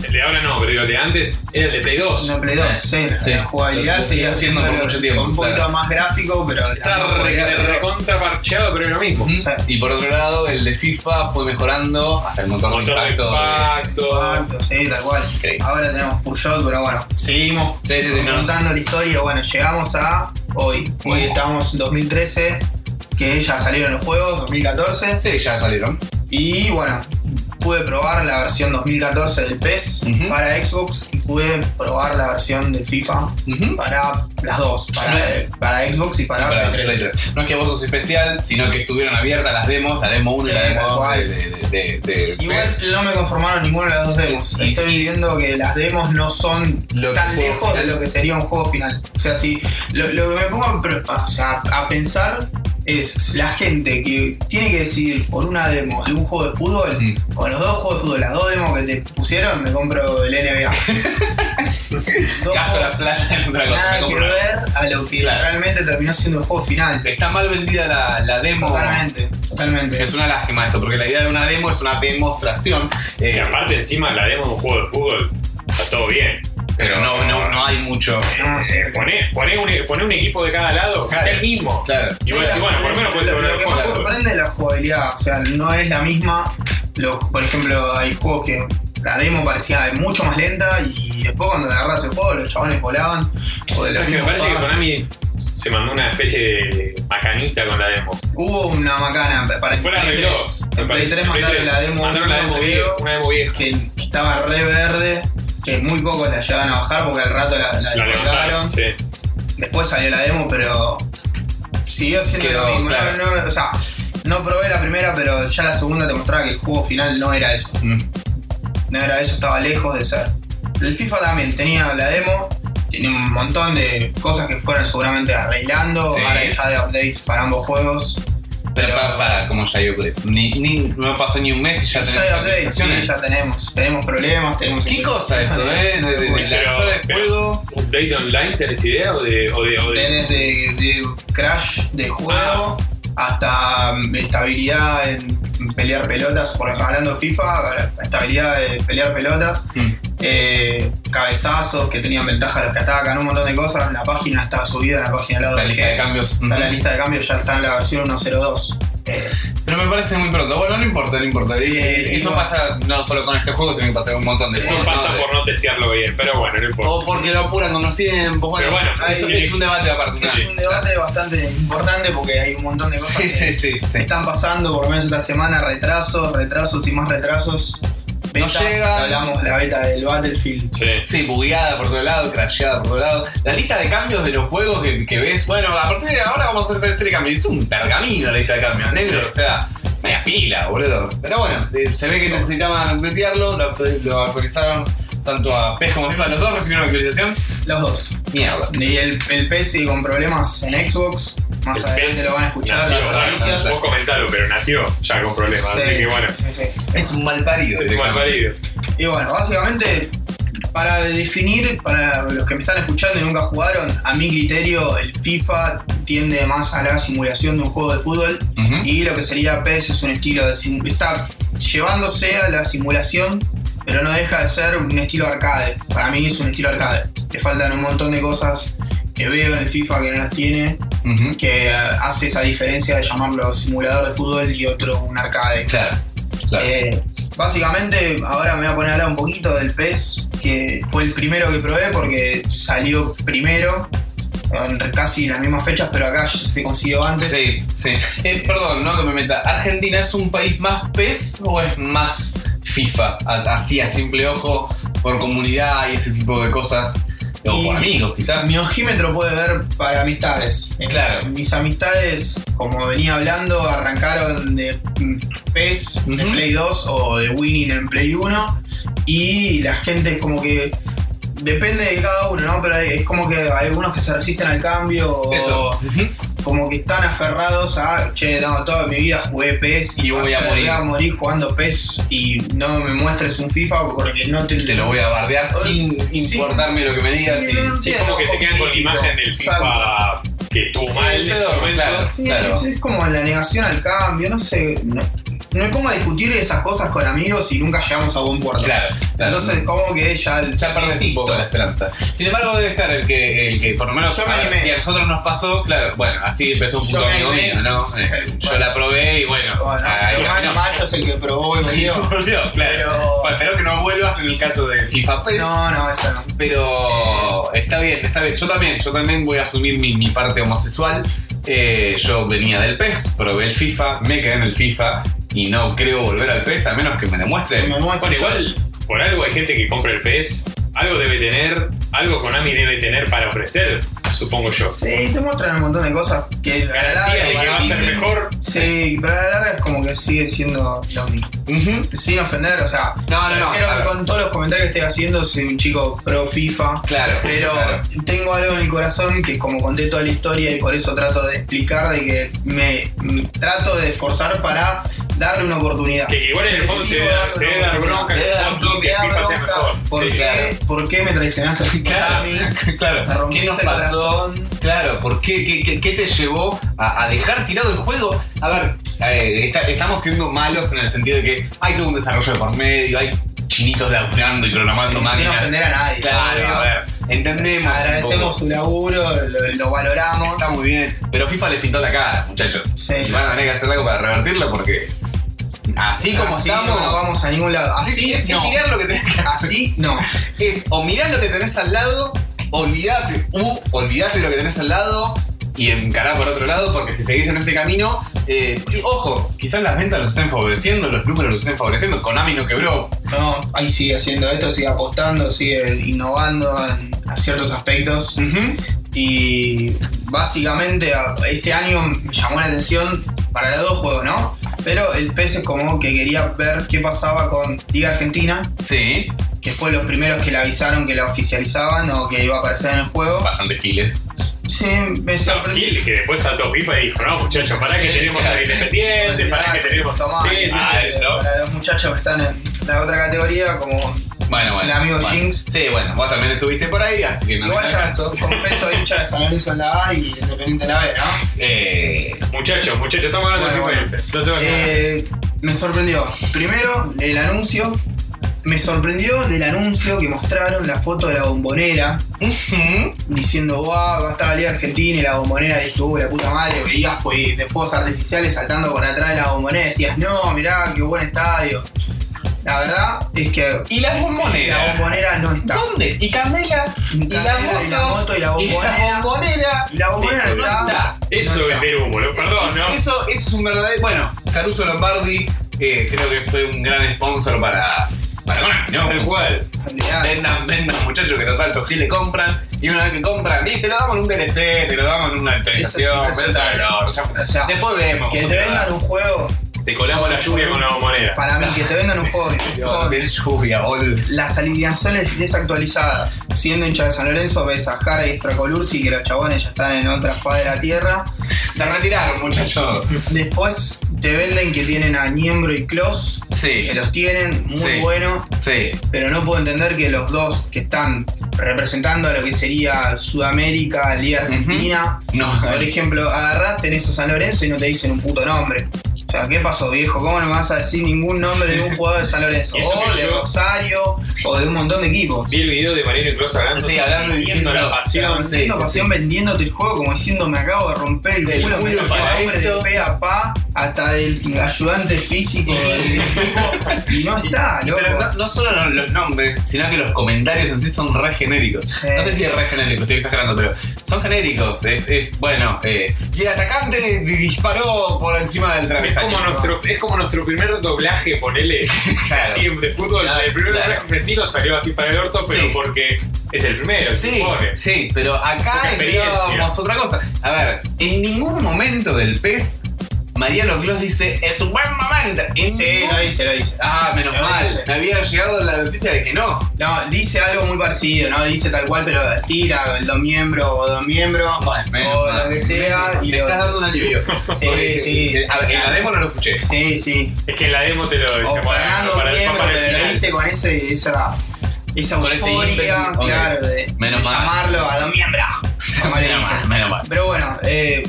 C: el de ahora no, pero digo, el de antes era el de Play 2.
A: No, Oh, Play 2,
B: Eh,
A: sí, la-
B: sí.
A: la jugabilidad
B: Lo
A: seguía
B: estuve haciendo
A: siendo
B: por
A: lo-
B: mucho tiempo,
A: un poquito
B: claro.
A: más gráfico, pero la
C: Está
A: misma jugabilidad de Play 2.
C: recontraparcheado, pero es lo mismo.
A: Sí.
B: Y por otro lado, el de FIFA fue mejorando hasta el motor de
C: Motor de
B: impacto.
C: impacto.
A: Exacto, sí, tal cual.
B: Increíble.
A: Ahora tenemos Puyol, pero bueno, seguimos
B: Sí, sí, sí, no.
A: contando la historia. Bueno, llegamos a hoy. Hoy
B: Mm.
A: estamos en 2013, que ya salieron los juegos, 2014.
B: Sí, ya salieron.
A: Y bueno, pude probar la versión 2014 del PES
B: Ujú.
A: para Xbox y pude probar la versión del FIFA
B: Ujú.
A: para las dos, para,
B: Bien.
A: para Xbox y para,
B: Para
A: Play
B: Play
A: 3.
B: tres. Ah, No es que vos sos especial, sino que estuvieron abiertas las demos, la demo 1 y la
A: Sí,
B: demo
A: tal
B: 2 de,
A: cual.
B: de, de, de- de-
A: Igual no me conformaron ninguna de las dos demos.
B: Y
A: Estoy viendo que las demos no son
B: Lo que
A: tan
B: juego
A: lejos
B: final.
A: de lo que sería un juego final. O sea, si lo, lo que me pongo a pre- o sea, a pensar es la gente que tiene que decidir por una demo de un juego de fútbol,
B: Mm.
A: con los dos juegos de fútbol, las dos demos que te pusieron, me compro el NBA. Dos
B: Gasto la
A: juegos
B: plata en otra cosa. me
A: Nada que
B: compro una-
A: ver a lo que
B: Claro.
A: realmente terminó siendo el juego final.
B: Está mal vendida la, la demo.
A: Totalmente, totalmente.
B: Es una lástima eso, porque la idea de una demo es una demostración. eh,
C: Y aparte, encima, la demo de un juego de fútbol. Está todo bien. Eh,
B: pero no, no, no hay mucho.
A: No, sí.
C: Poné, poné un, poné un equipo de cada lado, que sea el mismo.
B: Claro.
C: Y vos decís, bueno, por lo menos puede ser
A: Lo-
C: un
A: Lo que
C: juego
A: más
C: de fútbol.
A: sorprende es la jugabilidad, o sea, no es la misma. Lo- por ejemplo, hay juegos que la demo parecía mucho más lenta y después cuando agarras el juego los chabones volaban. O de los
C: Es que me
A: mismos
C: parece que
A: pases.
C: Konami se mandó una especie de macanita con la demo.
A: Hubo una macana para el
C: Después la
A: Play
C: arregló.
A: 3.
C: me
A: En Play
C: parece.
A: 3 mandaron la demo,
C: Mandaron la demo
A: creo,
C: vieja, una demo vieja.
A: que estaba re verde, que muy pocos la llegaban a bajar porque al rato la, la,
C: La levantaron.
A: colgaron.
C: Sí.
A: Después salió la demo, pero siguió siendo
B: Quedó,
A: lo mismo. No,
B: claro.
A: no, o sea, no probé la primera, pero ya la segunda te mostraba que el juego final no era eso.
B: Mm.
A: No era eso, estaba lejos de ser. El FIFA también tenía la demo, tiene un montón de cosas que fueron seguramente arreglando.
B: Sí.
A: Ahora ya hay updates para ambos juegos.
B: Pero para, para, como ya yo ni, ni No pasó ni un mes y
A: Ya
B: ya
A: hay
B: tenemos
A: updates, sí,
B: actualizaciones.
A: ya tenemos. Tenemos problemas, tenemos.
B: ¿Qué cosa eso, eh? De, de- de
C: Pero-
B: lanzar el
C: pero-
B: juego.
C: ¿Update online tenés idea? ¿O de.? O de, o de-
A: Tenés de, de crash de
B: Ah.
A: juego hasta mm, estabilidad en pelear pelotas. Por ejemplo, hablando de FIFA, estabilidad de pelear pelotas,
B: Mm.
A: eh, cabezazos que tenían ventaja los que atacan, un montón de cosas. La página está subida, la página al lado
B: La
A: del
B: lista
A: G.
B: de cambios.
A: Está la
B: Ujú.
A: lista de cambios, ya está en la versión 1.02. Eh,
B: Pero me parece muy pronto. Bueno, no importa, no importa. Eh,
A: Sí,
B: eso
A: igual.
B: pasa no solo con este juego, sino que pasa con un montón de
C: Eso
B: juegos,
C: pasa
B: ¿no?
C: por no testearlo bien, pero bueno, no
A: Oh.
C: importa.
B: O porque lo apuran con los tiempos. Bueno,
C: Pero bueno,
B: eso
C: ahí-
B: es un debate aparte.
A: es un debate bastante importante porque hay un montón de cosas
B: Sí,
A: que
B: sí, sí. sí.
A: están pasando, por lo menos esta semana, retrasos, retrasos y más retrasos. Betas,
B: llega.
A: Hablamos de la beta del Battlefield.
C: Sí.
B: Sí, bugueada por todo lado, crasheada por todo lado. La lista de cambios de los juegos que, que ves, bueno, a partir de ahora vamos a hacer tercer cambio. Es un pergamino la lista de cambios, negro, o sea, media pila, boludo. Pero bueno, eh, se ve que necesitaban updatearlo, lo, lo actualizaron tanto a PES como a FIFA, los dos recibieron actualización.
A: Los dos.
B: Mierda.
A: Y el, el PES sigue con problemas en Xbox. Más
C: El
A: adelante
C: PES
A: lo van a escuchar.
C: nació,
A: las
C: bueno,
A: noticias.
C: Vos comentalo, pero nació ya con problemas,
A: Sí,
C: así que bueno.
A: sí, sí.
B: Es un mal parido.
C: Es un mal parido.
A: Y bueno, básicamente para definir, para los que me están escuchando y nunca jugaron, a mi criterio el FIFA tiende más a la simulación de un juego de fútbol
B: Ujú.
A: y lo que sería PES es un estilo de sim- está llevándose a la simulación, pero no deja de ser un estilo arcade. Para mí es un estilo arcade. Le faltan un montón de cosas que veo en el FIFA que no las tiene,
B: Ujú.
A: que eh, hace esa diferencia de llamarlo simulador de fútbol y otro un arcade.
B: Claro, claro.
A: Eh, básicamente, ahora me voy a poner a hablar un poquito del PES, que fue el primero que probé porque salió primero, en casi las mismas fechas, pero acá se consiguió antes.
B: Sí, sí. Eh, perdón, no que me meta. ¿Argentina es un país más PES o es más FIFA? A- Así a simple ojo, por comunidad y ese tipo de cosas. O
A: Y
B: por amigos, quizás.
A: Mi ojímetro puede ver para amistades. Eh,
B: Claro.
A: Mis amistades, como venía hablando, arrancaron de mm, PES, de
B: Ujú.
A: Play 2 o de Winning en Play 1. Y la gente es como que. Depende de cada uno, ¿no? Pero es como que hay algunos que se resisten al cambio o
B: Eso. Ujú.
A: como que están aferrados a, che, no, toda mi vida jugué PES
B: Y voy a
A: ayer
B: morir".
A: voy a morir jugando PES y no me muestres un FIFA porque no te,
B: Te lo voy a bardear sin
A: Sí.
B: importarme lo que me digas.
A: Sí,
B: y-
A: no, no,
B: sí.
A: sí.
C: Es como que se quedan con la
A: Político,
C: imagen del FIFA que estuvo
B: Sí,
C: mal en
B: peor,
C: ese momento.
B: claro.
A: Sí, es, es como la negación al cambio, no sé. No, no me pongo a discutir esas cosas con amigos y nunca llegamos a buen puerto.
B: Claro, claro.
A: Entonces, como que ya. el-
B: ya perdés un
A: insisto.
B: poco la esperanza. Sin embargo, debe estar el que, el que por lo menos,
A: Yo me
B: a ver,
A: animé.
B: si a nosotros nos pasó, claro, bueno, así empezó un
A: Yo
B: puto
A: me
B: amigo
A: animé.
B: mío, ¿no? Eh,
A: Claro.
B: Yo la probé y bueno,
A: Bueno,
B: ahí
A: mi hermano
B: no.
A: macho es el que probó y
B: Y
A: volvió.
B: volvió, claro.
A: Pero-
B: Bueno, espero que no vuelvas en el caso de FIFA PES,
A: No, no, eso no.
B: pero está bien, está bien. Yo también, yo también voy a asumir mi, mi parte homosexual. Eh, yo venía del PES, probé el FIFA, me quedé en el FIFA y no creo volver al PES a menos que me demuestren
A: Me muestro.
C: Bueno, igual, por algo hay gente que compra el PES, algo debe tener, algo Konami debe tener para ofrecer, supongo yo.
A: Sí, te muestran un montón de cosas que a la larga.
C: Garantía de que
A: para
C: va a
A: mí-
C: ser mejor.
A: Sí, pero a la larga es como que sigue siendo lo mismo.
B: Ujú.
A: Sin ofender, o sea.
B: No, no,
A: Creo
B: no. a
A: que
B: ver,
A: con todos los comentarios que estoy haciendo soy un chico pro FIFA.
B: Claro.
A: Pero
B: claro.
A: tengo algo en el corazón que como conté toda la historia y por eso trato de explicar de que me, me trato de esforzar para darle una oportunidad.
C: Que igual en el fondo te
A: Sigo
C: debe dar-
A: dando
C: te debe
A: una
C: dar
A: oportunidad.
C: bronca en
A: Te debe dar
C: el fondo que
A: bronca,
C: FIFA sea
A: bronca.
C: mejor.
A: ¿Por,
C: Sí,
A: qué,
B: claro.
A: ¿Por qué me traicionaste así a
B: Claro,
A: mí?
B: claro.
A: Me rompiste
B: ¿Qué nos
A: el
B: pasó?
A: corazón.
B: Claro, ¿por qué? ¿Qué, qué- qué te llevó a, a dejar tirado el juego? A ver, eh, está- estamos siendo malos en el sentido de que hay todo un desarrollo de por medio, hay chinitos laburando y programando
A: Sin
B: máquinas.
A: ofender a nadie.
B: Claro,
A: obvio.
B: a ver, entendemos. un
A: Agradecemos su laburo, lo, lo
B: poco.
A: valoramos.
B: Está muy bien, pero FIFA les pintó la cara, muchachos.
A: Sí.
B: Y van a tener que hacer algo para revertirlo porque así como
A: Así
B: estamos,
A: no vamos a ningún lado.
B: así
A: Así
B: es,
A: no.
B: mirar lo que tenés que hacer
A: Así no.
B: es o mirás lo que tenés al lado, olvídate, u, olvídate lo que tenés al lado y encará por otro lado, porque si seguís en este camino, eh, y ojo, quizás las ventas los estén favoreciendo, los números los estén favoreciendo, Konami no quebró.
A: No, ahí sigue haciendo esto, sigue apostando, sigue innovando en ciertos aspectos. Y básicamente a- este año me llamó la atención para los dos juegos, ¿no? Pero el PES es como que quería ver qué pasaba con Liga Argentina,
B: Sí,
A: que fue los primeros que la avisaron que la oficializaban o que iba a aparecer en el juego.
B: bastante giles.
A: Sí, me
C: No,
A: sorprendió.
C: Gil, que después saltó FIFA y dijo, no, muchachos, para que
B: Sí,
C: tenemos
B: sí.
C: al
B: este
C: Independiente, para que tenemos...
A: Tomá,
C: Sí, sí, sí.
B: Ah, ¿no?
A: para los muchachos que están en la otra categoría, como
B: Bueno, bueno.
A: El amigo
B: bueno.
A: Jinx.
B: Sí, bueno, vos también estuviste por ahí, así que no
A: Igual
B: te
A: ya
B: hagas caso.
A: so- confeso hincha de San Lorenzo en la A y Independiente en la B, ¿no?
B: Eh,
C: Muchachos, muchachos, estamos hablando de
A: Bueno,
C: FIFA No se vayan.
A: Eh, me sorprendió. Primero, el anuncio. Me sorprendió del anuncio que mostraron la foto de la bombonera. Diciendo, wow, va a estar la Liga Argentina y la bombonera. Dije, uy, la puta madre. Veías fue de fuegos artificiales saltando por atrás de la bombonera. Decías, no, mirá, qué buen estadio. La verdad es que
B: y Este, la
A: la
B: bombonera.
A: bombonera no está.
B: ¿Dónde? Y Candela, y la
A: Candela, y la
B: moto,
A: moto, y la bombonera.
B: bombonera.
A: Y la bombonera no está.
C: Eso
A: no
C: es
A: está.
C: Perú, boludo. Perdón,
B: Es-
C: ¿no?
B: Eso, eso es un verdadero. Bueno, Caruso Lombardi eh, creo que fue un gran sponsor para. Para Konami,
C: Tal
B: ¿no?
C: cual.
A: Olvidate.
B: Vendan, vendan, muchachos, que total, estos giles compran. Y una vez que compran, y te lo damos en un DLC, te lo damos en una actualización,
A: Eso sí,
B: venta de valor. ya fue.
A: O sea,
B: después vemos.
A: Que
B: cómo
A: te
B: te va.
A: vendan un juego,
C: Te colamos la lluvia con la bombonera.
A: para mí, que te vendan un juego
B: Dios,
A: con
B: qué lluvia, boludo.
A: las alineaciones desactualizadas. Siendo hincha de San Lorenzo, ves a Jara y Stracolursi, que los chabones ya están en otra espada de la tierra.
B: Se retiraron, muchachos.
A: Después te venden que tienen a Niembro y Klos,
B: Sí,
A: que los tienen, muy
B: Sí.
A: bueno,
B: sí.
A: pero no puedo entender que los dos que están representando a lo que sería Sudamérica, Liga Argentina,
B: No,
A: por ejemplo, agarrás, tenés a San Lorenzo y no te dicen un puto nombre. O sea, ¿qué pasó, viejo? ¿Cómo no me vas a decir ningún nombre de un jugador de San Lorenzo?
C: Y eso
A: O
C: que
A: de
C: yo-
A: Rosario, o de un montón de equipos.
C: Vi el video de Mariano Incluso hablando,
B: Sí, hablando y diciendo
C: la pasión.
B: Sí,
A: Tengo
B: sí,
A: pasión
B: sí.
A: vendiéndote el juego como diciendo me acabo de romper el
B: Del
A: culo, me
B: culo
A: trajo
B: para
A: hambre de
B: esto.
A: pe a pa hasta del ayudante físico del equipo y no está,
B: Y
A: loco.
B: pero no, no solo los, los nombres, sino que los comentarios en sí son re genéricos. No sé si es re genérico, estoy exagerando, pero son genéricos. Es, es bueno, eh, y el atacante disparó por encima del
C: Es
B: travesaño.
C: como, nuestro, es como nuestro primer doblaje, ponele,
B: Claro.
C: así de fútbol.
B: Claro,
C: el primer
B: claro.
C: doblaje argentino salió así para el orto,
B: Sí.
C: pero porque es el primero, se
B: Sí,
C: supone.
B: sí, pero
C: Poca
B: acá
C: experiencia.
B: esperábamos otra cosa. A ver, en ningún momento del pez, Mariano Clos dice, es un buen momento. En
A: Sí,
B: ningún-
A: lo dice, lo dice.
B: Ah, menos
A: Lo
B: mal.
A: dice.
B: Me había llegado la noticia de que no.
A: No, dice algo muy parecido, no dice tal cual, pero tira el dos miembros o dos miembros
B: Bueno, menos
A: o
B: mal.
A: lo que sea. Y
B: Me
A: lo,
B: estás dando un alivio.
A: Sí,
B: Porque,
A: sí.
B: eh, A ver, en la demo no lo escuché.
A: sí, sí.
C: Es que en la demo te lo
A: O
C: decía bueno,
A: Oh, Fernando
C: para,
A: miembro,
C: para el
A: pero lo
C: final.
A: dice con ese, esa, esa
B: Con ese
A: euforia,
B: ímpetu, ok.
A: claro, de,
B: Menos
A: de
B: mal.
A: llamarlo a dos miembros. como le
B: Menos
A: dicen.
B: mal, menos mal.
A: Pero bueno, eh,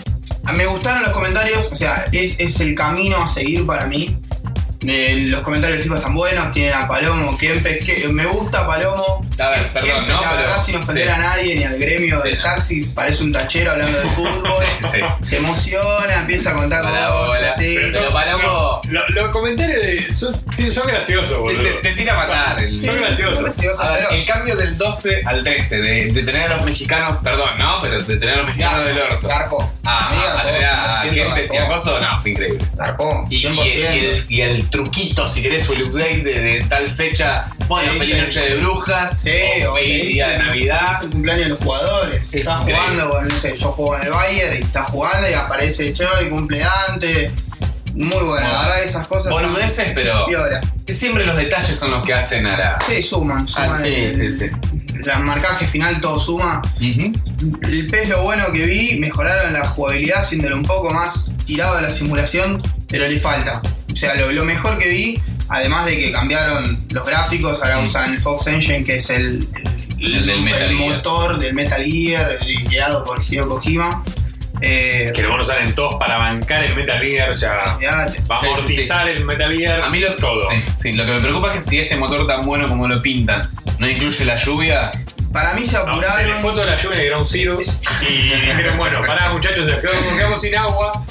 A: me gustaron los comentarios, o sea, es, es el camino a seguir para mí. Eh, los comentarios de FIFA están buenos, tienen a Palomo, Kempes, que me gusta Palomo.
B: A ver, perdón,
A: Kempes,
B: ¿no?
A: la verdad,
B: Pero-
A: sin ofender
B: sí.
A: a nadie ni al gremio
B: Sí,
A: de
B: no.
A: taxis, parece un tachero hablando de fútbol.
B: Sí.
A: Se emociona, empieza a contar
B: Hola,
A: cosas.
B: hola.
A: sí.
B: Pero
C: son-
B: Palomo-
C: son- lo- Los comentarios de, son, son graciosos,
B: Te,
C: boludo.
B: te- te tira a matar. el-
C: Son graciosos.
B: A ver,
A: pero-
B: el cambio del 12 al 13, de, de tener a los mexicanos, perdón, ¿no? Pero de tener a los mexicanos del orto.
A: Garpo.
B: Ah,
A: Amiga,
B: a
A: todo
B: tener a
A: 100%
B: gente y a
A: garpó.
B: Coso, no, fue increíble.
A: Garpó,
B: Y, y-
A: 100%.
B: y el, y el truquito, si querés, o el update de, de tal fecha. Bueno,
A: Sí,
B: feliz
A: sí.
B: noche de brujas,
A: Sí,
B: o
A: o
B: feliz
A: que
B: día de
A: dicen,
B: Navidad.
A: Es el cumpleaños de los jugadores.
B: Es
A: Estás
B: increíble.
A: jugando con, no sé, yo juego en el Bayern y estás jugando y aparece che, y cumple antes. Muy bueno,
B: Ah.
A: la verdad que esas cosas. son
B: Boludeces, pero
A: piola.
B: siempre los detalles son los que hacen a la.
A: Sí, suman, suman.
B: Ah, sí,
A: el-
B: sí, sí.
A: El marcaje final todo suma. El pez lo bueno que vi, mejoraron la jugabilidad haciéndolo un poco más tirado a la simulación, pero le falta. O sea, lo, lo mejor que vi, además de que cambiaron los gráficos, ahora usan el Fox Engine, que es el,
B: El del Metal Gear.
A: motor del Metal Gear, el guiado por Hideo Kojima. Eh, ah,
C: Que lo van a usar en todos para bancar el Metal Gear, o sea,
A: ya,
C: va a
B: Sí, sí,
C: amortizar el Metal Gear.
B: A mí lo
C: todo.
B: Sí, sí, lo que me preocupa es que si este motor tan bueno como lo pintan no incluye la lluvia,
A: para mí se
C: No, se
A: apuraron.
C: les fue toda la lluvia en el Ground Zero y dijeron, bueno, pará muchachos, nos quedamos, nos quedamos sin agua.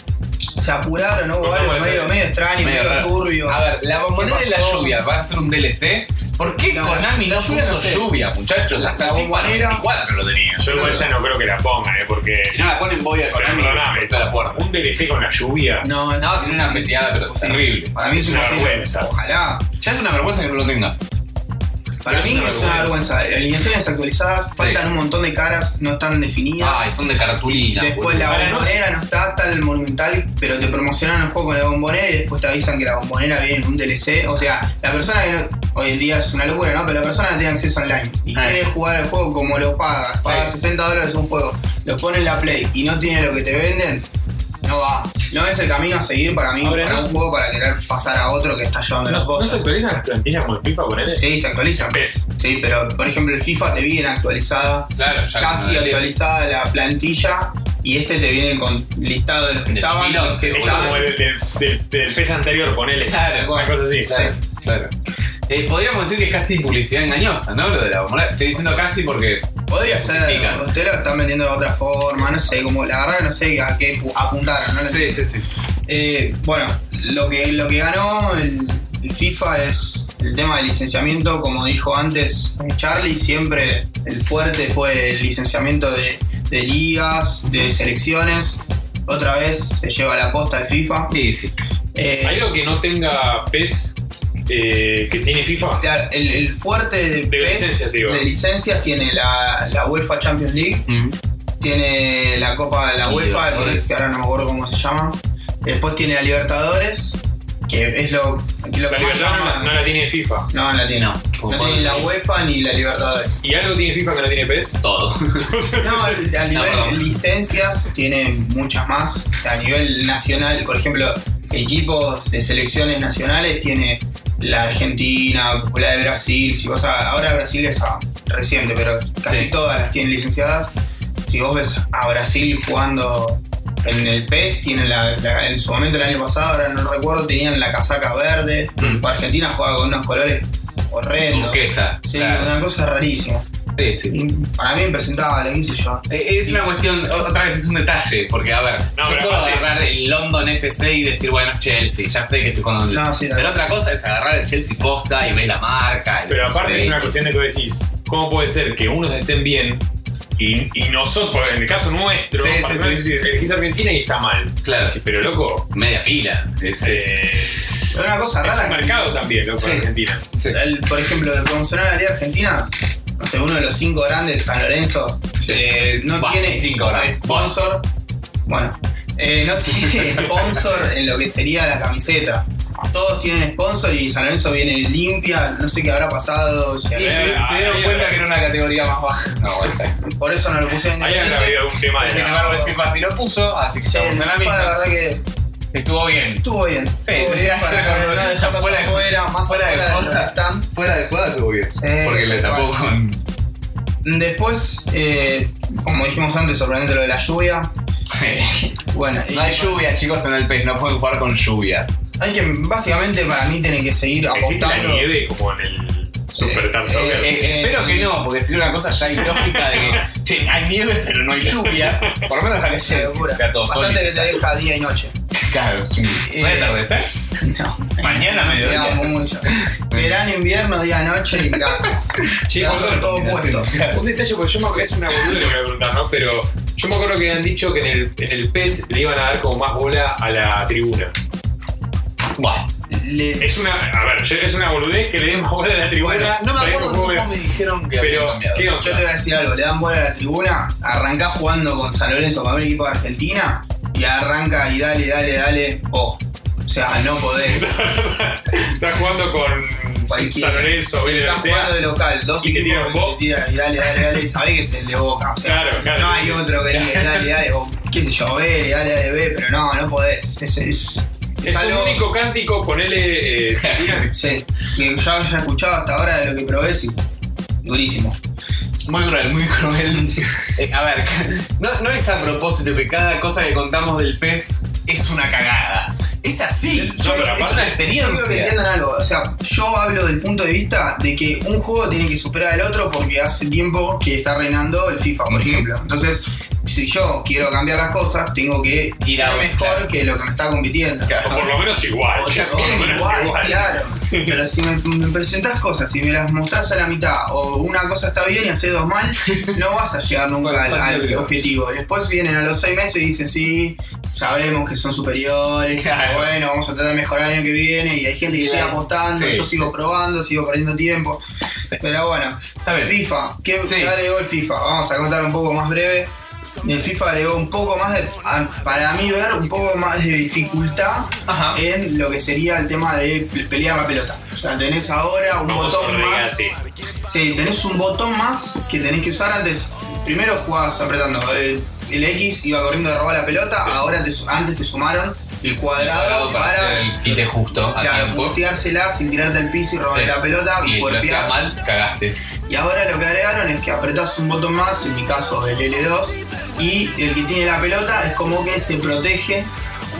A: se apuraron, hubo
C: No, no
A: algo
C: puede
A: medio,
C: ser.
A: medio extraño, medio,
B: medio raro.
A: turbio.
B: A ver, la bombonera
A: ¿Qué
B: y la
A: pasó?
B: lluvia van a ser un DLC. ¿Por qué
A: No,
B: Konami no
A: la lluvia
B: puso
A: no sé.
B: lluvia, muchachos? Hasta
A: La
B: FIFA
A: bombonera-
B: 94 lo tenía.
C: Yo igual ya no creo que la pongan, eh, porque
B: Si no la ponen, voy a Konami y
C: Perdóname.
B: corta la puerta.
C: un DLC con la lluvia.
A: no,
B: No, sin una peteada, pero
A: sí.
B: terrible.
A: Para mí es
C: Una
A: una
C: vergüenza.
A: Ojalá.
B: Ya es una vergüenza que no lo tenga.
A: Para
B: Pero
A: mí es una vergüenza. Alineaciones actualizadas, faltan un montón de caras, no están definidas.
B: Ay, Ah, son de cartulina.
A: después
B: boludo.
A: la
C: Para no-
A: bombonera no está, está el monumental, pero te promocionan un juego con la bombonera y después te avisan que la bombonera viene en un DLC. O sea, la persona que no- hoy en día es una locura, ¿no? Pero la persona no tiene acceso online y
B: Ah.
A: quiere jugar el juego como lo paga. Paga
B: Sí.
A: 60 dólares un juego, lo pone en la Play y no tiene lo que te venden. No va, no es el camino a seguir para mí,
C: Ahora
A: para
C: no-
A: un juego para querer pasar a otro que está llevando los
C: ¿No, no se
A: postes.
C: actualizan las plantillas como el FIFA, ponele?
A: Sí, se actualizan.
C: PES.
A: Sí, pero por ejemplo el FIFA te viene actualizada,
B: Ah, Claro, ya
A: casi
B: no la-
A: actualizada la plantilla y este te viene con listado de los que
B: Del
A: estaban, de los que
B: 2011,
C: Es
B: boludo.
C: como
A: estaban.
C: el del, del- del PES anterior, ponele.
B: Claro,
C: Una cosa así.
B: Claro, claro. Eh, podríamos decir que es casi publicidad engañosa, ¿no? Lo de la bombonera. Estoy diciendo casi porque.
A: Podría ser,
B: justifica.
A: ustedes lo están vendiendo de otra forma, no sé, como la verdad que no sé a qué pu- apuntaron, no lo sé.
B: Sí, sí, sí.
A: Eh, bueno, lo que, lo que ganó el, el FIFA es el tema del licenciamiento, como dijo antes Charlie, siempre el fuerte fue el licenciamiento de, de ligas, de selecciones. Otra vez se lleva la posta el FIFA.
B: Sí, sí.
A: Eh,
C: Hay lo que no tenga PES eh, que tiene FIFA.
A: o sea, el, el fuerte
C: De
A: PES
C: licencias, digo.
A: de licencias tiene la, la UEFA Champions League,
B: Mm.
A: tiene la Copa de la
B: Y
A: UEFA,
B: Libertadores.
A: que ahora no me acuerdo cómo se llama. Después tiene la Libertadores, que es lo, que lo
C: La
A: que más
C: libertad no,
A: llama-
C: la- no la tiene FIFA.
A: No, no la tiene.
B: No.
A: No tiene la UEFA ni la Libertadores.
C: ¿Y algo tiene FIFA que no tiene PES?
B: Todo.
A: No, a nivel
B: perdón.
A: licencias tiene muchas más. A nivel nacional, por ejemplo, equipos de selecciones nacionales tiene la Argentina, la de Brasil, si vos a- ahora Brasil es a- reciente, pero casi
B: Sí.
A: todas las tienen licenciadas. Si vos ves a Brasil jugando en el PES, tiene la, la- en su momento el año pasado, ahora no recuerdo, tenían la casaca verde,
B: Mm.
A: Argentina jugaba con unos colores horrendos.
B: turquesa.
A: Sí,
B: claro.
A: una cosa rarísima.
B: Sí, sí.
A: Y Para mí impresentable, qué sé yo.
B: Eh, Es una cuestión, otra vez es un detalle, porque a ver,
C: No,
B: yo
C: pero
B: puedo
C: aparte-
B: agarrar el London FC y decir, bueno, es Chelsea, ya sé que estoy jugando en-
A: No, sí, la-
B: Pero otra cosa es agarrar el Chelsea posta y ver la marca. el
C: Pero aparte
B: FC.
C: es una cuestión de que vos decís, ¿cómo puede ser que unos estén bien y, y nosotros, porque en el caso nuestro,
B: Sí, sí,
C: particularmente,
B: sí.
C: decís, elegís Argentina y está mal?
B: Claro,
C: Pero loco,
B: media pila. Es, es-
C: eh, es,
A: Es una cosa rara.
C: un mercado también, loco,
A: Sí.
C: Argentina.
B: sí.
A: El- por ejemplo, de promocionar la Liga Argentina, no sé, uno de los cinco grandes, San Lorenzo,
B: Sí.
A: eh, no
B: Va,
A: tiene eh,
B: cinco grandes.
A: sponsor. Bueno, eh, no tiene sponsor en lo que sería la camiseta. Todos tienen sponsor y San Lorenzo viene limpia, no sé qué habrá pasado. si
B: Y
A: habrá-
B: se,
C: eh,
B: se dieron cuenta que era una categoría más baja. No, bueno, sí.
A: por eso no lo pusieron
C: Ahí habrá habido algún tema de
B: Sin
C: la-
B: embargo, el FIFA sí lo puso, así que
A: Sí,
B: estamos en la
A: FIFA, la
B: misma.
A: verdad que
B: Estuvo bien.
A: estuvo bien. Estuvo bien para no dejar pasar
B: Fuera de-
A: fuera, más fuera,
B: fuera de
A: de donde
B: costa.
A: están.
B: Fuera de juego estuvo bien.
A: Sí,
B: porque le
A: tal
B: tapó
A: cual.
B: con.
A: Después, eh, como dijimos antes, sorprendente lo de la lluvia. Bueno, y-
B: No hay lluvia, chicos, en el PES, no pueden jugar con lluvia.
A: Hay que, básicamente para mí tiene que seguir
C: ¿Existe la
A: apostando.
C: nieve como en el Super Tap
B: Eh,
C: Soccer?
B: eh,
A: Eh,
B: espero que no, porque sería una cosa ya ilógica de que che, hay nieve pero no hay lluvia. Por lo menos hasta que
A: Se
B: sea,
A: locura.
B: sea todo sol.
A: Bastante
B: y-
A: que te deja día y noche.
B: Claro, sí.
A: Eh,
B: ¿Va a atardecer?
A: No,
B: Mañana
A: te
B: mediodía.
A: amo mucho. Verano, invierno, día, noche y gracias.
C: Che,
A: Gracias por
C: Gonzalo,
A: todo puesto.
C: Un detalle, porque yo me acuerdo, es una boluda lo que voy a preguntar, ¿no? Pero yo me acuerdo que han dicho que en el, en el PES le iban a dar como más bola a la tribuna.
B: Buah.
A: Le-
C: Es una, a ver, yo- es una boludez que le den más bola a la tribuna.
A: Bueno,
B: No me
C: pero
B: acuerdo
C: es como-
B: cómo me dijeron que había
C: Pero,
B: cambiado.
C: ¿qué
A: yo te
C: onda?
A: voy a decir algo, le dan bola a la tribuna, arrancás jugando con San Lorenzo, con el equipo de Argentina, y arranca y dale, dale, dale, vos. O sea, no podés.
C: Estás jugando con
A: Cualquiera.
C: San Lorenzo,
A: Si
C: Vélez, lo
A: estás
C: que sea.
A: jugando de local, dos
C: y te
A: equipos
C: tiran vos.
A: que te tiran y dale, dale, dale, y sabés que es el de boca. O sea,
C: Claro, claro.
A: No hay otro que diga, dale, dale, o qué sé yo, ve, dale, dale, ve, pero no, no podés. Es, es, es
C: Es el
A: algo
C: único cántico, ponele eh, tribuna.
A: sí, que ya haya escuchado hasta ahora de lo que probé, sí. Durísimo.
B: Muy cruel, muy cruel. Eh, a ver, no, no es a propósito que cada cosa que contamos del pez es una cagada. Es así.
C: No, pero
B: es, es
C: aparte-
A: Yo
B: una
A: creo que
B: experiencia.
A: entiendan algo, o sea, yo hablo del punto de vista de que un juego tiene que superar al otro porque hace tiempo que está reinando el FIFA, por
B: Ujú.
A: ejemplo. Entonces, si yo quiero cambiar las cosas, tengo que
B: Ir
A: ir
B: a-
A: mejor que lo que me está compitiendo.
B: Claro.
C: O por lo menos igual.
A: O
C: por lo
A: también
C: menos
A: igual,
C: igual.
A: claro.
C: Sí.
A: Pero si me, me presentás cosas y me las mostrás a la mitad, o una cosa está bien y haces dos mal, no vas a llegar nunca al, al
B: Claro.
A: objetivo. Y Después vienen a los seis meses y dicen, sí, sabemos que son superiores,
B: Claro.
A: bueno, vamos a tratar de mejorar el año que viene, y hay gente que
B: Claro.
A: sigue apostando,
B: Sí,
A: yo
B: sí,
A: sigo
B: sí.
A: probando, sigo perdiendo tiempo.
B: Sí.
A: Pero bueno,
B: Está bien.
A: FIFA, ¿qué
B: Sí.
A: qué agregó el FIFA? Vamos a contar un poco más breve. El FIFA agregó un poco más de, a- para mí ver, un poco más de dificultad
B: Ajá.
A: en lo que sería el tema de pelear la pelota. O sea, tenés ahora un
C: Vamos
A: botón
C: a
A: más.
C: regate.
A: Sí, tenés un botón más que tenés que usar antes. Primero jugabas apretando el, el X, iba corriendo de robar la pelota, ahora te su- antes te sumaron el cuadrado
B: para
A: para,
B: hacer el kit de justo a
A: claro,
B: tiempo.
A: punteársela sin tirarte al piso y robar
B: Sí.
A: la pelota
B: Y
A: y,
B: si lo
A: golpear.
B: hacías mal, cagaste.
A: Y ahora lo que agregaron es que apretás un botón más, en mi caso del L2, y el que tiene la pelota es como que se protege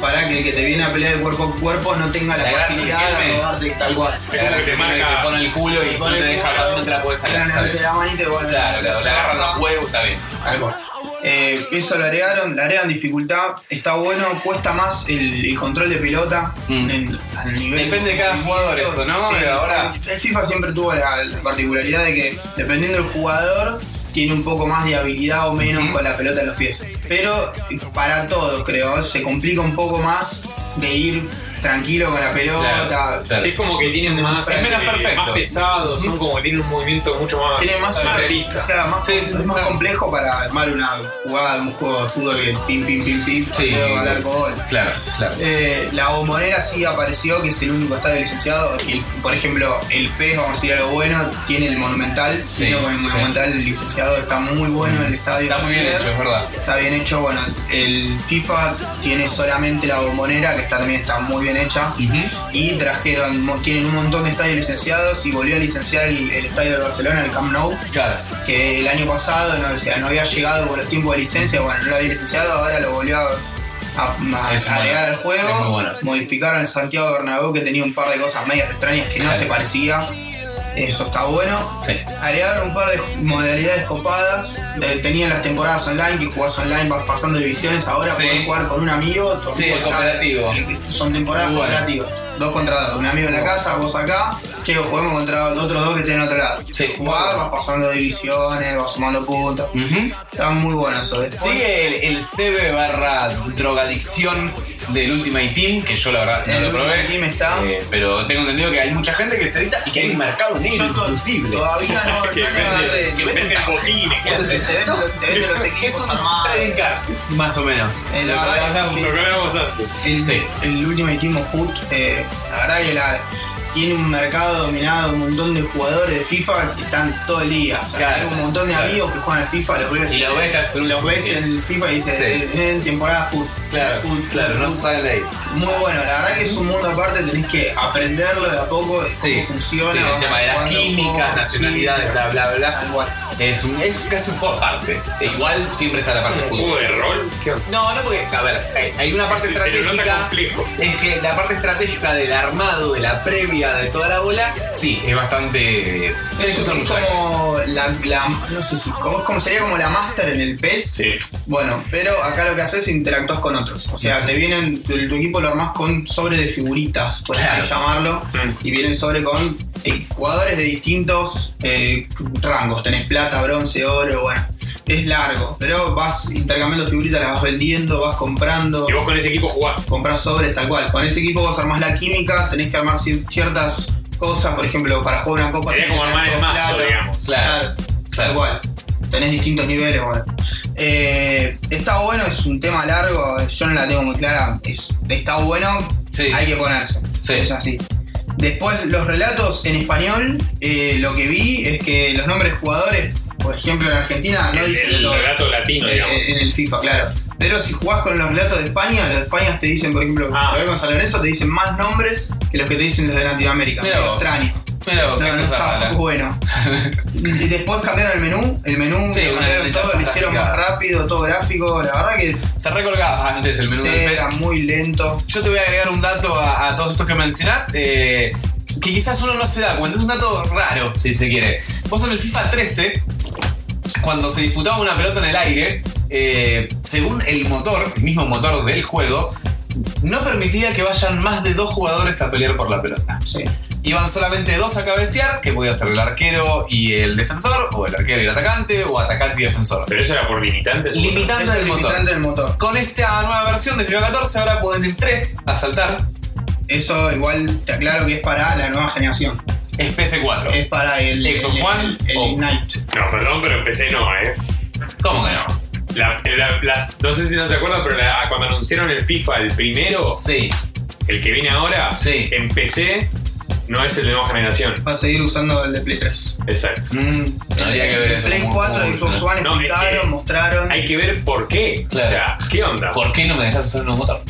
A: para que el que te viene a pelear el cuerpo a cuerpo no tenga la,
B: La gran
A: facilidad
B: Riquelme.
A: de robarte tal cual.
C: Es como que te marca-
B: Te pone el culo y no
A: Con
B: te
A: el
B: deja,
A: culo,
B: no te la puedes sacar.
A: claro,
B: Está
A: te
B: bien.
A: la manita y vuelve.
B: Claro, claro, le agarran los huevos, está bien.
A: Tal cual. Eh, eso lo agregaron, le agregan dificultad, está bueno, cuesta más el, el control de pelota
B: Mm.
A: en- al nivel.
B: Depende de cada jugador eso, ¿no?
A: Sí,
B: Y ahora-
A: El FIFA siempre tuvo la, la particularidad de que dependiendo del jugador tiene un poco más de habilidad o menos con la pelota en los pies. Pero para todos creo, se complica un poco más de ir tranquilo con la pelota.
B: Claro, claro.
C: Sí, es como que tienen más, eh,
B: Es menos perfecto.
C: más pesados, son como que tienen un movimiento mucho más,
A: Tiene más,
C: más
A: más-
C: realista.
A: claro, más,
B: Sí, sí, sí,
A: es más
B: claro.
A: complejo para armar una jugada de un juego de fútbol que pim, pim, pim, pim,
B: Sí.
A: luego al gol.
B: Claro, claro.
A: Eh, la bombonera sí apareció, que es el único estadio licenciado. Y el- por ejemplo, el PES, vamos a decir algo bueno, tiene el Monumental.
B: Sí,
A: vino con el
B: sí.
A: Monumental licenciado, está muy bueno el estadio.
B: Está muy bien hecho, es verdad.
A: Está bien hecho, bueno, el FIFA tiene solamente la bombonera, que está, también está muy bien hecha. Y trajeron, mo- tienen un montón de estadios licenciados y volvió a licenciar el, el estadio de Barcelona, el Camp Nou,
B: Claro.
A: que el año pasado no, o sea, no había llegado por los tiempos de licencia, bueno, no lo había licenciado, ahora lo volvió a, a- a
B: Es muy
A: agregar
B: bueno.
A: al juego.
B: Es muy bueno, sí.
A: Modificaron el Santiago Bernabéu que tenía un par de cosas medias extrañas que no
B: Claro.
A: se parecía. Eso está bueno.
B: Sí.
A: Agregaron un par de modalidades copadas. de- Tenían las temporadas online, que jugás online, vas pasando divisiones. Ahora
B: Sí.
A: podés jugar con un amigo. tu
B: Sí,
A: amigo
B: el
A: está-
B: cooperativo.
A: el- Son temporadas
B: Muy bueno.
A: cooperativas. Dos contra dos. Un amigo en la casa, vos acá. Che, jugamos contra otros dos que estén en otro lado.
B: Sí.
A: Jugás, vas pasando divisiones, vas sumando puntos. Está muy bueno eso. ¿eh? Después-
B: Sigue el, el CB barra drogadicción del Ultimate Team, que yo la verdad no
A: El
B: lo probé.
A: Ultimate Team está.
B: Eh, pero tengo entendido que hay mucha gente que se edita y que hay un mercado negro inclusible.
A: Todavía no, no
C: Que
A: le agarré.
C: venden, que venden botines, que
A: Te
C: hacen.
A: venden los- te venden los
B: Es
A: equipos
B: un
A: armados. Eh,
B: trading cards, más o menos.
A: El-
B: Lo que vas a-
A: el-
C: Lo que hablábamos antes.
A: El,
B: Sí.
A: el Ultimate Team of Foot, eh, la verdad que la- tiene un mercado dominado de un montón de jugadores de FIFA que están todo el día. O sea,
B: Claro,
A: hay un montón de
B: claro.
A: amigos que juegan al FIFA, los ves,
B: Y lo ves que hacen un-
A: los ves en el FIFA y dices,
B: Sí.
A: en, temporada Foot.
B: Claro,
A: Foot,
B: claro, no
A: Foot.
B: se sale de ahí.
A: Muy bueno, la verdad que es un mundo aparte, tenés que aprenderlo de a poco, de
B: Sí,
A: cómo funciona.
B: sí, el
A: vas
B: tema de las
A: jugando,
B: químicas,
A: cómo-
B: nacionalidades, bla, bla,
A: Tal
B: bla.
A: cual.
B: Es, un, es casi un poco aparte. E igual siempre está la parte de
C: ¿Un
B: fútbol.
C: juego de rol? ¿Qué onda?
B: No, no, porque, a ver, hay, hay una parte
C: Se- se lo nota
B: estratégica.
C: complejo.
B: Es que la parte estratégica del armado, de la previa, de toda la bola, sí, es bastante.
A: Es
B: usan muchas cosas.
A: como la, la- no sé si, como, como sería como la master en el PES.
C: Sí.
A: Bueno, pero acá lo que haces es interactúas con otros. O sea, te vienen, tu, tu equipo lo armás con sobre de figuritas, por así
B: Claro.
A: llamarlo.
C: Mm.
A: Y vienen sobre con eh, jugadores de distintos eh, rangos. Tenés plata, bronce, oro, bueno. Es largo, pero vas intercambiando figuritas, las vas vendiendo, vas comprando
C: Y vos con ese equipo jugás.
A: comprar sobres tal cual. Con ese equipo vos armás la química, tenés que armar cier- ciertas cosas, por ejemplo, para jugar una copa.
C: Sería
A: tenés que
C: como
A: tener
C: armar el
A: dos
C: mazo,
A: platos.
C: digamos.
B: Claro.
A: Claro, tal cual. Tenés distintos niveles, bueno. Eh, está bueno, es un tema largo, yo no la tengo muy clara. es- está bueno,
B: Sí.
A: hay que ponerse.
B: Sí.
A: Es así. Después, los relatos en español, eh, lo que vi es que los nombres de jugadores, por ejemplo, en Argentina, no
C: El,
A: dicen de
C: el
A: todo.
C: relato latino,
A: Eh,
C: digamos.
A: eh, en el FIFA, claro. Pero si jugás con los relatos de España, los de España te dicen, por ejemplo,
C: Ah.
A: lo vemos a Lorenzo, te dicen más nombres que los que te dicen los de Latinoamérica.
B: Mirá
A: Medio
B: vos.
A: extraño.
B: Mira, vos,
A: No,
B: qué
A: no
B: cosa
A: está
B: rara.
A: bueno. Y después cambiaron el menú, el menú
B: Sí,
A: lo
B: una
A: cambiaron
B: letra
A: todo, lo hicieron más
B: fantástica.
A: rápido, todo gráfico, la verdad que
B: Se recolgaba antes el menú
A: sí,
B: del pez.
A: era muy lento.
B: Yo te voy a agregar un dato a, a todos estos que mencionás, eh, que quizás uno no se da cuenta. Es un dato raro, si se quiere. Vos en el FIFA 13, cuando se disputaba una pelota en el aire, eh, según el motor, el mismo motor del juego, no permitía que vayan más de dos jugadores a pelear por la pelota.
A: Sí.
B: Iban solamente dos a cabecear, que podía ser el arquero y el defensor, o el arquero y el atacante, o atacante y defensor.
C: Pero eso era por limitantes.
B: Limitando
A: Es
B: el motor.
A: limitante el motor.
B: Con esta nueva versión de FIFA 14 ahora pueden ir tres a saltar.
A: Eso igual te aclaro que es para la nueva generación.
B: Es PS4.
A: Es para el,
B: Xbox
A: el-
B: One
A: el
B: o-
A: Ignite.
C: No, perdón, pero empecé no, ¿eh?
B: ¿Cómo que no?
C: La- la- las- no sé si no se acuerdan, pero la- ah, cuando anunciaron el FIFA, el primero,
B: Sí.
C: el que viene ahora,
B: Sí.
C: en PC, no es el de nueva generación.
A: Va a seguir usando el de Play 3.
C: Exacto.
B: habría que ver
A: el
B: eso.
A: Mm. Play
B: cómo-
A: 4
B: cómo
A: y Xbox One
C: No, es que-
A: explicaron, mostraron.
C: Hay que ver por qué.
B: Claro.
C: O sea, ¿qué onda?
B: ¿Por qué no me dejas usar un motor?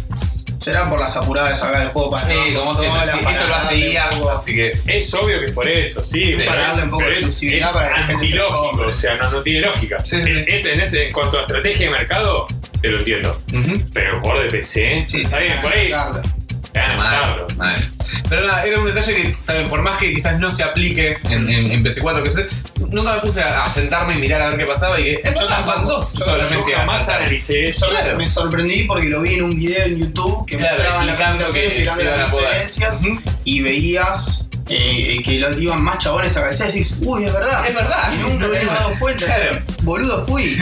A: Será por las apuradas acá del juego para
B: Sí, como siempre.
A: consolas,
B: sí,
A: para
B: esto lo
A: darle
B: hacía,
A: un poco-
B: así que.
C: Es obvio que es por eso, sí,
B: Sí,
C: pero
B: para
A: darle un poco
C: pero
A: de
C: es-
A: exclusividad
C: es
A: para que la gente se
C: antilógico,
A: compre.
C: o sea, no, no tiene lógica.
B: Sí, sí, sí.
C: En, ese- en ese- en cuanto a estrategia de mercado, te lo entiendo.
B: Ujú.
C: Pero por de PC,
A: Sí,
C: está bien, por ahí
A: darle.
C: te van a matarlo.
B: Mal, mal. Pero nada, era un detalle que también, por más que quizás no se aplique en, en, en PC4, que sé, nunca me puse a, a sentarme y mirar a ver qué pasaba y que. eh,
A: Yo
B: van
A: tampoco.
B: dos
A: Yo-
B: solamente.
C: Yo
B: a
C: jamás
B: saltar.
C: analicé eso.
B: Claro.
A: Me sorprendí porque lo vi en un video en YouTube que
B: Claro,
A: mostraban la
B: explicando
A: presentación,
B: que se
A: explicando
B: iban a
A: las
B: poder.
A: diferencias
B: Ujú.
A: y veías eh, que los iban más chabones a cabecear y decís, uy, es verdad.
B: Es verdad.
A: Y nunca me había dado cuenta.
B: Claro.
A: Boludo fui.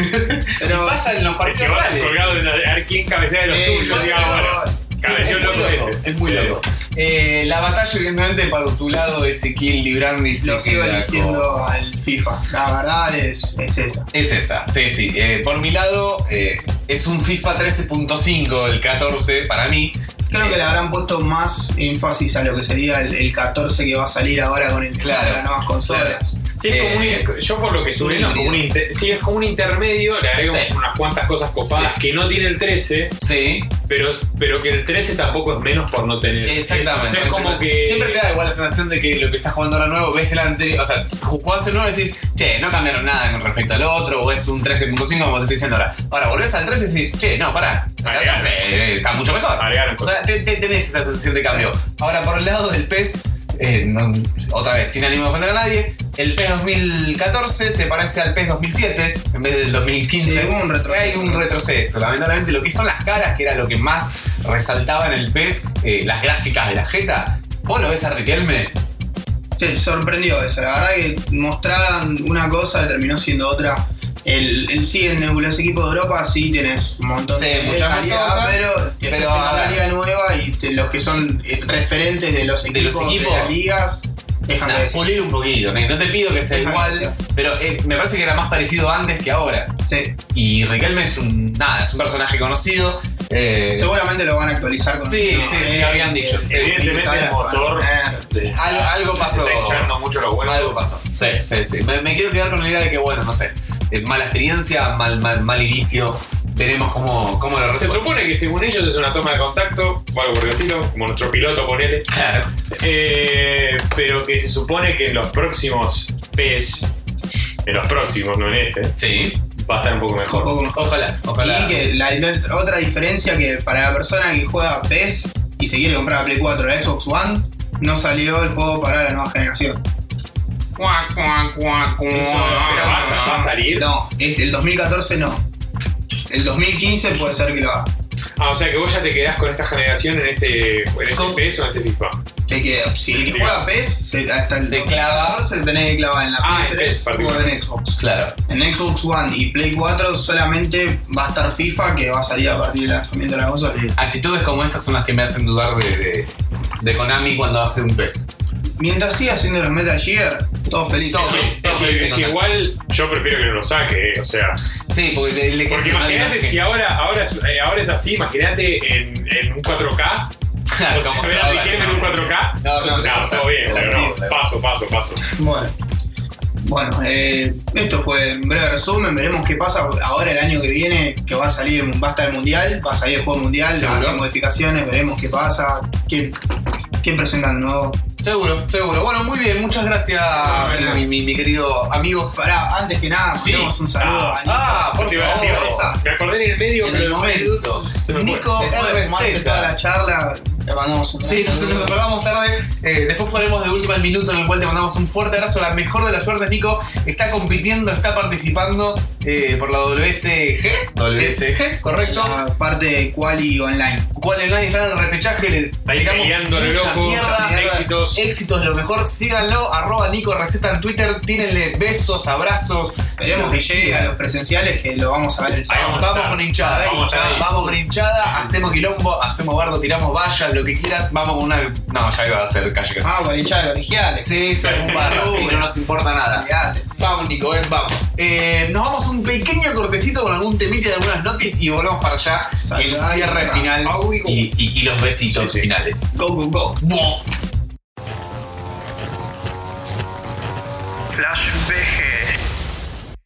A: Pero
B: Pasa en los
C: Es que
B: partidos
C: vas
B: rurales.
C: colgado de la- a ver quién cabecea de los
A: Sí,
C: tuyos.
A: yo
C: digamos,
A: digo,
C: bueno,
B: Es
C: Cabeció el
B: muy
C: loco
B: loco.
C: este.
B: Es muy
C: Sí.
B: loco. Eh, la batalla, evidentemente, para tu lado, Ezequiel Librandi se
A: Lo sigo
B: queda
A: eligiendo
B: con-
A: al FIFA. La verdad es, es esa.
B: Es esa, sí, sí. Eh, por mi lado, eh, es un FIFA 13.5, el 14 para mí. Eh,
A: Creo que le habrán puesto más énfasis a lo que sería el, el 14 que va a salir ahora con el
B: Claro.
A: con las nuevas consolas.
C: Sí, es como un-
B: Eh,
C: yo por lo que subí,
B: un
C: no, como un inter- sí, es como un intermedio, le agrego
B: Sí.
C: unas cuantas cosas copadas
B: Sí.
C: que no tiene el 13,
B: Sí,
C: pero, pero que el 13 tampoco es menos por no tener.
B: exactamente.
C: O sea, es como que.
B: Siempre te da igual la sensación de que lo que estás jugando ahora nuevo, ves el anterior. O sea, jugás el nuevo y decís, che, no cambiaron nada con respecto al otro, o es un 13.5 como te estoy diciendo ahora. Ahora volvés al 13 y decís, che, no, pará, acá
C: Agregaron.
B: está, eh, está mucho mejor.
C: Agregaron
B: O sea, te- te- tenés esa sensación de cambio. Ahora, por el lado del PES, eh, no- otra vez, sin ánimo de ofender a nadie, el PES 2014 se parece al PES 2007 en vez del 2015.
A: Sí, hubo un retroceso.
B: Hay un retroceso. Lamentablemente, lo que son las caras, que era lo que más resaltaba en el PES, eh, las gráficas de la jeta. ¿Vos lo ves a Riquelme?
A: Sí, sorprendió eso. La verdad que mostraran una cosa y terminó siendo otra. El, el- sí, en los equipos de Europa sí tenés un montón
B: Sí,
A: de
B: muchas más
A: calidad,
B: cosas,
A: pero,
B: pero
A: después en
B: ahora-
A: la liga nueva y de los que son eh, referentes de los
B: De
A: equipos de,
B: los equipos.
A: las ligas, dejan
B: Nah,
A: de decir.
B: pulir un poquito, Nick. no te pido que sea
A: Déjame
B: igual,
A: decir.
B: pero eh, me parece que era más parecido antes que ahora.
A: Sí.
B: Y Riquelme es un, nada, es un personaje conocido. eh,
A: Seguramente lo van a actualizar con
B: Sí,
A: no,
B: sí, sí,
A: eh,
B: habían dicho.
A: eh,
C: Evidentemente el
A: digitales,
C: motor
A: bueno, eh,
C: se
B: Algo, algo pasó.
C: está hinchando mucho los huevos.
B: Algo pasó. Sí, sí, sí. Me, me quiero quedar con la idea de que, bueno, no sé. eh, mala experiencia, mal, mal, mal inicio. Veremos cómo, cómo lo
C: Se
B: resuelve.
C: supone que según ellos es una toma de contacto, o algo por el estilo, como nuestro piloto ponele,
B: Claro.
C: eh, pero que se supone que en los próximos PES, en los próximos, no en este,
B: Sí.
C: va a estar un poco
A: un
C: mejor.
A: poco mejor.
B: Ojalá, ojalá.
A: Y que la, la otra diferencia que para la persona que juega PES y se quiere comprar la Play 4 o la Xbox One, no salió el juego para la nueva generación.
B: Cuac, cuac, cuac, cuac.
A: Eso,
C: Pero va, a- va a salir.
A: No, este, el 2014 no. El 2015 puede ser que lo haga.
C: Ah, o sea que vos ya te quedás con esta generación en este, en este
A: Con-
C: PES o en este FIFA.
A: Te queda- Si el que juega PES, se- hasta el
B: Se
A: 2014 lo tenés que clavar en la
C: Ah,
A: Play
C: en
A: 3
C: PES particular.
A: o en Xbox.
B: Claro.
A: En Xbox One y Play 4 solamente va a estar FIFA que va a salir a partir del lanzamiento de la consola.
B: Actitudes como estas son las que me hacen dudar de, de, de Konami cuando hace un pez.
A: Mientras siga haciendo los Metal Gear, todo feliz.
B: Todo feliz.
C: Es que- es que igual yo prefiero que no lo saque, eh, o sea.
B: Sí, porque le, le
C: Porque
B: le-
C: imagínate
B: le-
C: si ahora, ahora, es- eh, ahora es así, imagínate en, en un 4K.
B: Claro,
C: O sea,
B: cómo se
C: ver
B: va
C: a
B: a ver,
C: Riquelme en
B: ¿no?
C: un 4K.
B: No, no, te cortas,
C: todo bien,
B: te
C: pero no.
B: cortas.
C: Paso, paso, paso.
A: Bueno, bueno eh, esto fue en breve resumen. Veremos qué pasa ahora el año que viene, que va a salir, va a estar el mundial, va a salir el juego mundial, va a hacer
B: Seguro.
A: modificaciones, veremos qué pasa, qué, qué presentan nuevo.
B: Seguro, seguro. Bueno, muy bien, muchas gracias,
A: gracias.
B: Mi, mi- mi querido amigo.
A: Pará, antes que nada,
C: Sí.
A: mandemos un saludo
C: Ah,
A: a Nico.
B: Ah, por
C: Te iba a
B: favor.
C: decir,
A: esa.
C: Me acordé en el medio,
A: En
C: pero
A: el
B: momento.
C: se me fue.
B: Nico
A: Después de fumarse
B: RZ.
A: toda la charla, le mandamos un
B: Sí, nos nos acordamos tarde. Eh, después ponemos de última el minuto en el cual te mandamos un fuerte abrazo. La mejor de las suertes, Nico. Está compitiendo, está participando eh, por la WSG. WSG, correcto.
A: La parte de quali online.
B: ¿Cuál es nadie está en el repechaje? Le dedicamos
C: peleando a lo
B: mucha
C: loco.
B: mierda.
C: Éxitos.
B: Éxitos, lo mejor. Síganlo. Arroba Nico Receta en Twitter. Tírenle besos, abrazos.
A: Esperemos
B: lo
A: que llegue a los presenciales, que lo vamos a ver el
B: Vamos,
A: sábado.
B: vamos con hinchada,
C: Vamos,
B: hinchada,
C: ahí.
B: vamos con hinchada, hacemos quilombo, hacemos bardo, tiramos vallas, lo que quieras, vamos con una. No, ya iba a ser calle.
A: Ah, con la hinchada de colegiales.
B: Sí, sí, un barro, sí, no nos importa nada.
A: Olvidate.
B: Vamos, Nico, ven, vamos. Eh, nos vamos un pequeño cortecito con algún temite de algunas noticias y volvemos para allá. El
A: Saludá y
B: cierre
A: cerrá.
B: final
C: Au, y-
B: y, y- y los besitos
C: Sí, sí.
B: finales.
A: Go, go, go.
B: Buah.
E: Flash VG.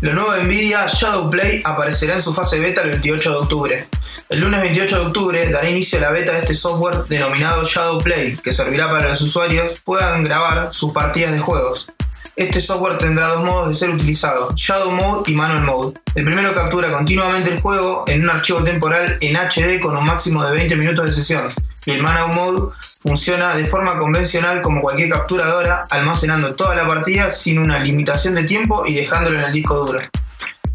A: Lo nuevo de Nvidia Shadowplay aparecerá en su fase beta el 28 de octubre. El lunes 28 de octubre dará inicio a la beta de este software denominado Shadowplay, que servirá para que los usuarios puedan grabar sus partidas de juegos. Este software tendrá dos modos de ser utilizado, Shadow Mode y Manual Mode. El primero captura continuamente el juego en un archivo temporal en HD con un máximo de 20 minutos de sesión, y el Manual Mode funciona de forma convencional como cualquier capturadora, almacenando toda la partida sin una limitación de tiempo y dejándolo en el disco duro.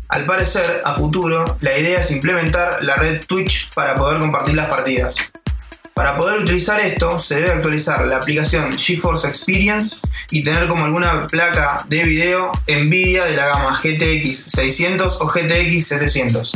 A: Al parecer, a futuro, la idea es implementar la red Twitch para poder compartir las partidas. Para poder utilizar esto, se debe actualizar la aplicación GeForce Experience y tener como alguna placa de video Nvidia de la gama GTX 600 o GTX 700.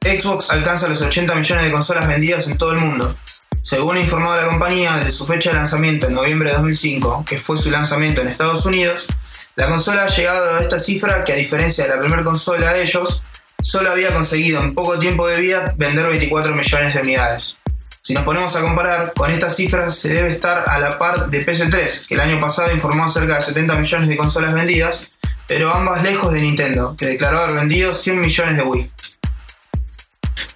A: Xbox alcanza los 80 millones de consolas vendidas en todo el mundo. Según ha informado la compañía, desde su fecha de lanzamiento en noviembre de 2005, que fue su lanzamiento en Estados Unidos, la consola ha llegado a esta cifra que a diferencia de la primera consola de ellos, solo había conseguido en poco tiempo de vida vender 24 millones de unidades. Si nos ponemos a comparar, con estas cifras se debe estar a la par de PS3, que el año pasado informó acerca de 70 millones de consolas vendidas, pero ambas lejos de Nintendo, que declaró haber vendido 100 millones de Wii.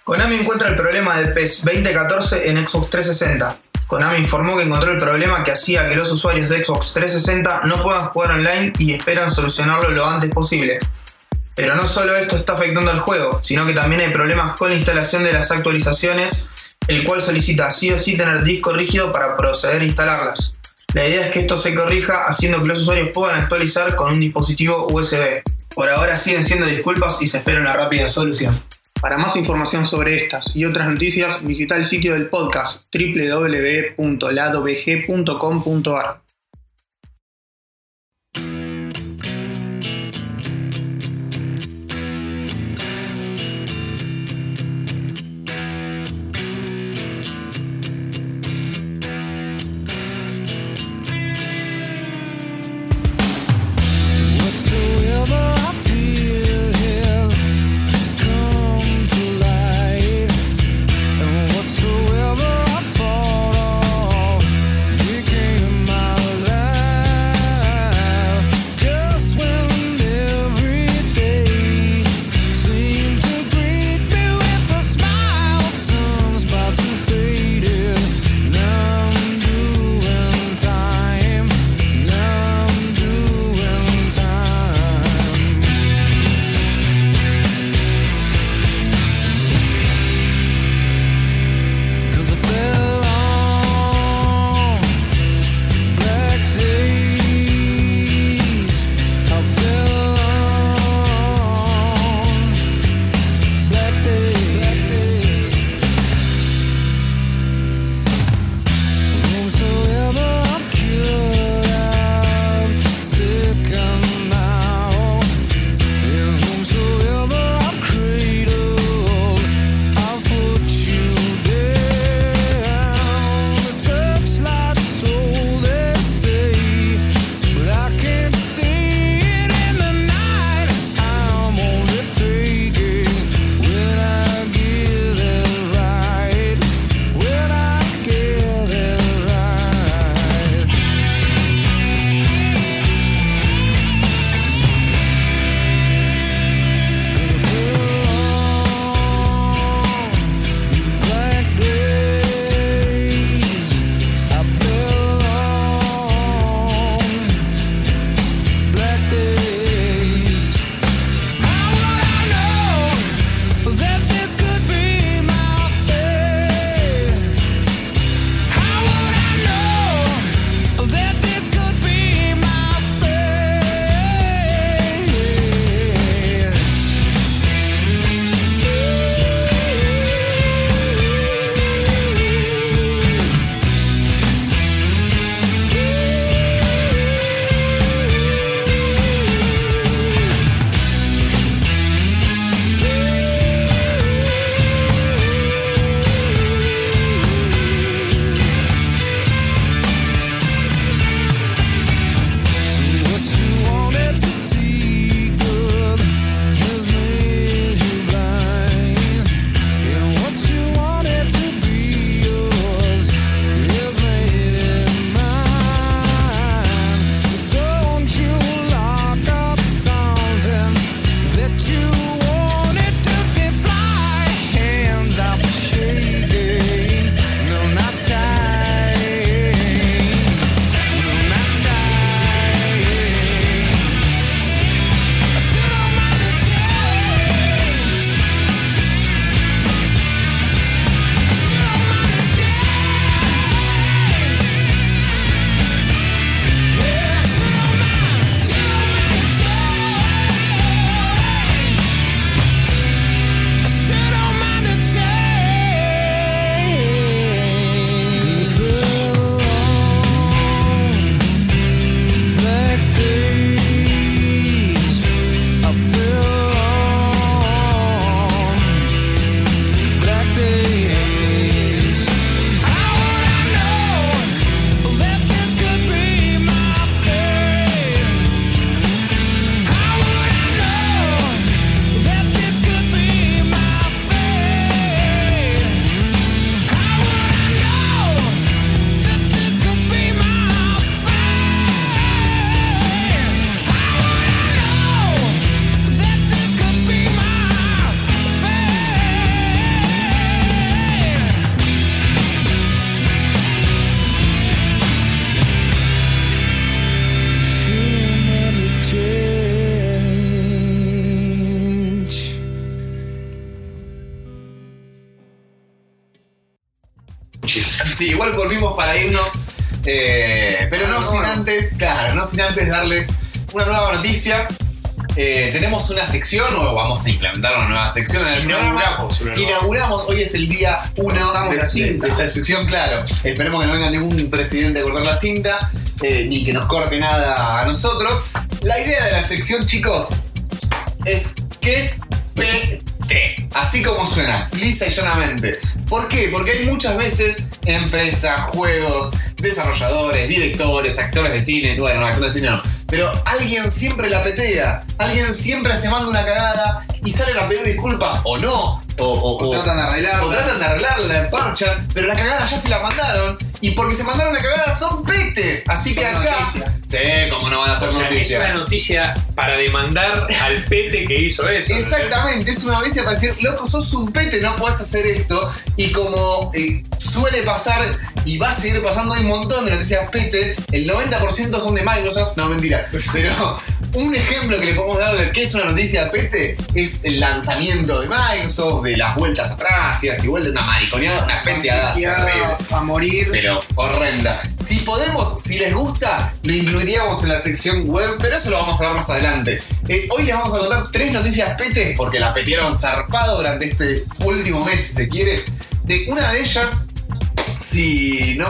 A: Konami encuentra el problema de PES 2014 en Xbox 360. Konami informó que encontró el problema que hacía que los usuarios de Xbox 360 no puedan jugar online y esperan solucionarlo lo antes posible. Pero no solo esto está afectando al juego, sino que también hay problemas con la instalación de las actualizaciones, el cual solicita sí o sí tener disco rígido para proceder a instalarlas. La idea es que esto se corrija haciendo que los usuarios puedan actualizar con un dispositivo USB. Por ahora siguen siendo disculpas y se espera una rápida solución.
F: Para más información sobre estas y otras noticias, visita el sitio del podcast www.ladobg.com.ar.
G: Whatsoever I feel has come to light, and whatsoever I thought of became my
B: Sí, igual volvimos para irnos. eh, pero
A: Ah,
B: no sin antes, claro, no sin antes darles una nueva noticia. Eh, tenemos una sección o vamos a implantar una nueva sección en el programa.
C: Inauguramos una nueva.
B: Inauguramos, hoy es el día 1 de,
A: la cinta.
B: de esta sección, claro. Esperemos que no venga ningún presidente a cortar la cinta, eh, ni que nos corte nada a nosotros. La idea de la sección, chicos, es que PT. Así como suena, lisa y llanamente. ¿Por qué? Porque hay muchas veces empresas, juegos, desarrolladores, directores, actores de cine, bueno, no, actores de cine no, pero alguien siempre la petea, alguien siempre se manda una cagada y salen a pedir disculpas o no, o, o-
A: O
B: o-
A: tratan de arreglarla.
B: o tratan de arreglarla, la parchan, pero la cagada ya se la mandaron y porque se mandaron la cagada son petes, así que
A: Son
B: acá...
A: noticia.
B: Sí, como no van a ser
C: O sea, es
B: noticias.
C: una noticia para demandar al pete que hizo eso. ¿no?
B: Exactamente, es una noticia para decir, loco, sos un pete, no podés hacer esto. Y como eh, suele pasar y va a seguir pasando, hay un montón de noticias pete, el 90% son de Microsoft, no mentira. Pero un ejemplo que le podemos dar de qué es una noticia pete es el lanzamiento de Microsoft, de las vueltas atrás, y así vuelta una mariconeada, una peteada. terrible.
A: Puteada a morir.
B: Pero horrenda. Si podemos, si les gusta, lo incluiríamos en la sección web, pero eso lo vamos a ver más adelante. Eh, hoy les vamos a contar tres noticias pete, porque la petearon zarpado durante este último mes, si se quiere. De una de ellas, si no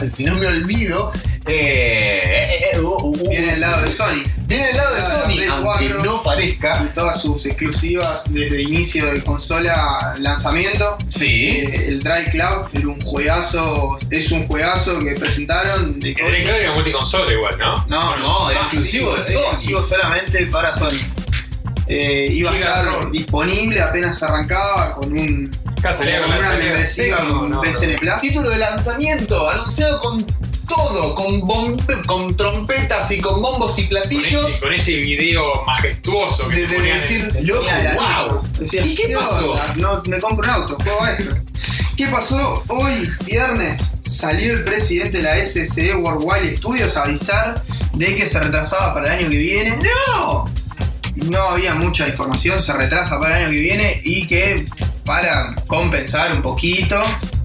B: me, si no me olvido, eh, eh, eh, uh, uh, uh,
A: Viene del lado de Sony.
B: viene del lado de
A: Ah, Play
B: Sony, aunque
A: cuatro.
B: no parezca.
A: De todas sus exclusivas desde el inicio de consola lanzamiento.
B: Sí.
A: Eh, el Drive Cloud era un juegazo, es un juegazo que presentaron de
C: El teclado era multiconsola igual, ¿no?
A: No,
B: No, era exclusivo de
A: era
B: Sony.
A: exclusivo solamente para Sony. Eh, iba a
C: Qué
A: estar
C: garrón.
A: disponible apenas arrancaba con un
C: Acá salía
A: con
C: con la
A: una
C: serie.
A: membresía,
C: Sí, no,
A: con
C: no,
A: un
C: no.
A: PSN Plus.
B: Título de lanzamiento, anunciado con todo, con, bombe- con trompetas y con bombos y
C: Con ese-
B: platillos.
C: Con ese video majestuoso que
B: de,
C: te
B: de
C: ponían en-
B: decir, loco,
A: Mira, la
B: wow.
A: nota. Decía,
B: ¿Y qué pasó?
A: onda? No, me compro un auto, juego a esto. ¿Qué pasó? Hoy, viernes, salió el presidente de la SCE Worldwide Studios a avisar de que se retrasaba para el año que viene. ¡No! No había mucha información, se retrasa para el año que viene y que para compensar un poquito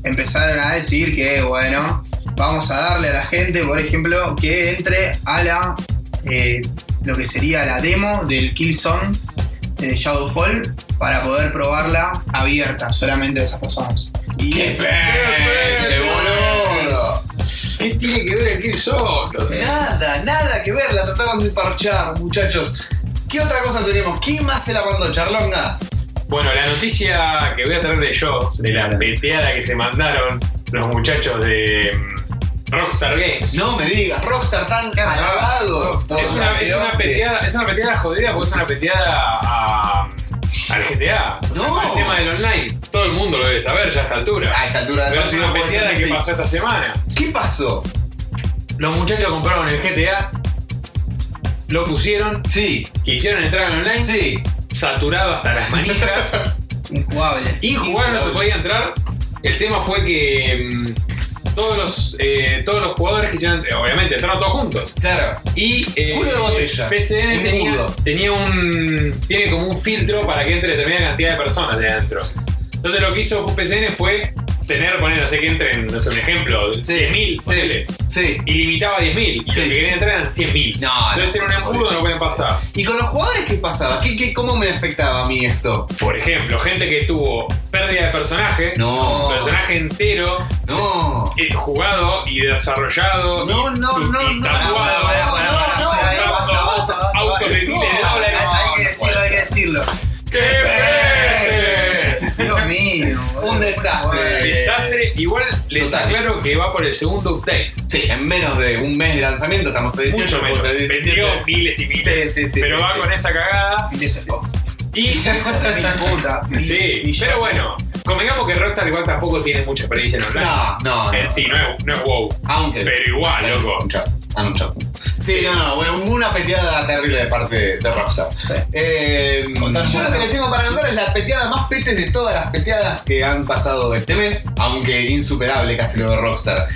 A: empezaron a decir que, bueno, vamos a darle a la gente, por ejemplo, que entre a la eh, lo que sería la demo del Killzone de Shadowfall para poder probarla abierta solamente de esas personas. Y
B: ¡Qué pete, boludo!
C: ¿Qué tiene que ver el Kill Solo?
B: Nada, nada que ver, la trataron de parchar, muchachos. ¿Qué otra cosa tenemos? ¿Quién más se la mandó, Charlonga?
C: Bueno, la noticia que voy a traer de yo, de la peteada que se mandaron los muchachos de mm, Rockstar Games.
B: No me digas, Rockstar tan alabado. por
C: Es una, es, una
B: campeón.
C: peteada, es una peteada jodida porque es una peteada a- al GTA. O sea,
B: No.
C: al tema del online. Todo el mundo lo debe saber ya a esta altura.
B: A esta altura de
C: Pero es
B: partido
C: una
B: puede ser
C: peteada
B: que
C: que
B: sí.
C: pasó esta semana.
B: ¿Qué pasó?
C: Los muchachos compraron el GTA, lo pusieron,
B: Sí,
C: hicieron entrar en online,
B: sí.
C: saturado hasta las manijas.
A: injugable.
C: Y jugar no se podía entrar. El tema fue que mm, todos los, eh, todos los jugadores que hicieron, obviamente, entraron todos juntos.
B: Claro.
C: Y eh,
B: Culo de botella.
C: PCN
B: Un
C: tenía,
B: mudo.
C: tenía un. tiene como un filtro para que entre determinada cantidad de personas de adentro. Entonces lo que hizo PCN fue tener, poner, no sé qué entren, no sé, un ejemplo,
B: Sí,
C: 10.000, ponele.
B: Sí.
C: Y limitaba a 10.000. Y
B: Sí.
C: los que querían entrar eran 100.000.
B: No, no,
C: Entonces
B: no se
C: era un embudo,
B: podía.
C: no pueden pasar.
B: ¿Y con los jugadores qué pasaba? ¿Qué, qué, ¿Cómo me afectaba a mí esto?
C: Por ejemplo, gente que tuvo pérdida de personaje,
B: No.
C: personaje entero,
B: No.
C: eh, jugado y desarrollado.
B: No, no,
C: y-
B: no,
C: y
B: no,
C: tatuado,
B: pará, pará, pará, pará, pará, pará,
C: tatuado,
B: pará,
C: tatuado,
B: basta, basta,
C: auto
B: basta.
C: de- de
B: No,
C: dólares.
B: no,
A: hay que
B: no
A: decirlo,
B: puede
A: hay que
B: ser.
A: decirlo.
C: ¡Qué
B: ¡Qué
C: fe!
A: Dios mío. boludo.
B: Un desastre.
C: Desastre. Igual les
B: Total.
C: aclaro que va por el segundo update.
B: Sí, en menos de un mes de lanzamiento estamos a 18.
C: Mucho menos.
B: por el 17.
C: Vendió miles y miles.
B: Sí, sí, sí,
C: pero
B: sí,
C: va
B: sí.
C: con esa cagada.
A: Y te sacó.
C: Y.
A: Mi puta.
C: sí. Pero bueno, convengamos que Rockstar igual tampoco tiene mucha experiencia en online.
B: No, no, Ah, no.
C: En sí, no es, no es wow.
B: Aunque.
C: Pero igual, loco.
B: Un chapo. Ah, un chapo. Sí, no, no, bueno, una peteada terrible de parte de Rockstar. Eh, yo lo que le tengo para contar es la peteada más pete de todas las peteadas que han pasado este mes, aunque insuperable casi lo de Rockstar.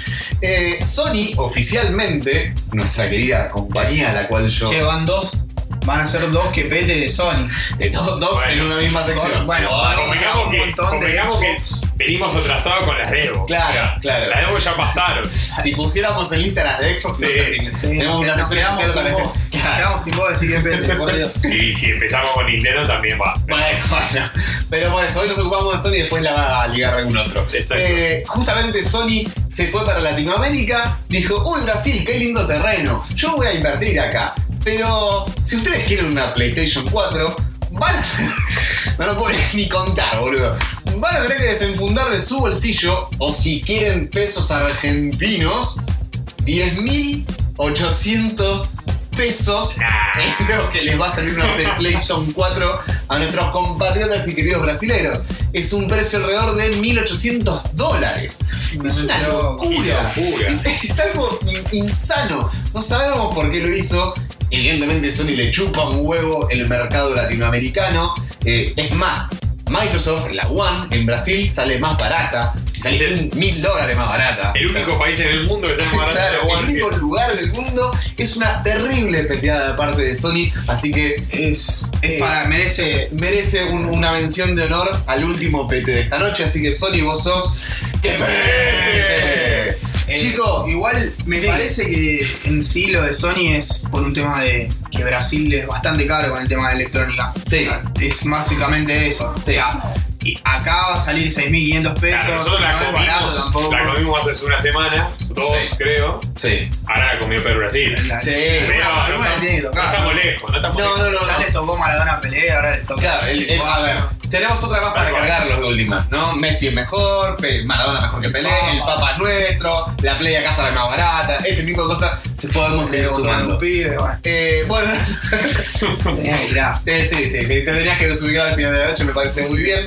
B: Eh, Sony, oficialmente, nuestra querida compañía a la cual yo
A: Llevan dos Van a ser dos que pete de Sony.
B: Eh, dos, dos
C: Bueno.
B: en una misma sección.
A: Bueno,
C: Ah,
A: bueno,
C: convengamos
A: un
C: que,
A: montón de
C: convengamos que
A: Xbox.
C: venimos atrasados con las Devo.
B: Claro, claro.
C: Las Devo ya pasaron.
B: Si pusiéramos en lista las de Xbox,
C: Sí,
B: no termina.
A: Sí,
B: tenemos una
A: nos
B: sección
A: quedamos sin
B: especial para este.
A: vos.
B: Xbox.
A: Nos
B: Claro.
A: quedamos sin vos decir que pete, por Dios.
C: Y si empezamos con Nintendo también va.
B: Bueno, bueno. Pero por eso, hoy nos ocupamos de Sony y después la va a ligar algún otro.
C: Exacto.
B: Eh, justamente Sony se fue para Latinoamérica, dijo, uy Brasil, qué lindo terreno, yo voy a invertir acá. Pero si ustedes quieren una PlayStation 4, van a... no lo puedo ni contar, boludo. Van a tener que desenfundar de su bolsillo, o si quieren pesos argentinos, 10.800 pesos es lo que les va a salir una PlayStation 4 a nuestros compatriotas y queridos brasileños. Es un precio alrededor de 1.800 dólares. Es una
A: Qué
B: locura.
C: locura.
B: Es, es algo in- insano. No sabemos por qué lo hizo. Evidentemente Sony le chupa un huevo el mercado latinoamericano. Eh, es más, Microsoft, la One, en Brasil sale más barata.
C: Es el-
B: Sale mil dólares más barata.
C: El
B: O sea,
C: único país en el mundo que sale más barato
B: eh, Claro,
C: que la
B: el
C: One.
B: único lugar del mundo es una terrible peleada de parte de Sony, así que
A: Es, es
B: Eh,
A: para, merece.
B: merece un- una mención de honor al último PT de esta noche, así que Sony vos sos... ¡Qué PT!
A: Eh,
B: Chicos,
A: igual me
B: sí.
A: parece que en sí lo de Sony es por un tema de que Brasil es bastante caro con el tema de electrónica.
B: Sí.
A: Es básicamente eso. O
B: Sí.
A: sea, y acá va a salir 6.500 pesos.
C: Claro, nosotros la
A: no es barato
C: comimos,
A: tampoco.
C: la comimos hace una semana, dos
B: Sí.
C: creo.
B: sí.
C: Ahora la comió Perú Brasil.
A: La-
B: Sí.
A: alguna-
C: Pero
A: alguna
C: no,
A: le tiene que
C: no
A: tocar,
C: estamos
A: ¿no?
C: lejos, no estamos
B: No,
C: lejos.
B: no, no,
A: Ya
B: no.
A: le tocó Maradona pelea, ahora le toca.
B: Claro, el- el- a ver, tenemos otra más para
C: Tal cual.
B: cargarlos de última, ¿no? Messi es mejor, Pe- Maradona mejor que Pelé,
A: Papa.
B: el Papa es nuestro, la playa a casa es más barata, ese tipo de cosas se podemos
A: Se
B: seguir
A: un
B: sumando.
A: pibe, bueno.
B: Eh, bueno,
A: Eh, mirá.
B: Sí, sí, sí, sí, te tenías que desubicar al final de la noche, me parece muy bien.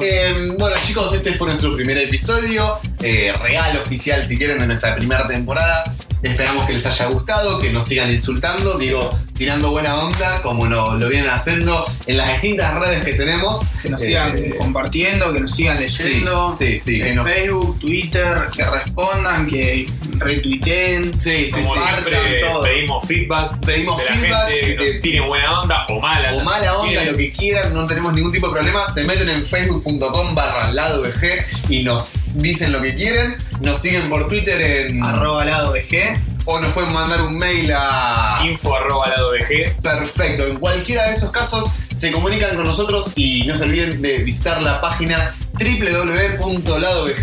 B: Eh, bueno chicos, este fue nuestro primer episodio, eh, real oficial si quieren de nuestra primera temporada. Esperamos que les haya gustado, que nos sigan insultando, digo, tirando buena onda como no- lo vienen haciendo en las distintas redes que tenemos.
A: Que nos sigan
B: Eh,
A: compartiendo, que nos sigan
B: sí,
A: leyendo.
B: sí, sí, que
A: en
B: nos...
A: Facebook, Twitter, que respondan, que retuiteen.
B: Sí, sí,
C: Como
B: sí.
C: siempre,
A: Compartan todo.
C: pedimos feedback.
B: Pedimos
C: de la
B: feedback,
C: gente,
B: que te-
C: nos tiren buena onda o mala.
B: o mala onda, lo que quieran, no tenemos ningún tipo de problema, se meten en facebook.com barra al lado VG y nos dicen lo que quieren, nos siguen por Twitter en
A: Arroba lado VG.
B: o nos pueden mandar un mail a
C: Info arroba lado VG.
B: perfecto. En cualquiera de esos casos se comunican con nosotros y no se olviden de visitar la página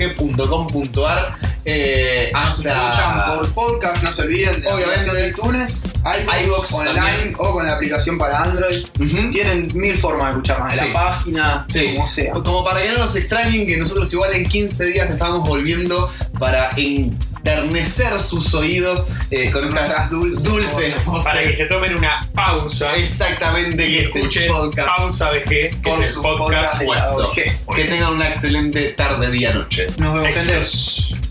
B: www.ladovg.com.ar eh,
A: Ah, Nos escuchan
B: hasta
A: por podcast, no se olviden de
B: Obviamente.
A: la aplicación de iTunes, iVoox
B: iVoox
A: online
B: también.
A: o con la aplicación para Android.
B: Ujú.
A: Tienen mil formas de escuchar más, de
B: Sí.
A: la página,
B: Sí.
A: como sea.
B: Como para que no nos extrañen que nosotros igual en 15 días estamos volviendo para enternecer sus oídos eh, con
A: Nuestras
B: nuestras
A: dulces
B: dulces
A: voces.
B: voces.
C: Para que se tomen una pausa
B: Exactamente
C: y
B: que es el
C: escuchen
B: podcast.
C: Pausa VG, que
B: Por
C: es el
B: su
C: podcast.
A: podcast.
B: Puesto.
A: Ok.
B: Que tengan una excelente tarde, día, noche.
A: Nos vemos, gente.
C: Éxitos.